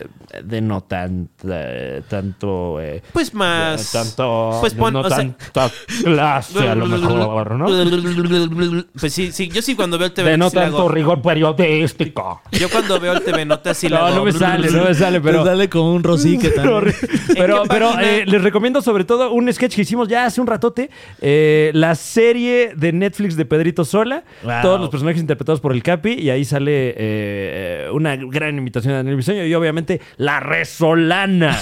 Speaker 2: de no tan, eh, tanto... eh,
Speaker 1: Pues más...
Speaker 2: tanto
Speaker 1: Pues pon-
Speaker 2: no
Speaker 1: o sea-
Speaker 2: tanta clase a lo mejor,
Speaker 1: (laughs)
Speaker 2: ¿no?
Speaker 1: Pues sí, sí, yo sí cuando veo el TV
Speaker 2: De no
Speaker 1: sí le hago-
Speaker 2: tanto rigor periodístico.
Speaker 1: Yo cuando veo el TV Notas sí le
Speaker 2: No,
Speaker 1: hago-
Speaker 2: no me sale, no me sale, pero...
Speaker 4: Te sale como
Speaker 2: (laughs)
Speaker 4: un rosique también.
Speaker 2: Mm. Pero,
Speaker 1: ¿En qué
Speaker 2: pero
Speaker 1: página?
Speaker 2: eh, les recomiendo sobre todo un sketch que hicimos ya hace un ratote, eh, la serie de Netflix de Pedrito Sola,
Speaker 4: Wow.
Speaker 2: todos los personajes interpretados por el Capi, y ahí sale eh, una gran imitación de Daniel Bisoño y obviamente la Resolana,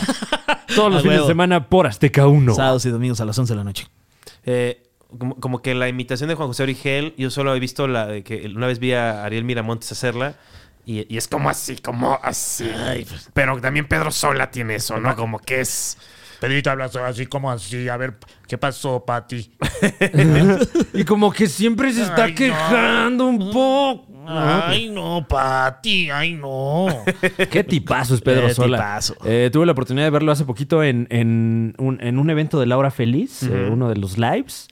Speaker 2: todos los
Speaker 4: A
Speaker 2: fines de
Speaker 4: huevo.
Speaker 2: semana por Azteca 1.
Speaker 4: Sábados y domingos a las 11 de la noche.
Speaker 1: Eh, como, como que la imitación de Juan José Origel, yo solo he visto la de que una vez vi a Ariel Miramontes hacerla. Y, y
Speaker 5: pues.
Speaker 1: es como así, como así. Pero también Pedro Sola tiene eso, ¿no? Como que es
Speaker 5: Pedrito habla así como así. A ver, ¿qué pasó, Pati?
Speaker 2: (laughs) Y como que siempre se está
Speaker 5: Ay, no.
Speaker 2: quejando un poco.
Speaker 5: Ay, no, Pati, ay, no.
Speaker 2: Qué tipazo (laughs) es Pedro
Speaker 4: Qué
Speaker 2: Sola.
Speaker 4: tipazo.
Speaker 2: Eh, tuve la oportunidad de verlo hace poquito en, en un, en un evento de Laura Feliz, eh, uno de los lives.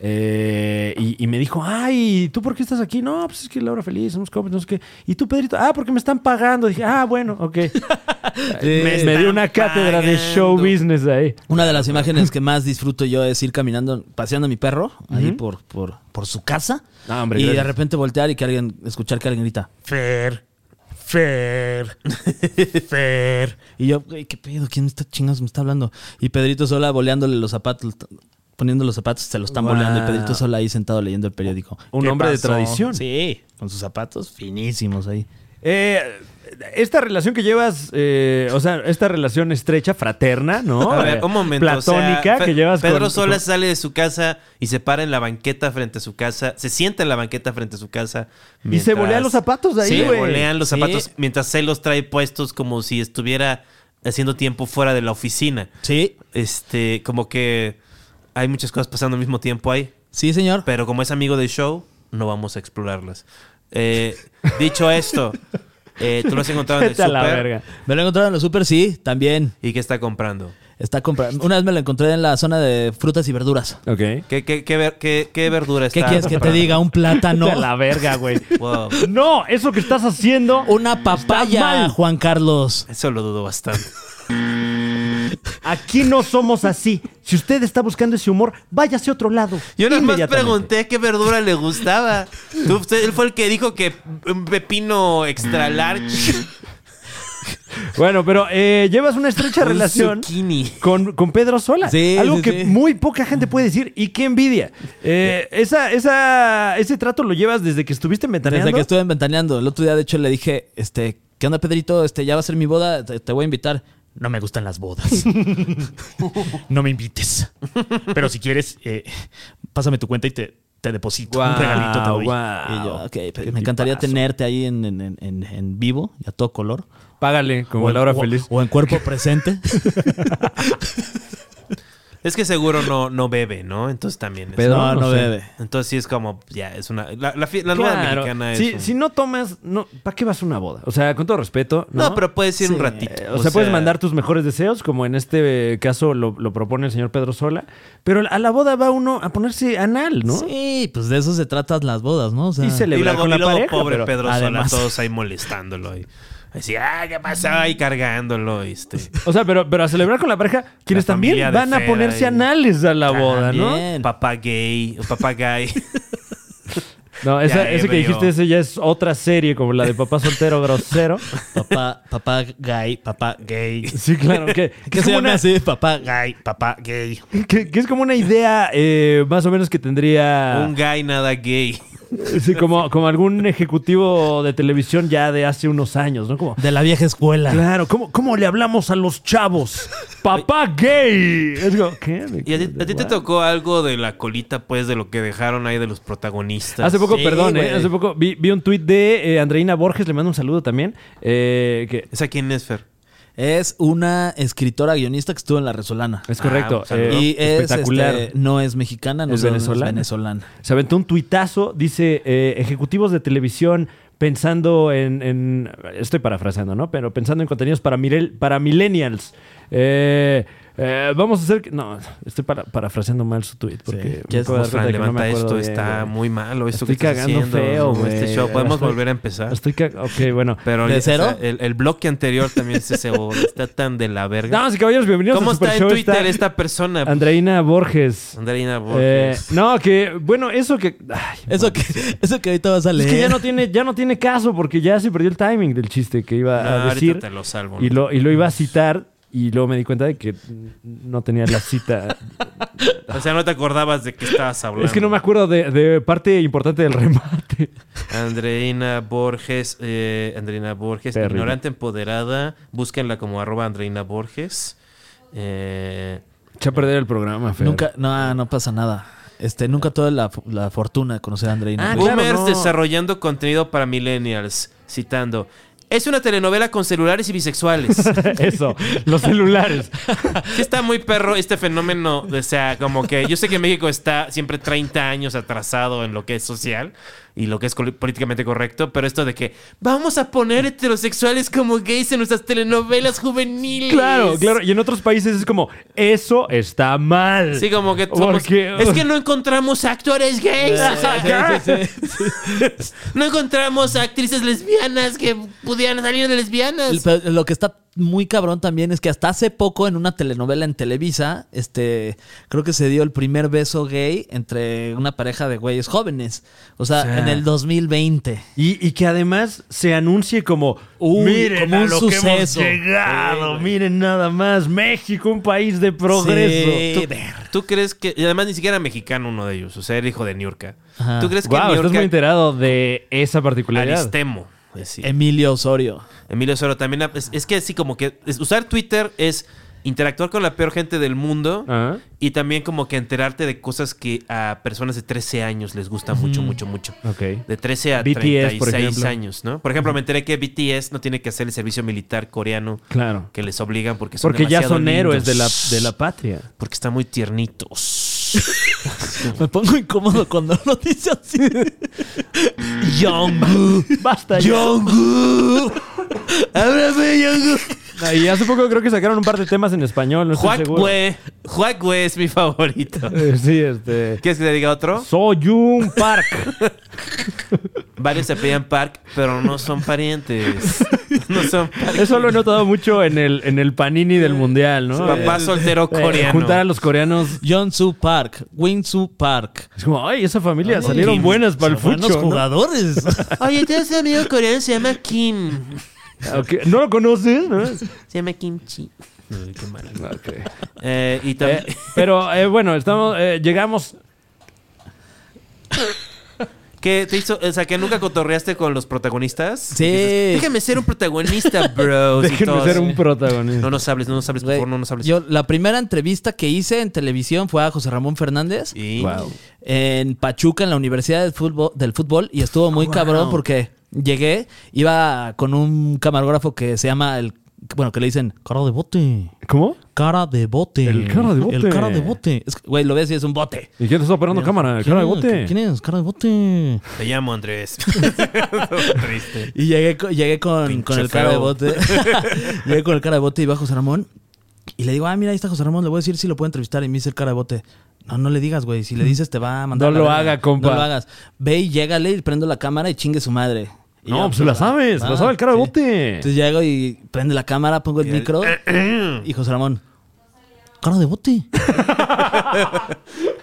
Speaker 2: Eh, y, y me dijo, ay, ¿tú por qué estás aquí? No, pues es que Laura Feliz, somos compas, no sé qué. Y tú, Pedrito, ah, porque me están pagando. Dije, ah, bueno, (laughs) ok. me, me dio una cátedra de show business ahí.
Speaker 4: Una de las imágenes que más disfruto yo es ir caminando, paseando a mi perro, ahí por, por, por su casa.
Speaker 2: Ah, hombre,
Speaker 4: y de
Speaker 2: gracias.
Speaker 4: repente voltear y que alguien, escuchar que alguien grita.
Speaker 5: Fer,
Speaker 7: (laughs)
Speaker 5: Fer, Fer.
Speaker 4: Y yo, güey, ¿qué pedo? ¿Quién está chingados me está hablando? Y Pedrito Sola boleándole los zapatos, t- poniendo los zapatos, se los están
Speaker 2: Wow.
Speaker 4: boleando. Y Pedrito Sola ahí sentado leyendo el periódico.
Speaker 2: Un
Speaker 5: ¿Qué
Speaker 2: hombre de
Speaker 5: pasó?
Speaker 2: tradición.
Speaker 4: Sí, con sus zapatos finísimos ahí.
Speaker 2: Eh, esta relación que llevas, eh, o sea, esta relación estrecha, fraterna, ¿no?
Speaker 1: A ver,
Speaker 2: Eh,
Speaker 1: un momento. o sea,
Speaker 2: Platónica
Speaker 1: Fe-
Speaker 2: que llevas
Speaker 1: Pedro
Speaker 2: con-
Speaker 1: Sola
Speaker 2: con-
Speaker 1: sale de su casa y se para en la banqueta frente a su casa. Se sienta en la banqueta frente a su casa.
Speaker 2: Y se volea los zapatos de ahí,
Speaker 1: Sí,
Speaker 2: güey.
Speaker 1: volean los
Speaker 4: Sí.
Speaker 1: zapatos mientras se los trae puestos como si estuviera haciendo tiempo fuera de la oficina.
Speaker 4: Sí,
Speaker 1: Este, como que hay muchas cosas pasando al mismo tiempo ahí.
Speaker 4: sí, señor.
Speaker 1: Pero como es amigo del show, no vamos a explorarlas. Eh, dicho esto, eh, tú lo has encontrado en
Speaker 2: (laughs)
Speaker 1: el
Speaker 2: Vete a la
Speaker 1: súper.
Speaker 2: verga.
Speaker 4: Me lo encontraron en los super, sí, también.
Speaker 1: ¿Y qué está comprando?
Speaker 4: Está comprando. Una vez me lo encontré en la zona de frutas y verduras.
Speaker 2: Ok.
Speaker 1: ¿Qué, qué, qué, ver- qué- qué verdura está
Speaker 4: ¿Qué quieres que te
Speaker 1: comprando?
Speaker 4: diga?
Speaker 2: (laughs)
Speaker 4: Un plátano.
Speaker 2: Vete a la verga, güey.
Speaker 1: Wow.
Speaker 2: No, eso que estás haciendo.
Speaker 4: Una
Speaker 2: mal.
Speaker 4: papaya, Juan Carlos.
Speaker 1: Eso lo dudo bastante.
Speaker 2: Aquí no somos así. Si usted está buscando ese humor, váyase a otro lado.
Speaker 1: Yo nada más
Speaker 2: Inmediatamente.
Speaker 1: pregunté qué verdura le gustaba. Tú, usted- él fue el que dijo que un pepino extra large.
Speaker 2: Bueno, pero eh, llevas una estrecha relación con, con Pedro Sola.
Speaker 4: Sí,
Speaker 2: Algo
Speaker 4: sí,
Speaker 2: que
Speaker 4: sí.
Speaker 2: muy poca gente puede decir y qué envidia. Eh, esa, esa, ese trato lo llevas desde que estuviste metaneando.
Speaker 4: Desde que estuve ventaneando. El otro día, de hecho, le dije, este, ¿qué onda, Pedrito? Este, ya va a ser mi boda, te, te voy a invitar. No me gustan las
Speaker 7: (laughs)
Speaker 4: bodas.
Speaker 5: No me invites. Pero si quieres, eh, pásame tu cuenta y te, te deposito. un
Speaker 2: Guau,
Speaker 5: regalito te doy.
Speaker 2: guau.
Speaker 4: y yo, Ah, ok,
Speaker 2: Qué
Speaker 4: me encantaría
Speaker 2: tipazo.
Speaker 4: tenerte ahí en, en- en- en- en vivo y a todo color.
Speaker 2: Págale, como
Speaker 4: en-
Speaker 2: la hora feliz.
Speaker 4: O en cuerpo presente.
Speaker 1: (laughs) Es que seguro no, no bebe, ¿no? Entonces también es.
Speaker 2: Pedro,
Speaker 4: no,
Speaker 2: no
Speaker 4: no
Speaker 2: sé.
Speaker 4: bebe.
Speaker 1: Entonces sí es como, ya, es una. La, la, fie- la nueva
Speaker 2: Claro.
Speaker 1: mexicana es.
Speaker 2: si,
Speaker 1: un-
Speaker 2: si no tomas, no, ¿para qué vas a una boda? O sea, con todo respeto. No,
Speaker 1: no, pero puedes ir un ratito.
Speaker 2: Eh, o, sea, puedes mandar tus mejores deseos, como en este eh, caso lo, lo propone el señor Pedro Sola, pero a la boda va uno a ponerse anal, ¿no?
Speaker 4: Sí, pues de eso se tratan las bodas, ¿no? O sea,
Speaker 2: Y
Speaker 1: Y
Speaker 2: celebrar
Speaker 1: luego,
Speaker 2: con la
Speaker 1: y luego
Speaker 2: pareja.
Speaker 1: pobre
Speaker 2: pero-
Speaker 1: Pedro
Speaker 4: además-
Speaker 1: Sola, todos ahí molestándolo. Y, así, ah, ¿qué pasa? Y cargándolo. y Este.
Speaker 2: O sea, pero, pero a celebrar con la pareja, quienes
Speaker 1: familia
Speaker 2: también
Speaker 1: de
Speaker 2: van a
Speaker 1: Fer
Speaker 2: ponerse
Speaker 1: ahí.
Speaker 2: anales a la boda, ¿no?
Speaker 4: Bien.
Speaker 1: Papá gay, o
Speaker 2: (laughs)
Speaker 1: papá gay.
Speaker 2: No, esa,
Speaker 1: Ya,
Speaker 2: ese que
Speaker 1: ebrio.
Speaker 2: dijiste, ese ya es otra serie, como la de Papá Soltero Grosero.
Speaker 4: Papá, papá gay, papá gay.
Speaker 2: Sí, claro, que, que,
Speaker 4: ¿Qué
Speaker 2: es,
Speaker 4: se (laughs)
Speaker 2: como
Speaker 4: llama
Speaker 2: una,
Speaker 4: así? Papá gay.
Speaker 5: Ay, papá gay.
Speaker 2: que- que es como una idea eh, más o menos que tendría
Speaker 1: Un gay nada gay.
Speaker 2: sí, como, como algún ejecutivo de televisión ya de hace unos años, ¿no? Como,
Speaker 4: De la vieja escuela.
Speaker 2: Claro, ¿cómo, cómo le hablamos a los chavos? ¡Papá gay! Es como, ¿qué?
Speaker 1: ¿Y a ti, a ti te tocó algo de la colita, pues, de lo que dejaron ahí de los protagonistas?
Speaker 2: Hace poco,
Speaker 4: Sí,
Speaker 2: perdón,
Speaker 4: güey.
Speaker 2: eh, hace poco vi, vi un tuit de eh, Andreina Borges, le mando un saludo también. eh, que
Speaker 1: ¿Esa quién es, Fer?
Speaker 4: Es una escritora guionista que estuvo en La Resolana.
Speaker 2: es correcto.
Speaker 1: Ah, un saludo.
Speaker 2: eh,
Speaker 4: y es,
Speaker 2: espectacular.
Speaker 4: este, no es mexicana, no
Speaker 2: Es
Speaker 4: sé dónde
Speaker 2: venezolana.
Speaker 4: es venezolana.
Speaker 2: Se aventó un tuitazo, dice, eh, ejecutivos de televisión pensando en, en- Estoy parafraseando, ¿no? Pero pensando en contenidos para, mirel- para millennials. Eh, eh, vamos a hacer... que- No, estoy para- parafraseando mal su tuit.
Speaker 4: Sí.
Speaker 2: Porque me acabo de
Speaker 4: Ya
Speaker 2: dar
Speaker 1: Vamos, Fran,
Speaker 2: cuenta que no me
Speaker 1: levanta
Speaker 2: acuerdo
Speaker 1: esto,
Speaker 2: bien,
Speaker 1: está
Speaker 2: güey.
Speaker 1: muy malo esto
Speaker 2: Estoy
Speaker 1: que estás
Speaker 2: cagando
Speaker 1: haciendo,
Speaker 2: feo,
Speaker 1: ¿no? Este
Speaker 2: güey.
Speaker 1: show, podemos
Speaker 2: Estoy-
Speaker 1: volver a empezar.
Speaker 2: Estoy ca- Ok, bueno.
Speaker 1: ¿Ah? Pero
Speaker 4: ¿De
Speaker 1: ya, o sea,
Speaker 4: cero?
Speaker 1: el, el bloque anterior también se cebó. Está tan de la verga.
Speaker 2: Damas y caballeros, bienvenidos
Speaker 1: ¿Cómo
Speaker 2: a Super
Speaker 1: está en
Speaker 2: Show.
Speaker 1: Twitter esta persona?
Speaker 2: Andreina Borges.
Speaker 1: Andreina
Speaker 2: Eh,
Speaker 1: Borges.
Speaker 2: no, que bueno, eso que. ay,
Speaker 4: Eso que, eso que ahorita vas a leer.
Speaker 2: es que
Speaker 1: Eh.
Speaker 2: ya no tiene, ya no tiene caso, porque ya se perdió el timing del chiste que iba
Speaker 1: No,
Speaker 2: a
Speaker 1: Ah, ahorita
Speaker 2: Ah, decir.
Speaker 1: te lo salvo.
Speaker 2: Y lo, y lo iba a citar, y luego me di cuenta de que no tenía la
Speaker 1: (laughs)
Speaker 2: cita.
Speaker 1: O sea, no te acordabas de qué estabas hablando.
Speaker 2: (laughs) es que no me acuerdo de, de parte importante del remate.
Speaker 1: Andreina Borges, eh, Andreina Borges,
Speaker 2: Terrible.
Speaker 1: ignorante empoderada, búsquenla como arroba Andreina Borges. Eh,
Speaker 2: Echa a perder el programa, Fer.
Speaker 4: Nunca, no, no pasa nada. Este, nunca tuve la, la fortuna de conocer a Andreina.
Speaker 2: Ah,
Speaker 4: Ruiz.
Speaker 2: claro,
Speaker 1: boomers
Speaker 2: no.
Speaker 1: desarrollando contenido para millennials, citando. Es una telenovela con celulares
Speaker 2: (laughs)
Speaker 1: y bisexuales. Sí
Speaker 2: (laughs) Eso, los celulares.
Speaker 1: está muy perro este fenómeno. O sea, como que yo sé que México está siempre 30 años atrasado en lo que es social y lo que es col- políticamente correcto, pero esto de que vamos a poner heterosexuales como gays en nuestras telenovelas juveniles.
Speaker 2: Claro, claro. Y en otros países es como, eso está mal.
Speaker 1: Sí, como que somos-
Speaker 2: Porque-
Speaker 1: Es que no encontramos
Speaker 2: (laughs)
Speaker 1: actores gays. o sea, no encontramos actrices lesbianas que pudieran salir de lesbianas.
Speaker 4: El- pero Lo que está muy cabrón también es que hasta hace poco en una telenovela en Televisa, este, creo que se dio el primer beso gay entre una pareja de güeyes jóvenes. O sea, en el 2020.
Speaker 2: Y, y que además se anuncie como,
Speaker 4: Uy,
Speaker 2: miren
Speaker 4: como
Speaker 2: a
Speaker 4: un
Speaker 2: lo que hemos
Speaker 4: suceso".
Speaker 2: llegado, miren nada más, México, un país de progreso.
Speaker 4: Sí,
Speaker 2: Tú-
Speaker 4: ver.
Speaker 1: ¿Tú crees que.? Y además ni siquiera era mexicano uno de ellos, o sea, era hijo de Niurka.
Speaker 4: Ajá.
Speaker 1: ¿Tú crees que
Speaker 2: Guau, estás muy
Speaker 1: Niurka.
Speaker 2: enterado de esa particularidad.
Speaker 1: Aristemo. eh, sí.
Speaker 4: Emilio Osorio.
Speaker 1: Emilio Soro también. Es, es que así como que. es- usar Twitter es interactuar con la peor gente del mundo.
Speaker 2: Ah.
Speaker 1: Y también como que enterarte de cosas que a personas de 13 años les gusta mucho, mucho, mucho.
Speaker 2: Ok.
Speaker 1: De 13 a
Speaker 2: BTS, por
Speaker 1: 36
Speaker 2: ejemplo.
Speaker 1: años, ¿no? Por ejemplo, me enteré que BTS no tiene que hacer el servicio militar coreano
Speaker 2: Claro.
Speaker 1: que les obligan porque son
Speaker 2: Porque ya
Speaker 1: demasiado
Speaker 2: son héroes de la,
Speaker 1: lindos.
Speaker 2: de la patria.
Speaker 1: Porque están muy tiernitos.
Speaker 4: Me pongo incómodo cuando lo dice así. Yongu.
Speaker 2: Basta
Speaker 4: Yongu. Ábrame, Yongu.
Speaker 2: Y hace poco creo que sacaron un par de temas en español, no estoy seguro.
Speaker 1: Huacue. Huacue es mi
Speaker 2: (laughs)
Speaker 1: favorito.
Speaker 2: Eh, Sí, este.
Speaker 1: ¿Quieres que te diga otro?
Speaker 2: Soyun
Speaker 1: (laughs)
Speaker 2: Park.
Speaker 1: Varios se pedían Park, pero no
Speaker 2: (laughs)
Speaker 1: son parientes. No son Park.
Speaker 2: Eso lo he notado mucho en el, en el panini del mundial, ¿no?
Speaker 1: Papá soltero
Speaker 2: Eh,
Speaker 1: coreano.
Speaker 2: juntar a los coreanos.
Speaker 4: Jonsu Park. Winsu Park.
Speaker 2: Es como, ay, esa familia salieron
Speaker 1: Kim,
Speaker 2: buenas para el
Speaker 4: Son buenos
Speaker 2: fucho. ¿no?
Speaker 4: jugadores.
Speaker 1: Oye, tienes un amigo coreano, se llama Kim.
Speaker 2: Ok, ¿No lo conoces? ¿no?
Speaker 1: Se llama Kimchi. Eh, y
Speaker 2: Eh,
Speaker 1: también...
Speaker 2: pero eh, bueno, estamos, eh, llegamos.
Speaker 1: ¿Qué te hizo? O sea, que nunca cotorreaste con los protagonistas.
Speaker 4: Sí.
Speaker 1: Dices, Déjame ser un
Speaker 4: (laughs)
Speaker 1: protagonista, bros. y
Speaker 2: Déjenme
Speaker 1: todos,
Speaker 2: ser un
Speaker 1: "Sí".
Speaker 2: protagonista.
Speaker 1: No nos hables, no nos hables, por
Speaker 4: Güey,
Speaker 1: favor, no nos hables.
Speaker 4: Yo, la primera entrevista que hice en televisión fue a José Ramón Fernández
Speaker 1: Y-
Speaker 2: Wow.
Speaker 4: en Pachuca, en la Universidad del Fútbol, del fútbol y estuvo
Speaker 2: Ah,
Speaker 4: muy
Speaker 1: Wow.
Speaker 4: cabrón porque llegué, iba con un camarógrafo que se llama el. Bueno, que le dicen cara de bote.
Speaker 2: ¿Cómo?
Speaker 4: Cara de bote.
Speaker 2: El cara de bote.
Speaker 4: El cara de bote. Es que, Güey, lo ves y es un bote.
Speaker 2: ¿Y quién te está operando cámara? ¿Cara de bote?
Speaker 4: ¿Quién es? Cara de bote.
Speaker 1: Te llamo
Speaker 4: (laughs)
Speaker 1: Andrés. (laughs) Triste.
Speaker 4: Y llegué, co- llegué con,
Speaker 1: Pinche
Speaker 4: con el cara de
Speaker 2: (laughs)
Speaker 1: feo.
Speaker 4: bote. (laughs) llegué con el cara de bote y va José Ramón. Y le digo, ah, mira, ahí está José Ramón, le voy a decir si lo puedo entrevistar. Y me dice el cara de bote. No, no le digas, güey. Si le dices, te va a mandar.
Speaker 2: Mm. No
Speaker 4: a la
Speaker 2: lo
Speaker 4: verga.
Speaker 2: haga, compa.
Speaker 4: No lo hagas. Ve y llégale y prendo la cámara y chingue su madre. Y
Speaker 2: No,
Speaker 4: yo, "Ah,
Speaker 2: pues la sabes, la
Speaker 4: va,
Speaker 2: sabe el cara de bote.
Speaker 4: Entonces llego y prende la cámara, pongo el micro.
Speaker 2: (clears throat)
Speaker 4: y José Ramón, cara
Speaker 2: (laughs)
Speaker 4: de bote.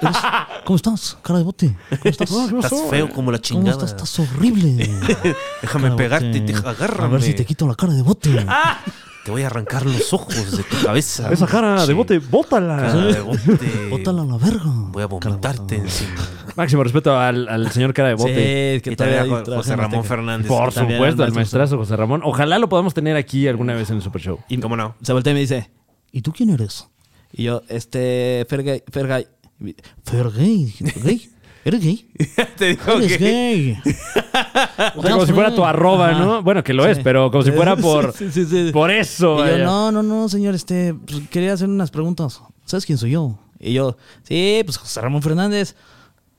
Speaker 4: Eres- ¿Cómo estás? Cara de bote. ¿Cómo estás? ¿Cómo
Speaker 1: Ah, Estás feo como la chingada.
Speaker 4: estás? Estás horrible.
Speaker 2: (laughs)
Speaker 1: Déjame
Speaker 4: Cara de
Speaker 1: pegarte y
Speaker 4: bote.
Speaker 1: te agárrame.
Speaker 4: Ah, A ver si te quito la cara
Speaker 1: (laughs)
Speaker 4: de bote.
Speaker 1: Te voy a arrancar los ojos de tu cabeza.
Speaker 2: Esa cara de
Speaker 1: Sí.
Speaker 2: bote, bótala.
Speaker 1: Cara de bote.
Speaker 4: Bótala a ¿eh? la verga.
Speaker 1: Voy a vomitarte encima.
Speaker 2: Máximo respeto al, al señor cara de bote.
Speaker 4: Sí, que
Speaker 1: Y
Speaker 4: todavía
Speaker 1: también a
Speaker 4: ahí
Speaker 1: Jo-
Speaker 4: trabaja
Speaker 1: José
Speaker 4: en
Speaker 1: Ramón
Speaker 4: Azteca.
Speaker 1: Fernández.
Speaker 2: Por
Speaker 4: También
Speaker 2: supuesto,
Speaker 4: el
Speaker 2: el maestrazo José Ramón. Ojalá lo podamos tener aquí alguna vez en el Super
Speaker 1: (laughs)
Speaker 2: Show.
Speaker 1: ¿Cómo
Speaker 4: (laughs)
Speaker 1: no?
Speaker 4: Se voltea y me dice, ¿y tú quién eres? Y yo, este, Fergay, Fergay. Fergay, ¿gay? ¿Eres gay?
Speaker 1: Te (laughs) dijo
Speaker 4: ¿Eres
Speaker 1: que...
Speaker 4: gay?
Speaker 2: (laughs) como si fuera tu arroba,
Speaker 4: Ajá.
Speaker 2: ¿no? Bueno, que lo es, pero como si fuera por,
Speaker 4: Sí, sí, sí.
Speaker 2: por
Speaker 4: Y
Speaker 2: eso.
Speaker 4: yo,
Speaker 2: vaya.
Speaker 4: no, no, no, señor, este, pues, quería hacer unas preguntas. ¿Sabes quién soy yo? Y yo, sí, pues José Ramón Fernández.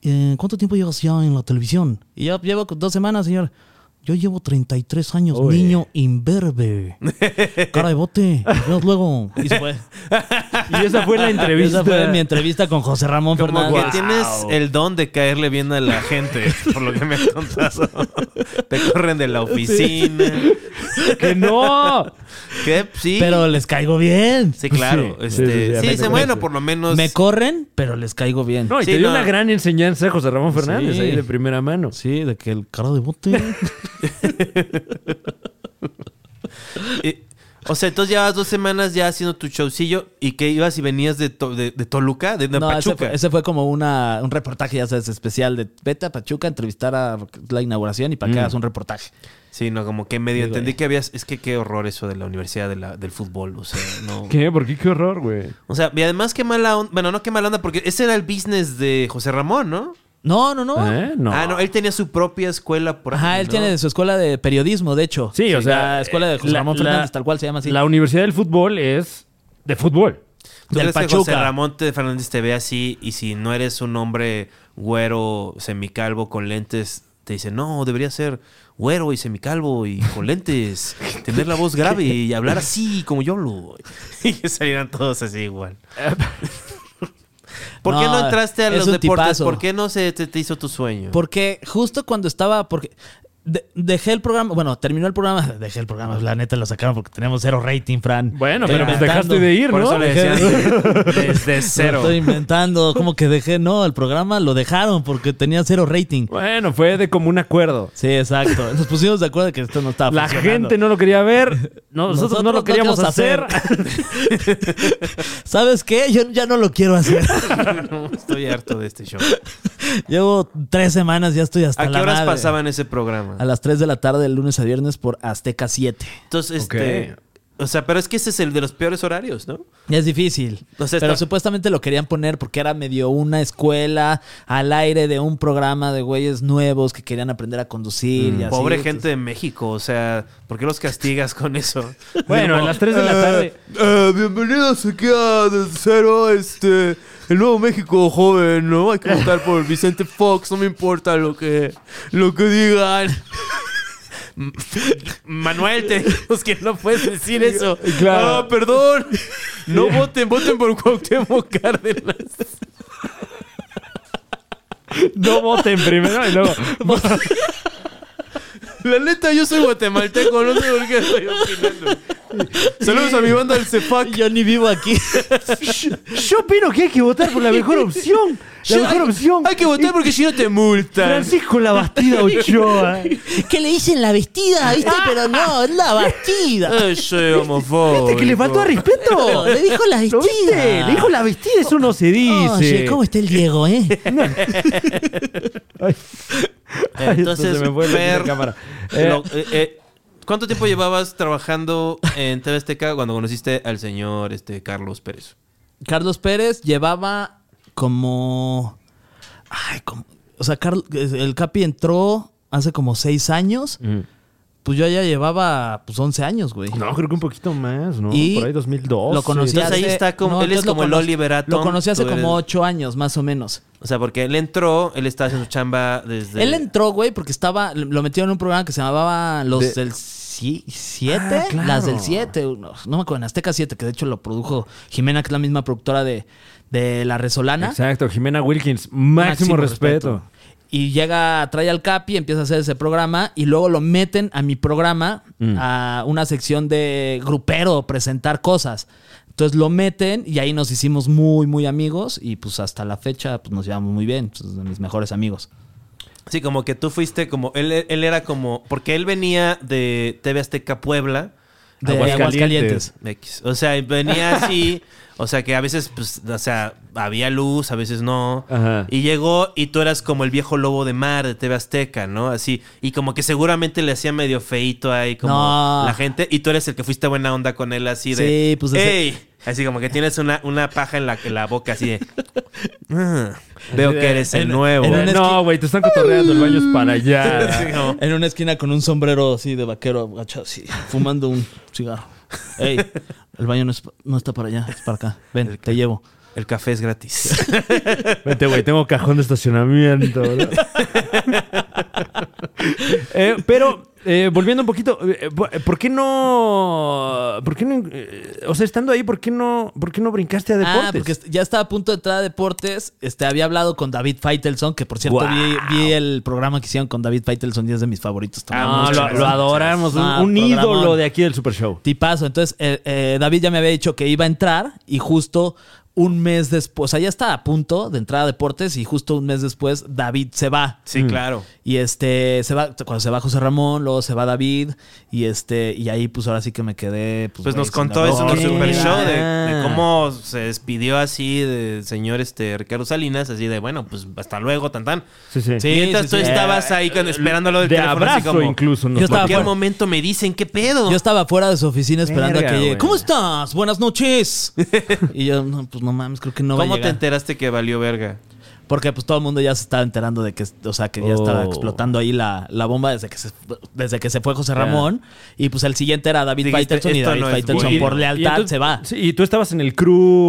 Speaker 4: Eh, ¿Cuánto tiempo llevas ya en la televisión? Y yo llevo dos semanas, señor. Yo llevo 33 años,
Speaker 2: Uy.
Speaker 4: niño imberbe. Cara de bote. Nos vemos luego. Y se fue.
Speaker 2: (laughs) Y esa fue la (laughs) entrevista.
Speaker 4: Esa fue mi entrevista con José Ramón
Speaker 1: Como
Speaker 4: Fernández.
Speaker 1: que tienes el don de caerle bien a la
Speaker 4: (laughs)
Speaker 1: gente, por lo que me has contado. Te corren de la oficina.
Speaker 2: ¡Que no!
Speaker 1: ¿Qué? Sí.
Speaker 4: Pero les caigo bien.
Speaker 1: sí, claro.
Speaker 2: Sí, sí,
Speaker 1: este,
Speaker 2: sí,
Speaker 1: sí,
Speaker 2: ya me
Speaker 1: dice,
Speaker 2: acordé.
Speaker 1: bueno, por lo menos.
Speaker 4: Me corren, pero les caigo bien.
Speaker 2: No, y
Speaker 1: Sí,
Speaker 2: te dio
Speaker 1: no.
Speaker 2: una gran enseñanza José Ramón Fernández
Speaker 4: Sí.
Speaker 2: ahí de primera mano.
Speaker 4: Sí, de que el cara de bote.
Speaker 1: eh, o sea, entonces llevas dos semanas ya haciendo tu showcillo y que ibas y venías de, To- de, de Toluca, de, de
Speaker 4: (laughs) No, ese
Speaker 1: Pachuca.
Speaker 4: fue, ese fue como una, un reportaje, ya sabes, especial de vete a Pachuca a entrevistar a la inauguración y
Speaker 2: Mm.
Speaker 4: para que hagas un reportaje.
Speaker 1: Sí, no, como que medio
Speaker 4: Sí, güey.
Speaker 1: entendí que habías. Es que qué horror eso de la universidad de la- del fútbol. O sea, no.
Speaker 2: ¿Qué? ¿Por qué? ¡Qué horror, güey!
Speaker 1: O sea, y además qué mala onda. Bueno, no qué mala onda, porque ese era el business de José Ramón, ¿no?
Speaker 4: No, no, no.
Speaker 2: ¿Eh? No.
Speaker 1: Ah, no, él tenía su propia escuela por ahí,
Speaker 4: Ajá, él
Speaker 1: ¿no?
Speaker 4: tiene su escuela de periodismo, de hecho.
Speaker 2: Sí, o sea, eh,
Speaker 4: La escuela de José
Speaker 2: la-
Speaker 4: Ramón
Speaker 2: la-
Speaker 4: Fernández, tal cual se llama así.
Speaker 2: La Universidad del Fútbol es de fútbol.
Speaker 1: ¿Tú
Speaker 4: del
Speaker 1: crees que José
Speaker 4: Pachuca.
Speaker 1: Ramón te- Fernández te ve así y si no eres un hombre güero, semicalvo, con lentes, te dice, no, debería ser güero y semicalvo y
Speaker 4: (laughs)
Speaker 1: con lentes, tener la voz grave y hablar así como yo
Speaker 4: (laughs)
Speaker 1: hablo? Y que salieran todos así igual. ¿Por qué no
Speaker 4: No,
Speaker 1: entraste a
Speaker 4: es
Speaker 1: los
Speaker 4: un
Speaker 1: deportes?
Speaker 4: tipazo.
Speaker 1: ¿Por qué no se te, te hizo tu sueño?
Speaker 4: Porque justo cuando estaba. Porque de- dejé el programa. Bueno, terminó el programa. (laughs) Dejé el programa. La neta lo sacaron porque tenemos cero rating, Fran.
Speaker 2: Bueno, pero
Speaker 4: Estoy
Speaker 2: pues
Speaker 4: inventando.
Speaker 2: dejaste de ir,
Speaker 1: Por
Speaker 2: ¿no?
Speaker 1: eso le
Speaker 2: Dejé-
Speaker 4: (laughs)
Speaker 1: decían desde cero.
Speaker 4: Estoy inventando. Como que dejé. No, el programa lo dejaron porque tenía cero rating.
Speaker 2: Bueno, fue de común acuerdo.
Speaker 4: Sí, exacto. Nos pusimos de acuerdo de que esto no estaba
Speaker 2: La
Speaker 4: funcionando.
Speaker 2: gente no lo quería ver, no- nosotros, no
Speaker 4: Nosotros
Speaker 2: lo
Speaker 4: no
Speaker 2: queríamos
Speaker 4: queremos
Speaker 2: hacer.
Speaker 4: (laughs) ¿Sabes qué? Yo ya no lo quiero hacer.
Speaker 1: (laughs) Estoy harto de este show.
Speaker 4: Llevo tres semanas, ya estoy hasta
Speaker 1: ¿A
Speaker 4: la
Speaker 1: qué horas
Speaker 4: madre.
Speaker 1: pasaban ese programa?
Speaker 4: A las 3 de la tarde, el lunes a viernes, por Azteca 7.
Speaker 1: Entonces, este. O sea, pero es que ese es el de los peores horarios, ¿no?
Speaker 4: Es difícil.
Speaker 1: O sea,
Speaker 4: pero
Speaker 1: está-
Speaker 4: supuestamente lo querían poner porque era medio una escuela al aire de un programa de güeyes nuevos que querían aprender a conducir. y así.
Speaker 1: Pobre
Speaker 4: Entonces-
Speaker 1: gente de México, o sea, ¿por qué los castigas con eso?
Speaker 2: (laughs) Bueno, a las 3 de la tarde.
Speaker 1: Eh, bienvenidos aquí a Cero, este, el Nuevo México joven, ¿no? Hay que votar por Vicente Fox, no me importa lo que, lo que digan. (laughs) Manuel, te dijimos que no puedes decir eso.
Speaker 2: Claro. (laughs)
Speaker 1: Ah, perdón. No voten, voten por Cuauhtémoc Cárdenas.
Speaker 2: (laughs) No voten primero y luego.
Speaker 1: La neta, yo soy guatemalteco, no sé por qué estoy opinando. Saludos a mi banda del Cefac.
Speaker 4: Yo ni vivo (laughs) aquí.
Speaker 2: Yo opino que hay que votar por la mejor opción. La mejor opción.
Speaker 1: Hay que votar porque si no te multan.
Speaker 2: Francisco Labastida Ochoa.
Speaker 4: que le dicen la vestida, Ah, ¿viste? Pero no, es la bastida.
Speaker 1: Ay, soy homofóbico.
Speaker 2: ¿Viste Este, que le faltó a
Speaker 4: (laughs)
Speaker 2: respeto?
Speaker 4: le dijo la
Speaker 2: ¿Lo viste?
Speaker 4: vestida.
Speaker 2: Le dijo la vestida, eso no se dice.
Speaker 4: Oye, ¿cómo está el Diego, eh?
Speaker 2: Ay, ay,
Speaker 1: Entonces,
Speaker 2: se me fue la
Speaker 1: Fer,
Speaker 2: cámara. Eh,
Speaker 1: Lo- eh, eh, ¿Cuánto tiempo llevabas trabajando en TV Azteca cuando conociste al señor este, Carlos Pérez?
Speaker 4: (laughs) Carlos Pérez llevaba como. Ay, como. O sea, Carl- el Capi entró hace como seis años.
Speaker 1: Mm.
Speaker 4: Pues yo ya llevaba pues 11 años, güey.
Speaker 2: No, creo que un poquito más, ¿no?
Speaker 4: Y
Speaker 2: Por ahí 2002.
Speaker 4: Lo conocí
Speaker 1: Entonces ahí
Speaker 4: hace-
Speaker 1: está como- él es
Speaker 4: entonces lo
Speaker 1: como el
Speaker 4: cono-
Speaker 1: Oliver Atom,
Speaker 4: Lo conocí hace
Speaker 1: tú eres-
Speaker 4: como ocho años, más o menos.
Speaker 1: O sea, porque él entró, él estaba haciendo su chamba desde.
Speaker 4: Él entró, güey, porque estaba. Lo metieron en un programa que se llamaba Los del 7. Las del 7. No, no me acuerdo, en Azteca 7, que de hecho lo produjo Jimena, que es la misma productora de, de La Resolana.
Speaker 2: Exacto, Jimena Wilkins. Máximo, respeto.
Speaker 4: Y llega, trae al Capi, empieza a hacer ese programa y luego lo meten a mi programa, a una sección de grupero, presentar cosas. Entonces lo meten y ahí nos hicimos muy, muy amigos y pues hasta la fecha pues, nos llevamos muy bien, pues, de mis mejores amigos.
Speaker 1: Sí, como que tú fuiste como. Él, él era como. Porque él venía de TV Azteca Puebla.
Speaker 4: De
Speaker 2: Aguascalientes.
Speaker 4: Aguascalientes.
Speaker 1: X. O sea,
Speaker 4: (laughs)
Speaker 1: venía así. O sea, que a veces, pues, o sea, había luz, a veces no.
Speaker 2: Ajá.
Speaker 1: Y llegó y tú eras como el viejo lobo de mar de TV Azteca, ¿no? Así. Y como que seguramente le hacía medio feito ahí, como
Speaker 4: No.
Speaker 1: la gente. Y tú eres el que fuiste buena onda con él, así de.
Speaker 4: Sí, pues, de-
Speaker 1: ¡Ey! Así como que tienes una, una paja en la, en la boca, así de. "Ah, veo que eres el nuevo.
Speaker 4: en una
Speaker 2: No,
Speaker 4: esquina-
Speaker 2: güey, te están cotorreando. El baño es para allá.
Speaker 4: (laughs)
Speaker 1: Así como,
Speaker 4: En una esquina con un sombrero así de vaquero, agachado, así, fumando un cigarro. Ey, el baño no, es- no está para allá, es para acá. Ven, te llevo.
Speaker 1: el café es gratis.
Speaker 4: (laughs)
Speaker 2: Vente, güey, tengo cajón de estacionamiento.
Speaker 4: (laughs)
Speaker 2: ¿no? Eh, pero, eh, volviendo un poquito, eh, ¿por por qué no... ¿Por qué no... eh, o sea, estando ahí, ¿por qué no, por qué no brincaste a deportes?
Speaker 4: Ah, porque est- ya estaba a punto de entrar a deportes. Este, había hablado con David Feitelson, que por cierto
Speaker 2: Guau.
Speaker 4: vi, vi el programa que hicieron con David Feitelson y es de mis favoritos también.
Speaker 2: Ah,
Speaker 4: Mucho
Speaker 2: lo,
Speaker 4: gusto.
Speaker 2: lo adoramos. un-
Speaker 4: Ah,
Speaker 2: un
Speaker 4: programón.
Speaker 2: ídolo de aquí del Super Show.
Speaker 4: Tipazo. Entonces, eh, eh, David ya me había dicho que iba a entrar y justo un mes después, o sea, ya estaba a punto de entrar a deportes y justo un mes después David se va.
Speaker 1: Sí, claro.
Speaker 4: Y este, se va, cuando se va José Ramón, luego se va David y este, y ahí pues ahora sí que me quedé. Pues,
Speaker 1: Pues
Speaker 4: güey,
Speaker 1: nos
Speaker 4: sin
Speaker 1: contó
Speaker 4: labor.
Speaker 1: eso en el
Speaker 2: Ok.
Speaker 1: super show de,
Speaker 2: Ah.
Speaker 1: de cómo se despidió así del señor este Ricardo Salinas, así de bueno, pues hasta luego, tan tan.
Speaker 2: Sí, sí.
Speaker 4: Sí,
Speaker 1: Mientras
Speaker 4: sí, Eh,
Speaker 1: tú
Speaker 4: sí.
Speaker 1: estabas ahí con- esperándolo del
Speaker 2: de
Speaker 1: teléfono, así
Speaker 2: abrazo
Speaker 1: como,
Speaker 2: incluso. nos
Speaker 4: Yo
Speaker 1: ¿En
Speaker 4: estaba
Speaker 1: qué
Speaker 4: fuera.
Speaker 1: momento me dicen qué pedo?
Speaker 4: Yo estaba fuera de su oficina esperando
Speaker 2: Verga,
Speaker 4: a que llegue.
Speaker 2: güey.
Speaker 1: (laughs)
Speaker 4: ¿Cómo estás? Buenas noches. y yo, no, pues no mames, creo que no va a
Speaker 1: ¿Cómo te
Speaker 4: llegar.
Speaker 1: enteraste que valió verga?
Speaker 4: Porque pues todo el mundo ya se estaba enterando de que, o sea, que ya estaba
Speaker 2: Oh.
Speaker 4: explotando ahí la, la bomba desde que se, desde que se fue José Ramón. Y pues el siguiente era David
Speaker 1: Dijiste,
Speaker 4: Faitelson y
Speaker 1: "Esto
Speaker 4: David
Speaker 1: no es
Speaker 4: Faitelson
Speaker 1: bueno".
Speaker 4: por lealtad
Speaker 2: Y entonces-
Speaker 4: se va.
Speaker 2: Sí, y tú estabas en el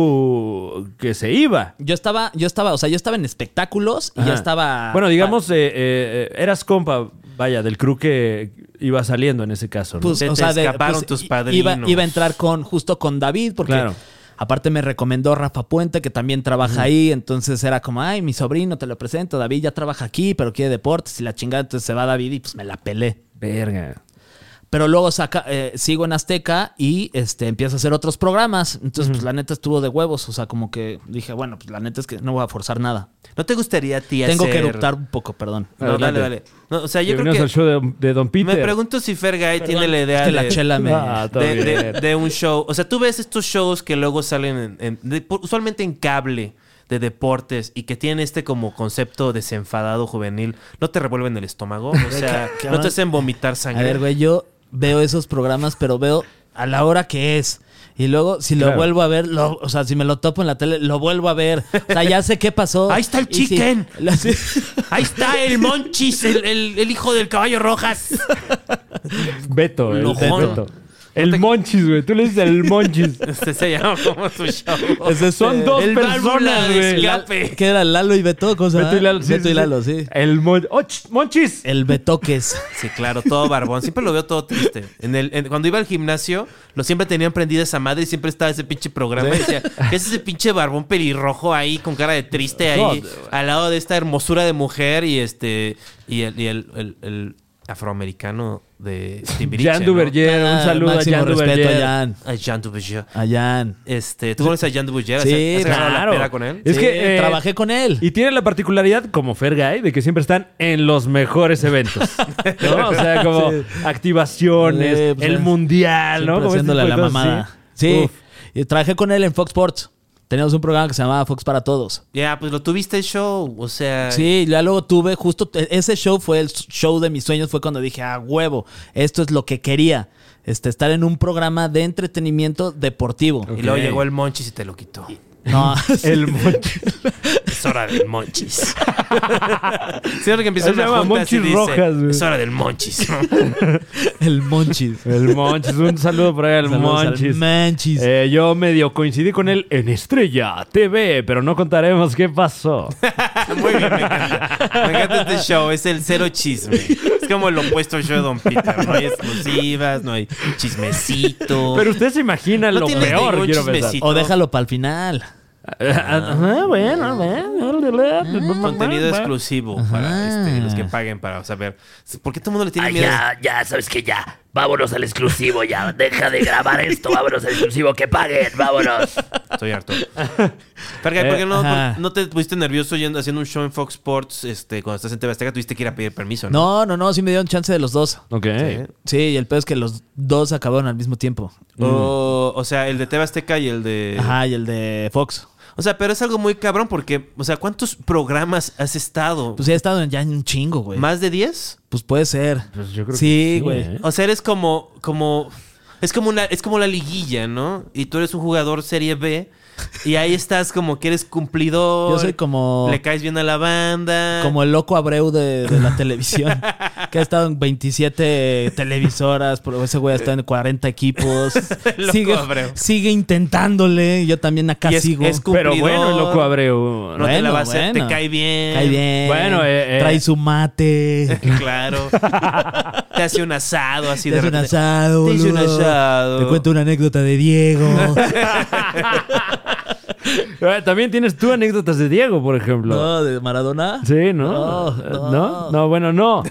Speaker 2: crew que se iba.
Speaker 4: Yo estaba, yo estaba, o sea, yo estaba en espectáculos y
Speaker 2: Ajá.
Speaker 4: ya estaba.
Speaker 2: Bueno, digamos, eh, eh, eh, eras compa, vaya, del crew que iba saliendo en ese caso. ¿no?
Speaker 4: Pues,
Speaker 1: Se te escaparon tus
Speaker 4: i-
Speaker 1: padrinos.
Speaker 4: Iba, iba a entrar con, justo con David, porque
Speaker 2: Claro.
Speaker 4: aparte me recomendó Rafa Puente, que también trabaja ahí. Entonces era como, ay, mi sobrino, te lo presento. David ya trabaja aquí, pero quiere deportes y la chingada. Entonces se va David y pues me la pelé.
Speaker 2: Verga.
Speaker 4: Pero luego saca, eh, sigo en Azteca y este, empiezo a hacer otros programas. Entonces, pues la neta estuvo de huevos. O sea, como que dije, bueno, pues la neta es que no voy a forzar nada.
Speaker 1: ¿No te gustaría a ti
Speaker 4: Tengo que
Speaker 1: hacer-
Speaker 4: eruptar un poco, perdón.
Speaker 1: No, dale,
Speaker 2: Adelante.
Speaker 1: dale. No, o sea, yo creo
Speaker 2: Bienvenidos al
Speaker 1: que...
Speaker 2: show de, de Don Peter.
Speaker 1: Me pregunto si Fergay tiene la idea
Speaker 4: Es que la
Speaker 1: de-
Speaker 4: chela me.
Speaker 2: Ah, todo
Speaker 1: de, de-
Speaker 2: bien.
Speaker 1: de un show. O sea, tú ves estos shows que luego salen en- en- de- usualmente en cable de deportes y que tienen este como concepto desenfadado juvenil. ¿No te revuelven el estómago? O
Speaker 4: (laughs)
Speaker 1: sea, ¿no te hacen vomitar sangre?
Speaker 4: A ver, güey, yo veo esos programas, pero veo a la hora que es. Y luego, si lo
Speaker 2: Claro.
Speaker 4: vuelvo a ver, lo- o sea, si me lo topo en la tele, lo vuelvo a ver. O sea, ya sé qué pasó.
Speaker 1: Ahí está el
Speaker 4: Y si-
Speaker 1: chicken.
Speaker 4: la- (laughs) sí.
Speaker 1: Ahí está el Monchis, el, el- el hijo del caballo
Speaker 4: (laughs)
Speaker 1: rojas.
Speaker 2: Beto, el,
Speaker 1: Lojón.
Speaker 2: de Beto. El Monchis, güey. Tú le dices el Monchis.
Speaker 1: Este se llama como su show.
Speaker 4: Es este-
Speaker 2: Son dos
Speaker 1: el válvula
Speaker 2: personas,
Speaker 1: de
Speaker 2: güey.
Speaker 1: escape.
Speaker 2: (laughs)
Speaker 4: ¿Qué era Lalo y Beto? ¿Cómo se
Speaker 2: Beto y
Speaker 4: llama?
Speaker 2: Lalo, sí,
Speaker 4: Beto
Speaker 2: sí,
Speaker 4: y Lalo,
Speaker 2: sí.
Speaker 4: sí. Eh,
Speaker 2: El Mon- ¡Oh, ch- Monchis.
Speaker 4: El Betoques.
Speaker 1: Sí, claro, todo barbón. Siempre lo veo todo triste. En el, en- cuando iba al gimnasio, lo siempre tenían prendida esa madre y siempre estaba ese pinche programa. Y decía, ¿qué es ese pinche barbón pelirrojo ahí con cara de triste ahí al lado de esta hermosura de mujer y este y el, y el- el- el afroamericano de Timbiriche?
Speaker 2: Jan
Speaker 1: ¿no?
Speaker 2: Duverger, un
Speaker 4: Ah,
Speaker 2: saludo a
Speaker 4: máximo
Speaker 2: Jan
Speaker 4: respeto
Speaker 2: Duverger.
Speaker 4: a Jan.
Speaker 1: Ah, Jean Duverger.
Speaker 4: A Jan.
Speaker 1: Este, ¿Tú conoces a Jean Duverger? ¿Has-
Speaker 4: Sí,
Speaker 1: has agarrado
Speaker 2: claro.
Speaker 1: la peda con él?
Speaker 2: Es
Speaker 4: Sí,
Speaker 2: que, eh,
Speaker 4: trabajé con él.
Speaker 2: Y tiene la particularidad, como Fergay, de que siempre están en los mejores eventos. ¿no? O sea, como activaciones,
Speaker 4: Sí, pues,
Speaker 2: el
Speaker 4: es-
Speaker 2: mundial, ¿no?
Speaker 4: Siempre
Speaker 2: Como este
Speaker 4: haciéndole
Speaker 2: tipo
Speaker 4: la
Speaker 2: de cosas,
Speaker 4: mamada.
Speaker 2: Sí.
Speaker 4: Sí.
Speaker 2: Uf.
Speaker 4: Y trabajé con él en Fox Sports. Teníamos un programa que se llamaba Fox para Todos.
Speaker 1: Ya, pues lo tuviste el show. O sea,
Speaker 4: Sí, ya luego tuve justo e, ese show fue el show de mis sueños, fue cuando dije, "Ah, huevo, esto es lo que quería." Este estar en un programa de entretenimiento deportivo.
Speaker 1: y luego llegó el Monchis y te lo quitó.
Speaker 4: No,
Speaker 2: (laughs) El Monchis.
Speaker 1: Es hora del (laughs) monchis. Siempre que empieza
Speaker 2: Se
Speaker 1: una
Speaker 2: llama
Speaker 1: junta
Speaker 2: Monchis
Speaker 1: así dice,
Speaker 2: Rojas, güey.
Speaker 1: es hora del (laughs) monchis.
Speaker 4: el Monchis.
Speaker 2: El Monchis. Un saludo por ahí al
Speaker 4: Saludos al
Speaker 2: Monchis.
Speaker 4: Monchis.
Speaker 2: Eh, yo medio coincidí con él en Estrella TV, pero no contaremos qué pasó.
Speaker 1: Muy bien, me encanta. Me encanta este show. Es el cero chisme. Es como el opuesto al show de Don Peter. No hay exclusivas, no hay chismecito.
Speaker 2: Pero usted se imagina
Speaker 1: No
Speaker 2: lo
Speaker 1: tienes
Speaker 2: peor,
Speaker 1: ningún
Speaker 2: quiero pensar.
Speaker 1: chismecito.
Speaker 4: o déjalo para el final.
Speaker 2: Ah, bueno, bueno.
Speaker 1: Contenido exclusivo para este, los que paguen para saber. ¿Por qué todo el mundo le tiene
Speaker 7: Ay,
Speaker 1: miedo?
Speaker 7: ya, ya, sabes que ya. Vámonos al exclusivo ya. Deja de grabar esto. Vámonos al exclusivo. Que paguen. Vámonos.
Speaker 1: Estoy harto. Fergay,
Speaker 2: Eh,
Speaker 1: ¿por qué no,
Speaker 4: ajá.
Speaker 1: por- no te pusiste nervioso yendo, haciendo un show en Fox Sports este, cuando estás en TV Azteca? Tuviste que ir a pedir permiso, ¿no?
Speaker 4: No, no, no, sí me dieron chance de los dos.
Speaker 2: Ok.
Speaker 4: Sí, y el peor es que los dos acabaron al mismo tiempo.
Speaker 1: O, o sea, el de TV Azteca y el
Speaker 2: Eh.
Speaker 1: de...
Speaker 4: Ajá, y el de Fox.
Speaker 1: O sea, pero es algo muy cabrón porque, o sea, ¿cuántos programas has estado?
Speaker 4: Pues ya he estado en- ya en un chingo, güey.
Speaker 1: ¿Más de 10?
Speaker 4: Pues puede ser.
Speaker 2: yo creo que
Speaker 4: sí,
Speaker 2: sí,
Speaker 4: güey.
Speaker 2: ¿eh?
Speaker 1: O sea, eres como, como, es como una, es como la liguilla, ¿no? Y tú eres un jugador Serie B y ahí estás como que eres cumplidor.
Speaker 4: Yo soy como-
Speaker 1: Le caes bien a la banda.
Speaker 4: Como el loco Abreu de, de
Speaker 1: (laughs)
Speaker 4: la televisión, que ha estado en 27 televisoras, pero ese güey ha estado en 40
Speaker 1: (laughs)
Speaker 4: equipos.
Speaker 1: Loco
Speaker 4: sigue,
Speaker 1: Abreu.
Speaker 4: sigue intentándole, yo también acá
Speaker 1: Y es-
Speaker 4: sigo.
Speaker 1: es cumplidor.
Speaker 2: Pero bueno, el loco Abreu.
Speaker 1: No te la
Speaker 4: Bueno,
Speaker 1: va a hacer,
Speaker 4: bueno.
Speaker 1: te cae bien.
Speaker 4: Cae bien.
Speaker 2: Bueno, eh, eh.
Speaker 4: trae
Speaker 1: (laughs)
Speaker 4: su mate.
Speaker 1: Claro.
Speaker 4: (laughs)
Speaker 1: te hace un asado así
Speaker 4: te
Speaker 1: de
Speaker 4: hace un
Speaker 1: repente.
Speaker 4: asado,
Speaker 1: Te hice un
Speaker 4: boludo.
Speaker 1: asado.
Speaker 4: Te cuento una anécdota de Diego.
Speaker 1: (laughs)
Speaker 2: Eh, También tienes tú anécdotas de Diego, por ejemplo.
Speaker 4: no, de Maradona.
Speaker 2: Sí, ¿no?
Speaker 4: No,
Speaker 2: Eh,
Speaker 4: no.
Speaker 2: No, No, bueno, (laughs) no.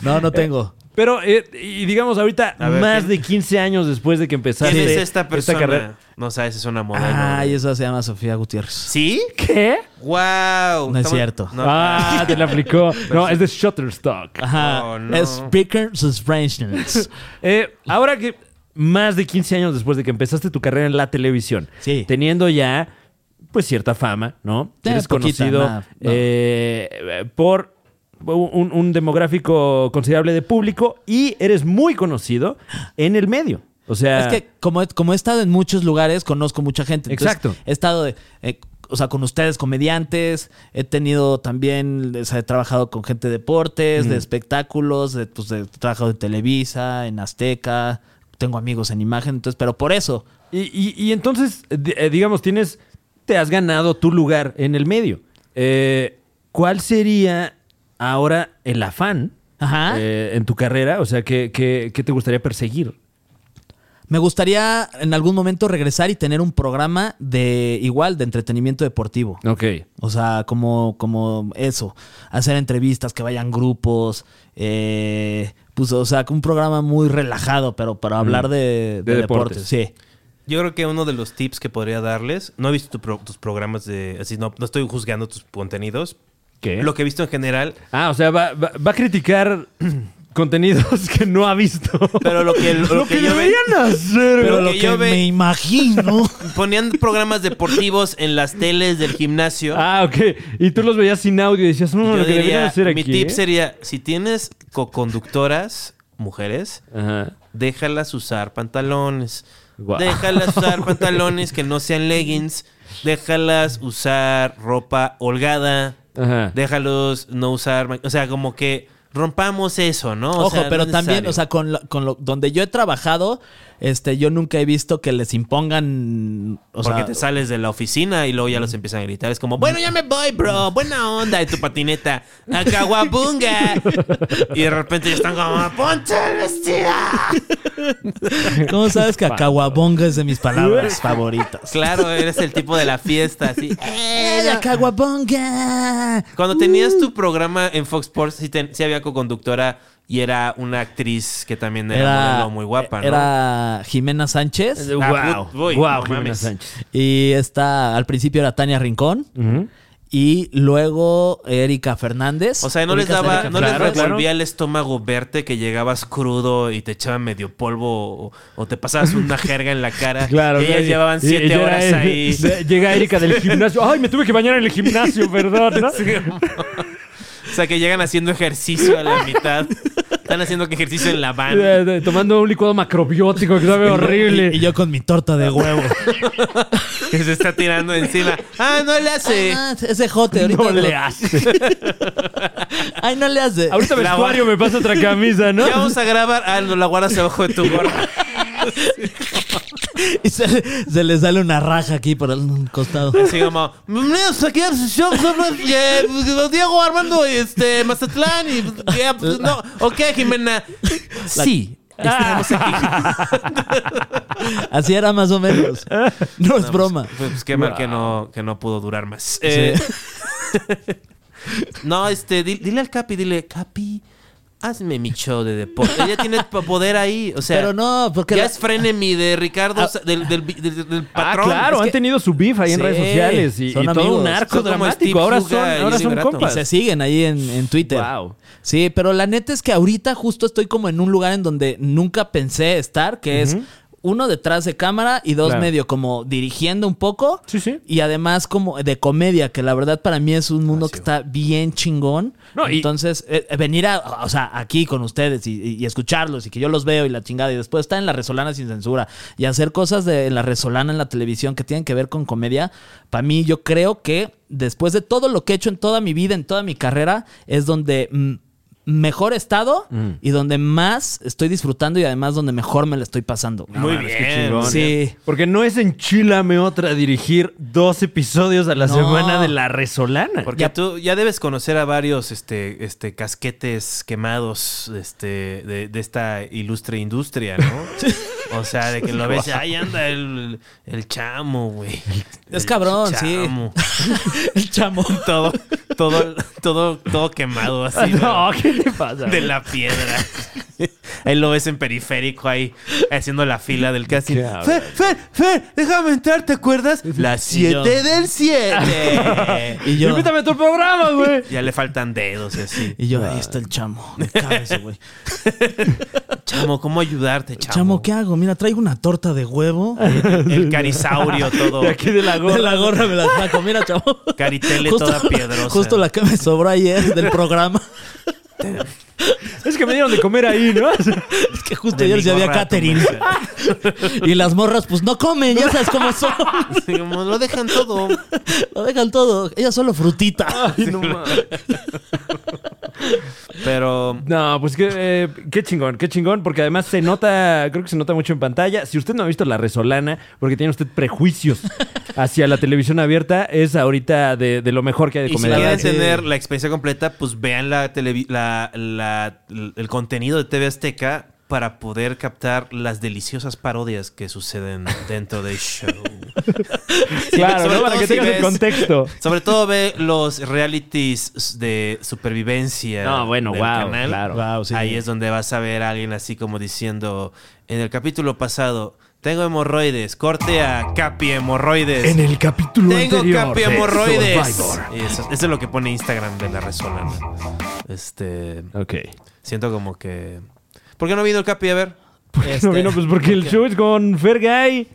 Speaker 4: No, no tengo.
Speaker 2: Pero, eh, y digamos, ahorita,
Speaker 1: A ver,
Speaker 2: más
Speaker 1: ¿quién-
Speaker 2: de 15 años después de que
Speaker 1: ¿Quién
Speaker 2: empezaste
Speaker 1: es esta persona?
Speaker 2: carrera.
Speaker 1: no sabes, es una modelo.
Speaker 4: Ay, Ah, eso se llama Sofía Gutiérrez.
Speaker 1: ¿Sí?
Speaker 2: ¿Qué?
Speaker 1: ¡Wow!
Speaker 4: No es cierto.
Speaker 2: Ah, te la
Speaker 1: (laughs)
Speaker 2: aplicó.
Speaker 1: Pues
Speaker 2: No, es de Shutterstock.
Speaker 4: Ajá.
Speaker 1: Oh, no.
Speaker 4: Es Speakers and Frenchens.
Speaker 2: Eh, ahora que más de 15 años después de que empezaste tu carrera en la televisión,
Speaker 4: Sí.
Speaker 2: teniendo ya pues cierta fama, ¿no?
Speaker 4: Eh,
Speaker 2: Eres
Speaker 4: poquita,
Speaker 2: conocido
Speaker 4: nada, no.
Speaker 2: eh, eh, por un, un demográfico considerable de público y eres muy conocido en el medio. O sea,
Speaker 4: Es que como, he- como he estado en muchos lugares, conozco mucha gente. Entonces,
Speaker 2: Exacto.
Speaker 4: He estado de, eh, o sea, con ustedes, comediantes. He tenido también, o sea, he trabajado con gente de deportes, de espectáculos, de, pues, de- he trabajado en Televisa, en Azteca. Tengo amigos en imagen, entonces, pero por eso.
Speaker 2: Y, y- y entonces, di- eh, digamos, tienes, te has ganado tu lugar en el medio. Eh, ¿Cuál sería ahora el afán
Speaker 4: Ajá.
Speaker 2: eh, en tu carrera? O sea, ¿qué, qué, qué te gustaría perseguir?
Speaker 4: Me gustaría en algún momento regresar y tener un programa de igual, de entretenimiento deportivo.
Speaker 2: Ok.
Speaker 4: O sea, como, como eso, hacer entrevistas, que vayan grupos, eh, pues, o sea, que un programa muy relajado, pero para hablar de,
Speaker 2: De
Speaker 4: de
Speaker 2: deportes.
Speaker 4: deportes. sí.
Speaker 1: Yo creo que uno de los tips que podría darles, no he visto tu pro- tus programas de, así no, no estoy juzgando tus contenidos.
Speaker 2: ¿Qué?
Speaker 1: Lo que he visto
Speaker 2: (laughs)
Speaker 1: en general,
Speaker 2: Ah, o sea, va, va- va a criticar (clears throat) contenidos que no ha visto.
Speaker 1: (laughs) pero lo que, lo que yo ve-
Speaker 2: deberían hacer.
Speaker 1: Pero
Speaker 4: Pero
Speaker 1: lo
Speaker 4: lo
Speaker 1: que
Speaker 4: que
Speaker 1: yo ve-
Speaker 4: me imagino.
Speaker 1: ponían programas deportivos en las teles del gimnasio.
Speaker 2: Ah, ok. Y tú los veías sin audio y decías, no,
Speaker 1: Yo
Speaker 2: lo que
Speaker 1: diría,
Speaker 2: deberían hacer aquí.
Speaker 1: mi tip
Speaker 2: ¿eh?".
Speaker 1: sería, si tienes coconductoras, mujeres,
Speaker 2: Ajá.
Speaker 1: déjalas usar pantalones.
Speaker 2: Guau. (laughs)
Speaker 1: Déjalas usar pantalones que no sean leggings. Déjalas usar ropa holgada.
Speaker 2: Ajá.
Speaker 1: Déjalos no usar... ma- O sea, como que rompamos eso, ¿no? (laughs) O
Speaker 4: Ojo,
Speaker 1: sea, no
Speaker 4: pero
Speaker 1: es
Speaker 4: también,
Speaker 1: necesario.
Speaker 4: o sea, con, lo- con lo, donde yo he trabajado, este, yo nunca he visto que les impongan, o
Speaker 1: Porque
Speaker 4: sea,
Speaker 1: te sales de la oficina y luego ya los empiezan a gritar. Es como, bueno, ya me voy, bro. Buena onda. Y tu patineta, ¡Acahuabunga! y de repente ya están como, ¡ponte el vestido!
Speaker 4: ¿cómo sabes que acaguabonga es de mis
Speaker 1: (laughs)
Speaker 4: palabras favoritas?
Speaker 1: Claro, eres el tipo de la fiesta, así. (laughs)
Speaker 4: ¡Eh, la caguabonga!
Speaker 1: Cuando tenías tu programa en Fox Sports, sí, ten- sí había coconductora y era una actriz que también era, modelo muy guapa, ¿no?
Speaker 4: Era Jimena Sánchez.
Speaker 1: Ah,
Speaker 2: wow,
Speaker 1: put- uy,
Speaker 2: wow,
Speaker 1: no
Speaker 2: Jimena
Speaker 1: mames.
Speaker 2: Sánchez.
Speaker 4: Y esta, al principio era Tania Rincón. Y luego Erika Fernández.
Speaker 1: O sea, no les
Speaker 4: ¿Ubicas a
Speaker 1: daba,
Speaker 4: Erika
Speaker 1: no
Speaker 4: Fernández?
Speaker 1: les
Speaker 2: claro.
Speaker 1: revolvía el estómago verte que llegabas crudo y te echaban medio polvo o, o te
Speaker 2: (laughs)
Speaker 1: pasabas una jerga en la cara.
Speaker 2: Claro,
Speaker 1: Y ellas
Speaker 2: claro.
Speaker 1: llevaban
Speaker 2: Y-
Speaker 1: siete
Speaker 2: y ya
Speaker 1: horas
Speaker 2: era- (laughs)
Speaker 1: ahí.
Speaker 2: de- Llega Erika
Speaker 1: (laughs)
Speaker 2: del gimnasio. Ay, me tuve que bañar en el gimnasio, perdón. ¿no?
Speaker 1: O sea, que llegan haciendo ejercicio a la mitad. Están haciendo que ejercicio en la van.
Speaker 2: De- de- Tomando un licuado macrobiótico que sabe horrible.
Speaker 4: Y, y yo con mi torta
Speaker 1: (laughs)
Speaker 4: de huevo.
Speaker 1: Que se está tirando encima. Ah, no le hace.
Speaker 4: Ah, ese jote ahorita.
Speaker 2: no
Speaker 4: lo-
Speaker 2: le hace.
Speaker 4: (laughs) Ay, no le hace.
Speaker 2: Ahorita
Speaker 1: La
Speaker 2: vestuario me pasa otra camisa, ¿no?
Speaker 1: (laughs) Ya vamos a grabar. Ah, no, la guardas abajo de tu gorra.
Speaker 4: (laughs) Y se, se le sale una raja aquí por el costado.
Speaker 1: Así como, bienvenidos aquí a Show sobre- eh, Diego Armando y este, Mazatlán y... eh, pues, no, ok, Jimena. Sí.
Speaker 2: Ah,
Speaker 1: Estamos aquí.
Speaker 4: (laughs) Así era más o menos.
Speaker 2: Ah.
Speaker 4: No es broma.
Speaker 1: Pues, pues, qué mal que no, que no pudo durar más. Eh, (laughs) no, este, di- dile al Capi, dile, Capi, hazme mi show de deporte. Ella tiene pa- poder ahí, o sea...
Speaker 4: Pero no, porque
Speaker 1: Ya
Speaker 4: la- Ah.
Speaker 1: es frenemy de Ricardo, Sa- del, del, del- del
Speaker 2: Ah,
Speaker 1: patrón.
Speaker 2: claro,
Speaker 1: Es
Speaker 2: han
Speaker 1: que
Speaker 2: tenido su beef ahí en
Speaker 4: Sí,
Speaker 2: redes sociales y,
Speaker 4: son
Speaker 2: y todo un
Speaker 4: amigos.
Speaker 2: arco
Speaker 1: Son como
Speaker 2: dramático.
Speaker 1: Steve
Speaker 2: Ahora
Speaker 1: Huga
Speaker 2: son,
Speaker 1: y
Speaker 2: ahora son
Speaker 1: Liberato.
Speaker 4: Y
Speaker 2: compas.
Speaker 4: se siguen ahí en, en Twitter.
Speaker 2: Wow.
Speaker 4: Sí, pero la neta es que ahorita justo estoy como en un lugar en donde nunca pensé estar, que es uno detrás de cámara y dos
Speaker 2: Claro.
Speaker 4: medio como dirigiendo un poco.
Speaker 2: Sí, sí.
Speaker 4: Y además como de comedia, que la verdad para mí es un mundo
Speaker 1: Ah,
Speaker 4: que está bien chingón.
Speaker 2: No, y-
Speaker 4: Entonces, eh, venir a, o sea, aquí con ustedes y, y- y escucharlos y que yo los veo y la chingada y después estar en la Resolana sin censura y hacer cosas de en la Resolana en la televisión que tienen que ver con comedia, para mí yo creo que después de todo lo que he hecho en toda mi vida, en toda mi carrera, es donde mm, mejor he estado
Speaker 1: Mm.
Speaker 4: y donde más estoy disfrutando y además donde mejor me la estoy pasando. Ah,
Speaker 1: Muy
Speaker 2: mames, qué
Speaker 1: bien.
Speaker 2: chingón.
Speaker 4: Sí.
Speaker 2: Porque no es enchilame otra dirigir dos episodios a la
Speaker 4: No.
Speaker 2: semana de La Resolana.
Speaker 1: Porque tú ya debes conocer a varios este, este, casquetes quemados este, de, de esta ilustre industria, ¿no? o sea, de que lo (laughs) ves, ahí anda el, el chamo, güey.
Speaker 4: Es
Speaker 1: El
Speaker 4: cabrón, sí.
Speaker 1: chamo.
Speaker 4: El chamo.
Speaker 1: Todo, todo, todo, todo quemado así.
Speaker 2: (laughs) (laughs) no,
Speaker 1: pero
Speaker 2: ¿qué te pasa?
Speaker 1: De la piedra. (laughs) Ahí lo ves en periférico ahí haciendo la fila del casting.
Speaker 2: Qué cabrón.
Speaker 1: Fer, Fer, Fer, déjame entrar, ¿te acuerdas? Las
Speaker 4: Y yo.
Speaker 1: 7 del
Speaker 4: (laughs)
Speaker 1: 7.
Speaker 4: Y yo,
Speaker 2: Invítame a tu programa, güey.
Speaker 1: Ya le faltan dedos y así.
Speaker 4: y yo ahí está el chamo. Me caga ese güey.
Speaker 1: Chamo, ¿cómo ayudarte, (laughs) chamo?
Speaker 4: Chamo, ¿qué hago? Mira, traigo una torta de huevo.
Speaker 1: El carisaurio todo.
Speaker 2: De aquí de la gorra.
Speaker 4: (laughs) De la gorra me la saco. Mira, chavo.
Speaker 1: Caritele toda piedrosa.
Speaker 4: Justo la que me sobró ayer del programa. (laughs)
Speaker 2: Es que me dieron de comer ahí, ¿no?
Speaker 4: Es que justo
Speaker 1: De
Speaker 4: ayer
Speaker 1: mi
Speaker 4: se había
Speaker 1: gorra a tu
Speaker 4: catering.
Speaker 1: merced.
Speaker 4: y las morras, pues no comen, ya sabes cómo
Speaker 1: (laughs)
Speaker 4: son.
Speaker 1: Sí, como lo dejan todo.
Speaker 4: Lo dejan todo. Ellas solo frutita.
Speaker 1: Pero
Speaker 2: No, pues qué, eh, qué chingón, qué chingón, porque además se nota, creo que se nota mucho en pantalla. Si usted no ha visto La Resolana, porque tiene usted prejuicios hacia la televisión abierta, es ahorita de, de lo mejor que hay de
Speaker 1: Y si
Speaker 2: comedia.
Speaker 1: quieren
Speaker 4: sí.
Speaker 1: tener la experiencia completa, pues vean la televi- la- la- el contenido de TV Azteca para poder captar las deliciosas parodias
Speaker 2: (laughs)
Speaker 1: que suceden dentro del show.
Speaker 2: claro,
Speaker 1: sobre
Speaker 2: ¿no? para
Speaker 1: todo
Speaker 2: que
Speaker 1: si
Speaker 2: tengas el
Speaker 1: ves-
Speaker 2: contexto.
Speaker 1: Sobre todo ve los realities de supervivencia.
Speaker 2: No, bueno,
Speaker 1: del
Speaker 2: wow,
Speaker 1: canal.
Speaker 2: claro.
Speaker 4: Wow, sí.
Speaker 1: Ahí es donde vas a ver a alguien así como diciendo, en el capítulo pasado, tengo hemorroides, corte a Capi Hemorroides.
Speaker 2: En el capítulo
Speaker 1: Tengo
Speaker 2: anterior
Speaker 1: capi
Speaker 2: de
Speaker 1: hemorroides.
Speaker 2: Survivor.
Speaker 1: Y Eso, eso es lo que pone Instagram de la Resolana. Este.
Speaker 2: Ok. (laughs)
Speaker 1: Siento como que. ¿Por qué no vino el Capi? A ver.
Speaker 4: Este-
Speaker 2: No vino, pues porque el show es con Fergay.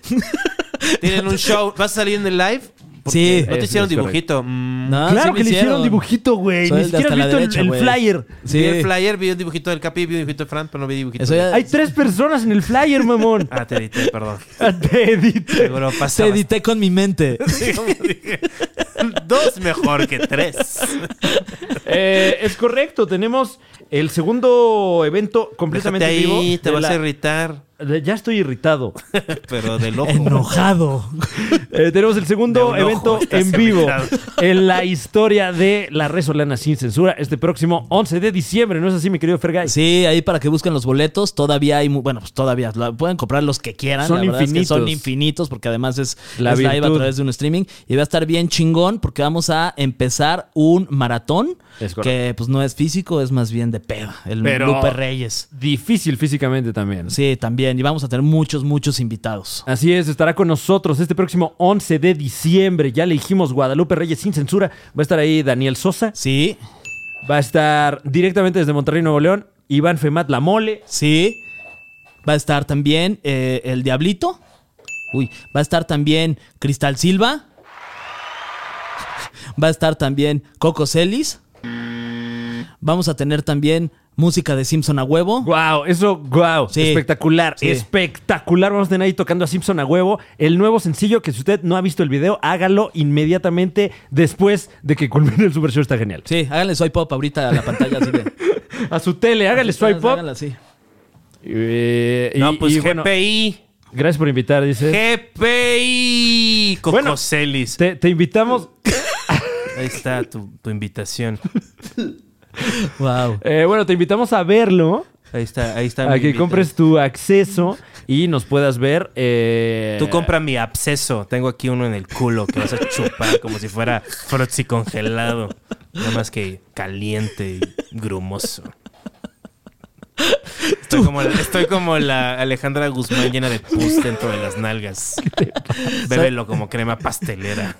Speaker 1: Tienen un show. ¿Vas a salir en el live?
Speaker 4: Sí.
Speaker 1: No
Speaker 2: Eso
Speaker 1: te hicieron
Speaker 2: es correcto.
Speaker 1: dibujito. Mm.
Speaker 4: No, Ah, sí
Speaker 2: claro
Speaker 4: me
Speaker 2: que le hicieron dibujito, güey.
Speaker 4: Soy
Speaker 2: Ni
Speaker 4: el de
Speaker 2: siquiera has
Speaker 4: hasta
Speaker 2: visto
Speaker 4: la
Speaker 2: el-
Speaker 4: derecha,
Speaker 2: el,
Speaker 4: güey.
Speaker 2: flyer.
Speaker 4: (laughs) Sí.
Speaker 1: Vi el flyer, vi un dibujito del Capi, vi un dibujito de Fran, pero no vi dibujito.
Speaker 4: Eso
Speaker 1: de-
Speaker 4: ya-
Speaker 2: Hay tres personas en el flyer, mamón.
Speaker 1: (laughs) Ah, te edité,
Speaker 4: (laughs)
Speaker 1: perdón.
Speaker 2: (laughs) Te edité.
Speaker 1: Seguro
Speaker 4: Te
Speaker 1: pasaba.
Speaker 4: edité con mi mente.
Speaker 1: Sí, (laughs) como dije, Dos mejor que tres.
Speaker 2: Eh, es correcto, tenemos el segundo evento completamente
Speaker 1: Déjate ahí,
Speaker 2: vivo.
Speaker 1: te
Speaker 2: de
Speaker 1: vas
Speaker 2: la-
Speaker 1: a irritar.
Speaker 2: de- ya estoy irritado.
Speaker 1: (laughs) Pero
Speaker 2: (laughs)
Speaker 1: del ojo.
Speaker 4: Enojado.
Speaker 2: Eh, tenemos el
Speaker 1: De
Speaker 2: segundo
Speaker 1: un
Speaker 2: evento
Speaker 1: ojo estás
Speaker 2: en vivo
Speaker 1: irritado. (laughs)
Speaker 2: en la historia de la Resolana sin censura este próximo 11 de diciembre. ¿No es así, mi querido Fergay?
Speaker 4: Sí, ahí para que busquen los boletos. Todavía hay, mu- bueno, pues todavía la- pueden comprar los que quieran.
Speaker 2: Son
Speaker 4: la verdad es que son
Speaker 2: infinitos.
Speaker 4: infinitos porque además es,
Speaker 2: La
Speaker 4: es live a
Speaker 2: virtud.
Speaker 4: través de un streaming y va a estar bien chingón porque vamos a empezar un maratón
Speaker 2: Es correcto.
Speaker 4: que pues no es físico, es más bien de pedo. El
Speaker 2: Pero-
Speaker 4: Lupe Reyes.
Speaker 2: Difícil físicamente también.
Speaker 4: Sí, también. Y vamos a tener muchos, muchos invitados.
Speaker 2: Así es, estará con nosotros este próximo 11 de diciembre. Ya le dijimos Guadalupe Reyes sin censura. Va a estar ahí Daniel Sosa.
Speaker 4: Sí,
Speaker 2: Va a estar directamente desde Monterrey, Nuevo León. Iván Femat La Mole.
Speaker 4: sí. Va a estar también eh, el Diablito. Uy, va a estar también Cristal Silva. Va a estar también Coco Celis. Vamos a tener también música de Simpson a huevo.
Speaker 2: Wow, eso, wow,
Speaker 4: Sí.
Speaker 2: espectacular,
Speaker 4: Sí.
Speaker 2: espectacular. Vamos a tener ahí tocando a Simpson a huevo. El nuevo sencillo que si usted no ha visto el video, hágalo inmediatamente después de que culmine el Super Show. Está genial.
Speaker 4: Sí, háganle swipe up ahorita a la pantalla. Así
Speaker 2: (laughs)
Speaker 4: de,
Speaker 2: A su tele, hágale swipe up.
Speaker 4: Háganla así.
Speaker 2: Eh, y-
Speaker 1: No, pues
Speaker 2: y
Speaker 1: GPI.
Speaker 2: bueno, gracias por invitar, dice.
Speaker 1: GPI
Speaker 2: Bueno,
Speaker 1: Cocoselis.
Speaker 2: Te, te invitamos.
Speaker 1: Ahí está tu, tu invitación.
Speaker 4: Wow.
Speaker 2: eh, bueno, te invitamos a verlo.
Speaker 1: Ahí está, ahí está. mi
Speaker 2: A que
Speaker 1: invita-
Speaker 2: compres tu acceso y nos puedas ver. eh,
Speaker 1: Tú compra mi absceso. Tengo aquí uno en el culo que vas a chupar como si fuera frotzi congelado. Nada más que caliente y grumoso. Estoy como, la, estoy como la Alejandra Guzmán llena de pus dentro de
Speaker 2: (laughs)
Speaker 1: las nalgas. Bébelo como crema pastelera.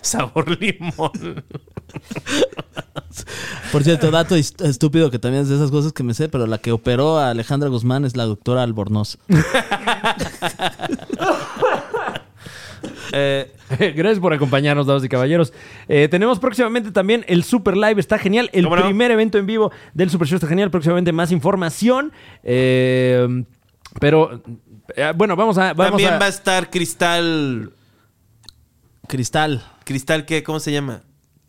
Speaker 1: Sabor limón.
Speaker 4: Por cierto, dato est- estúpido que también es de esas cosas que me sé, pero la que operó a Alejandra Guzmán es la doctora Albornoz.
Speaker 1: Eh,
Speaker 2: (laughs) Gracias por acompañarnos, damas y caballeros. Eh, tenemos próximamente también el Super Live, está genial. El
Speaker 1: ¿Cómo no?
Speaker 2: primer evento en vivo del Super Show está genial. Próximamente más información. Eh, pero eh, bueno, vamos a. Vamos
Speaker 1: también
Speaker 2: a-
Speaker 1: va a estar Cristal.
Speaker 4: Cristal,
Speaker 1: ¿Cristal qué? ¿Cómo se llama?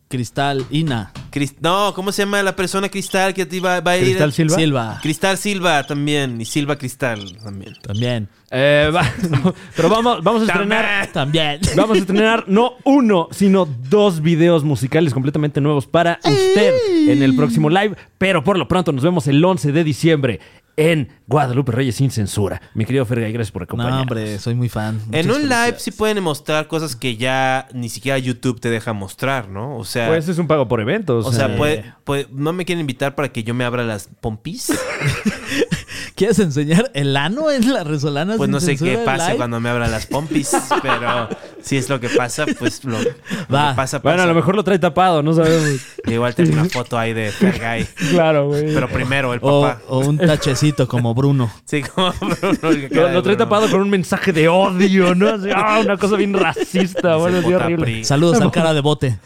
Speaker 4: Cristal, Ina,
Speaker 1: Crist- no, ¿cómo se llama la persona Cristal que te va, va a ir? Ah.
Speaker 2: ¿Cristal Silva?
Speaker 4: Silva.
Speaker 1: Cristal Silva también. Y Silva Cristal también.
Speaker 4: También.
Speaker 2: Eh, va- (laughs) no, pero vamos, vamos a estrenar.
Speaker 1: También.
Speaker 4: También.
Speaker 2: Vamos a estrenar no uno, sino dos videos musicales completamente nuevos para usted en el próximo live. Pero por lo pronto nos vemos el 11 de diciembre en Guadalupe Reyes sin censura. Mi querido Fergay, gracias por
Speaker 4: No,
Speaker 2: acompañarnos.
Speaker 4: hombre, soy muy fan.
Speaker 1: En
Speaker 4: Muchas
Speaker 1: un live
Speaker 4: felicidades.
Speaker 1: sí pueden mostrar cosas que ya ni siquiera YouTube te deja mostrar, ¿no? O sea,
Speaker 2: Pues es un pago por eventos.
Speaker 1: o sea,
Speaker 4: sí.
Speaker 1: puede- puede- no me quieren invitar para que yo me abra las pompis.
Speaker 4: ¿Quieres enseñar el ano en la resolana?
Speaker 1: Pues
Speaker 2: (laughs)
Speaker 4: sin
Speaker 1: no sé
Speaker 4: censura
Speaker 1: qué
Speaker 4: en
Speaker 1: pasa
Speaker 4: live?
Speaker 1: cuando me abra las pompis, pero si es lo que pasa, pues lo, lo
Speaker 4: Va.
Speaker 1: que pasa, pasa.
Speaker 2: bueno, a lo mejor lo trae tapado, no
Speaker 1: (laughs)
Speaker 2: sabemos. (laughs)
Speaker 1: Igual tengo una foto ahí de Fergay.
Speaker 2: claro, güey.
Speaker 1: Pero primero, el
Speaker 4: O,
Speaker 1: papá.
Speaker 4: o un Pobrecito, como Bruno.
Speaker 1: Sí, (laughs) como Bruno, el que
Speaker 2: Lo,
Speaker 1: acaba
Speaker 2: lo trae
Speaker 1: de Bruno.
Speaker 2: tapado con un mensaje de odio, ¿no?
Speaker 1: (laughs)
Speaker 2: Así, ah, una cosa bien racista, bueno, así
Speaker 1: Bota
Speaker 2: horrible.
Speaker 1: Pri.
Speaker 4: Saludos al cara de bote.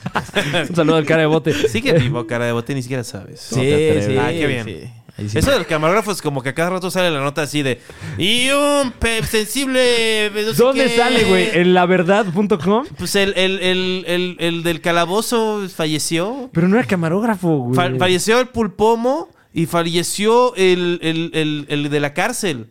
Speaker 2: Un saludo al cara de bote. (laughs)
Speaker 1: Sigue vivo, cara de bote, ni siquiera sabes.
Speaker 4: Sí, sí.
Speaker 1: Ah, qué bien.
Speaker 4: Ahí sí.
Speaker 1: Eso del camarógrafo es como que a cada rato sale la nota así de. Y un pep sensible. no sé
Speaker 2: ¿Dónde
Speaker 1: qué".
Speaker 2: sale, güey? ¿En laverdad.com?
Speaker 1: Pues el, el, el, el, el del calabozo falleció.
Speaker 2: Pero no era camarógrafo, güey.
Speaker 1: Fa- falleció el pulpomo y falleció el, el, el, el de la cárcel.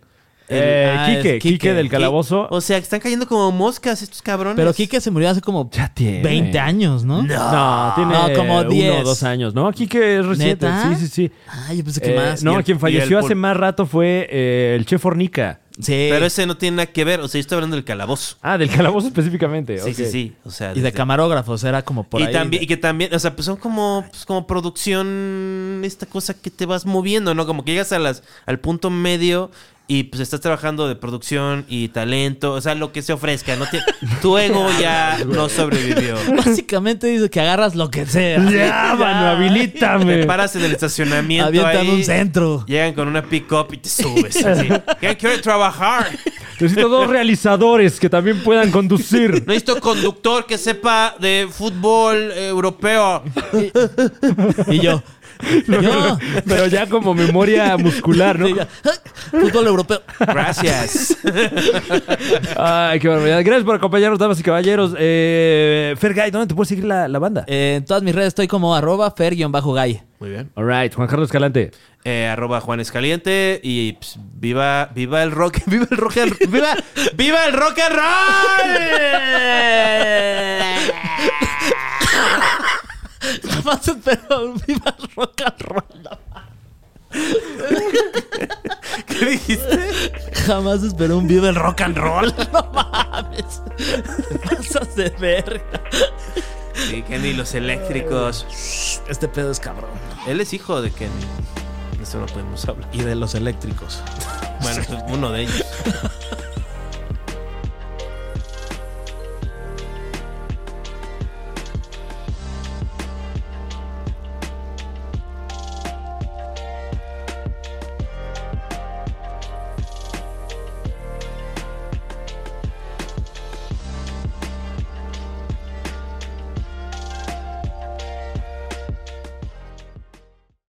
Speaker 2: Eh,
Speaker 4: Ah, es
Speaker 2: Quique, Quique,
Speaker 4: Quique.
Speaker 2: del calabozo.
Speaker 1: O sea, que están cayendo como moscas estos cabrones.
Speaker 4: Pero Quique se murió hace como
Speaker 2: Ya tiene.
Speaker 4: 20 años, ¿no?
Speaker 2: No, tiene
Speaker 4: No, como
Speaker 2: como 10. Uno o
Speaker 4: 10.
Speaker 2: dos años, ¿no? Quique es reciente.
Speaker 4: ¿Neta?
Speaker 2: Sí, sí, sí.
Speaker 4: Ah, yo pensé que
Speaker 2: Eh,
Speaker 4: más.
Speaker 2: No,
Speaker 1: Y el-
Speaker 2: quien
Speaker 1: y
Speaker 2: falleció
Speaker 1: el
Speaker 2: hace
Speaker 1: pul-
Speaker 2: más rato fue eh, el chef Fornica.
Speaker 4: Sí.
Speaker 2: eh.
Speaker 1: Pero ese no tiene nada que ver. O sea, yo estoy hablando del calabozo.
Speaker 2: Ah, del calabozo específicamente.
Speaker 1: Sí,
Speaker 2: ok.
Speaker 1: sí, sí. O sea,
Speaker 4: Y de
Speaker 1: desde-
Speaker 4: camarógrafos, era como por
Speaker 1: y,
Speaker 4: ahí.
Speaker 1: también, y que también, o sea, pues son como, pues como producción, esta cosa que te vas moviendo, ¿no? Como que llegas a las, al punto medio y pues estás trabajando de producción y talento, o sea, lo que se ofrezca, ¿no? Te- tu
Speaker 4: (laughs)
Speaker 1: ego ya no sobrevivió.
Speaker 4: (laughs) Básicamente dice que agarras lo que sea. (laughs)
Speaker 2: Ya, mano,
Speaker 1: Te
Speaker 2: habilítame.
Speaker 1: paras en el estacionamiento
Speaker 4: Avientan
Speaker 1: ahí, (laughs)
Speaker 4: un centro.
Speaker 1: Llegan con una pick-up y te subes. Así.
Speaker 4: (laughs)
Speaker 1: ¿Quién quiere trabajar?
Speaker 2: Necesito dos realizadores que también puedan (laughs) conducir.
Speaker 1: Necesito conductor que sepa de fútbol eh, europeo.
Speaker 4: Y yo. yo.
Speaker 2: Pero ya como memoria muscular,
Speaker 4: (laughs)
Speaker 2: ¿no?
Speaker 4: Sí, ya. Fútbol europeo.
Speaker 1: Gracias.
Speaker 2: Ay, qué barbaridad. Gracias por acompañarnos, damas y caballeros. Eh, Fergay, ¿dónde te puede seguir la, la banda?
Speaker 4: Eh, en todas mis redes estoy como arroba fer-gay.
Speaker 1: Muy bien.
Speaker 2: All right, Juan Carlos Escalante.
Speaker 1: Eh, arroba Juan Escaliente y pues, viva, viva el rock, (laughs) viva el rock, and- viva, viva el rock and (laughs) roll.
Speaker 4: Más espero. Viva el rock and roll.
Speaker 1: ¿Qué dijiste?
Speaker 4: Jamás esperé un viva el rock and roll. (laughs) No mames. Pasas de verga.
Speaker 1: Sí, Kenny, los eléctricos.
Speaker 4: Este pedo es cabrón.
Speaker 1: Él es hijo de Kenny. Eso no podemos hablar.
Speaker 4: Y de los eléctricos. (laughs)
Speaker 1: Bueno, uno de ellos.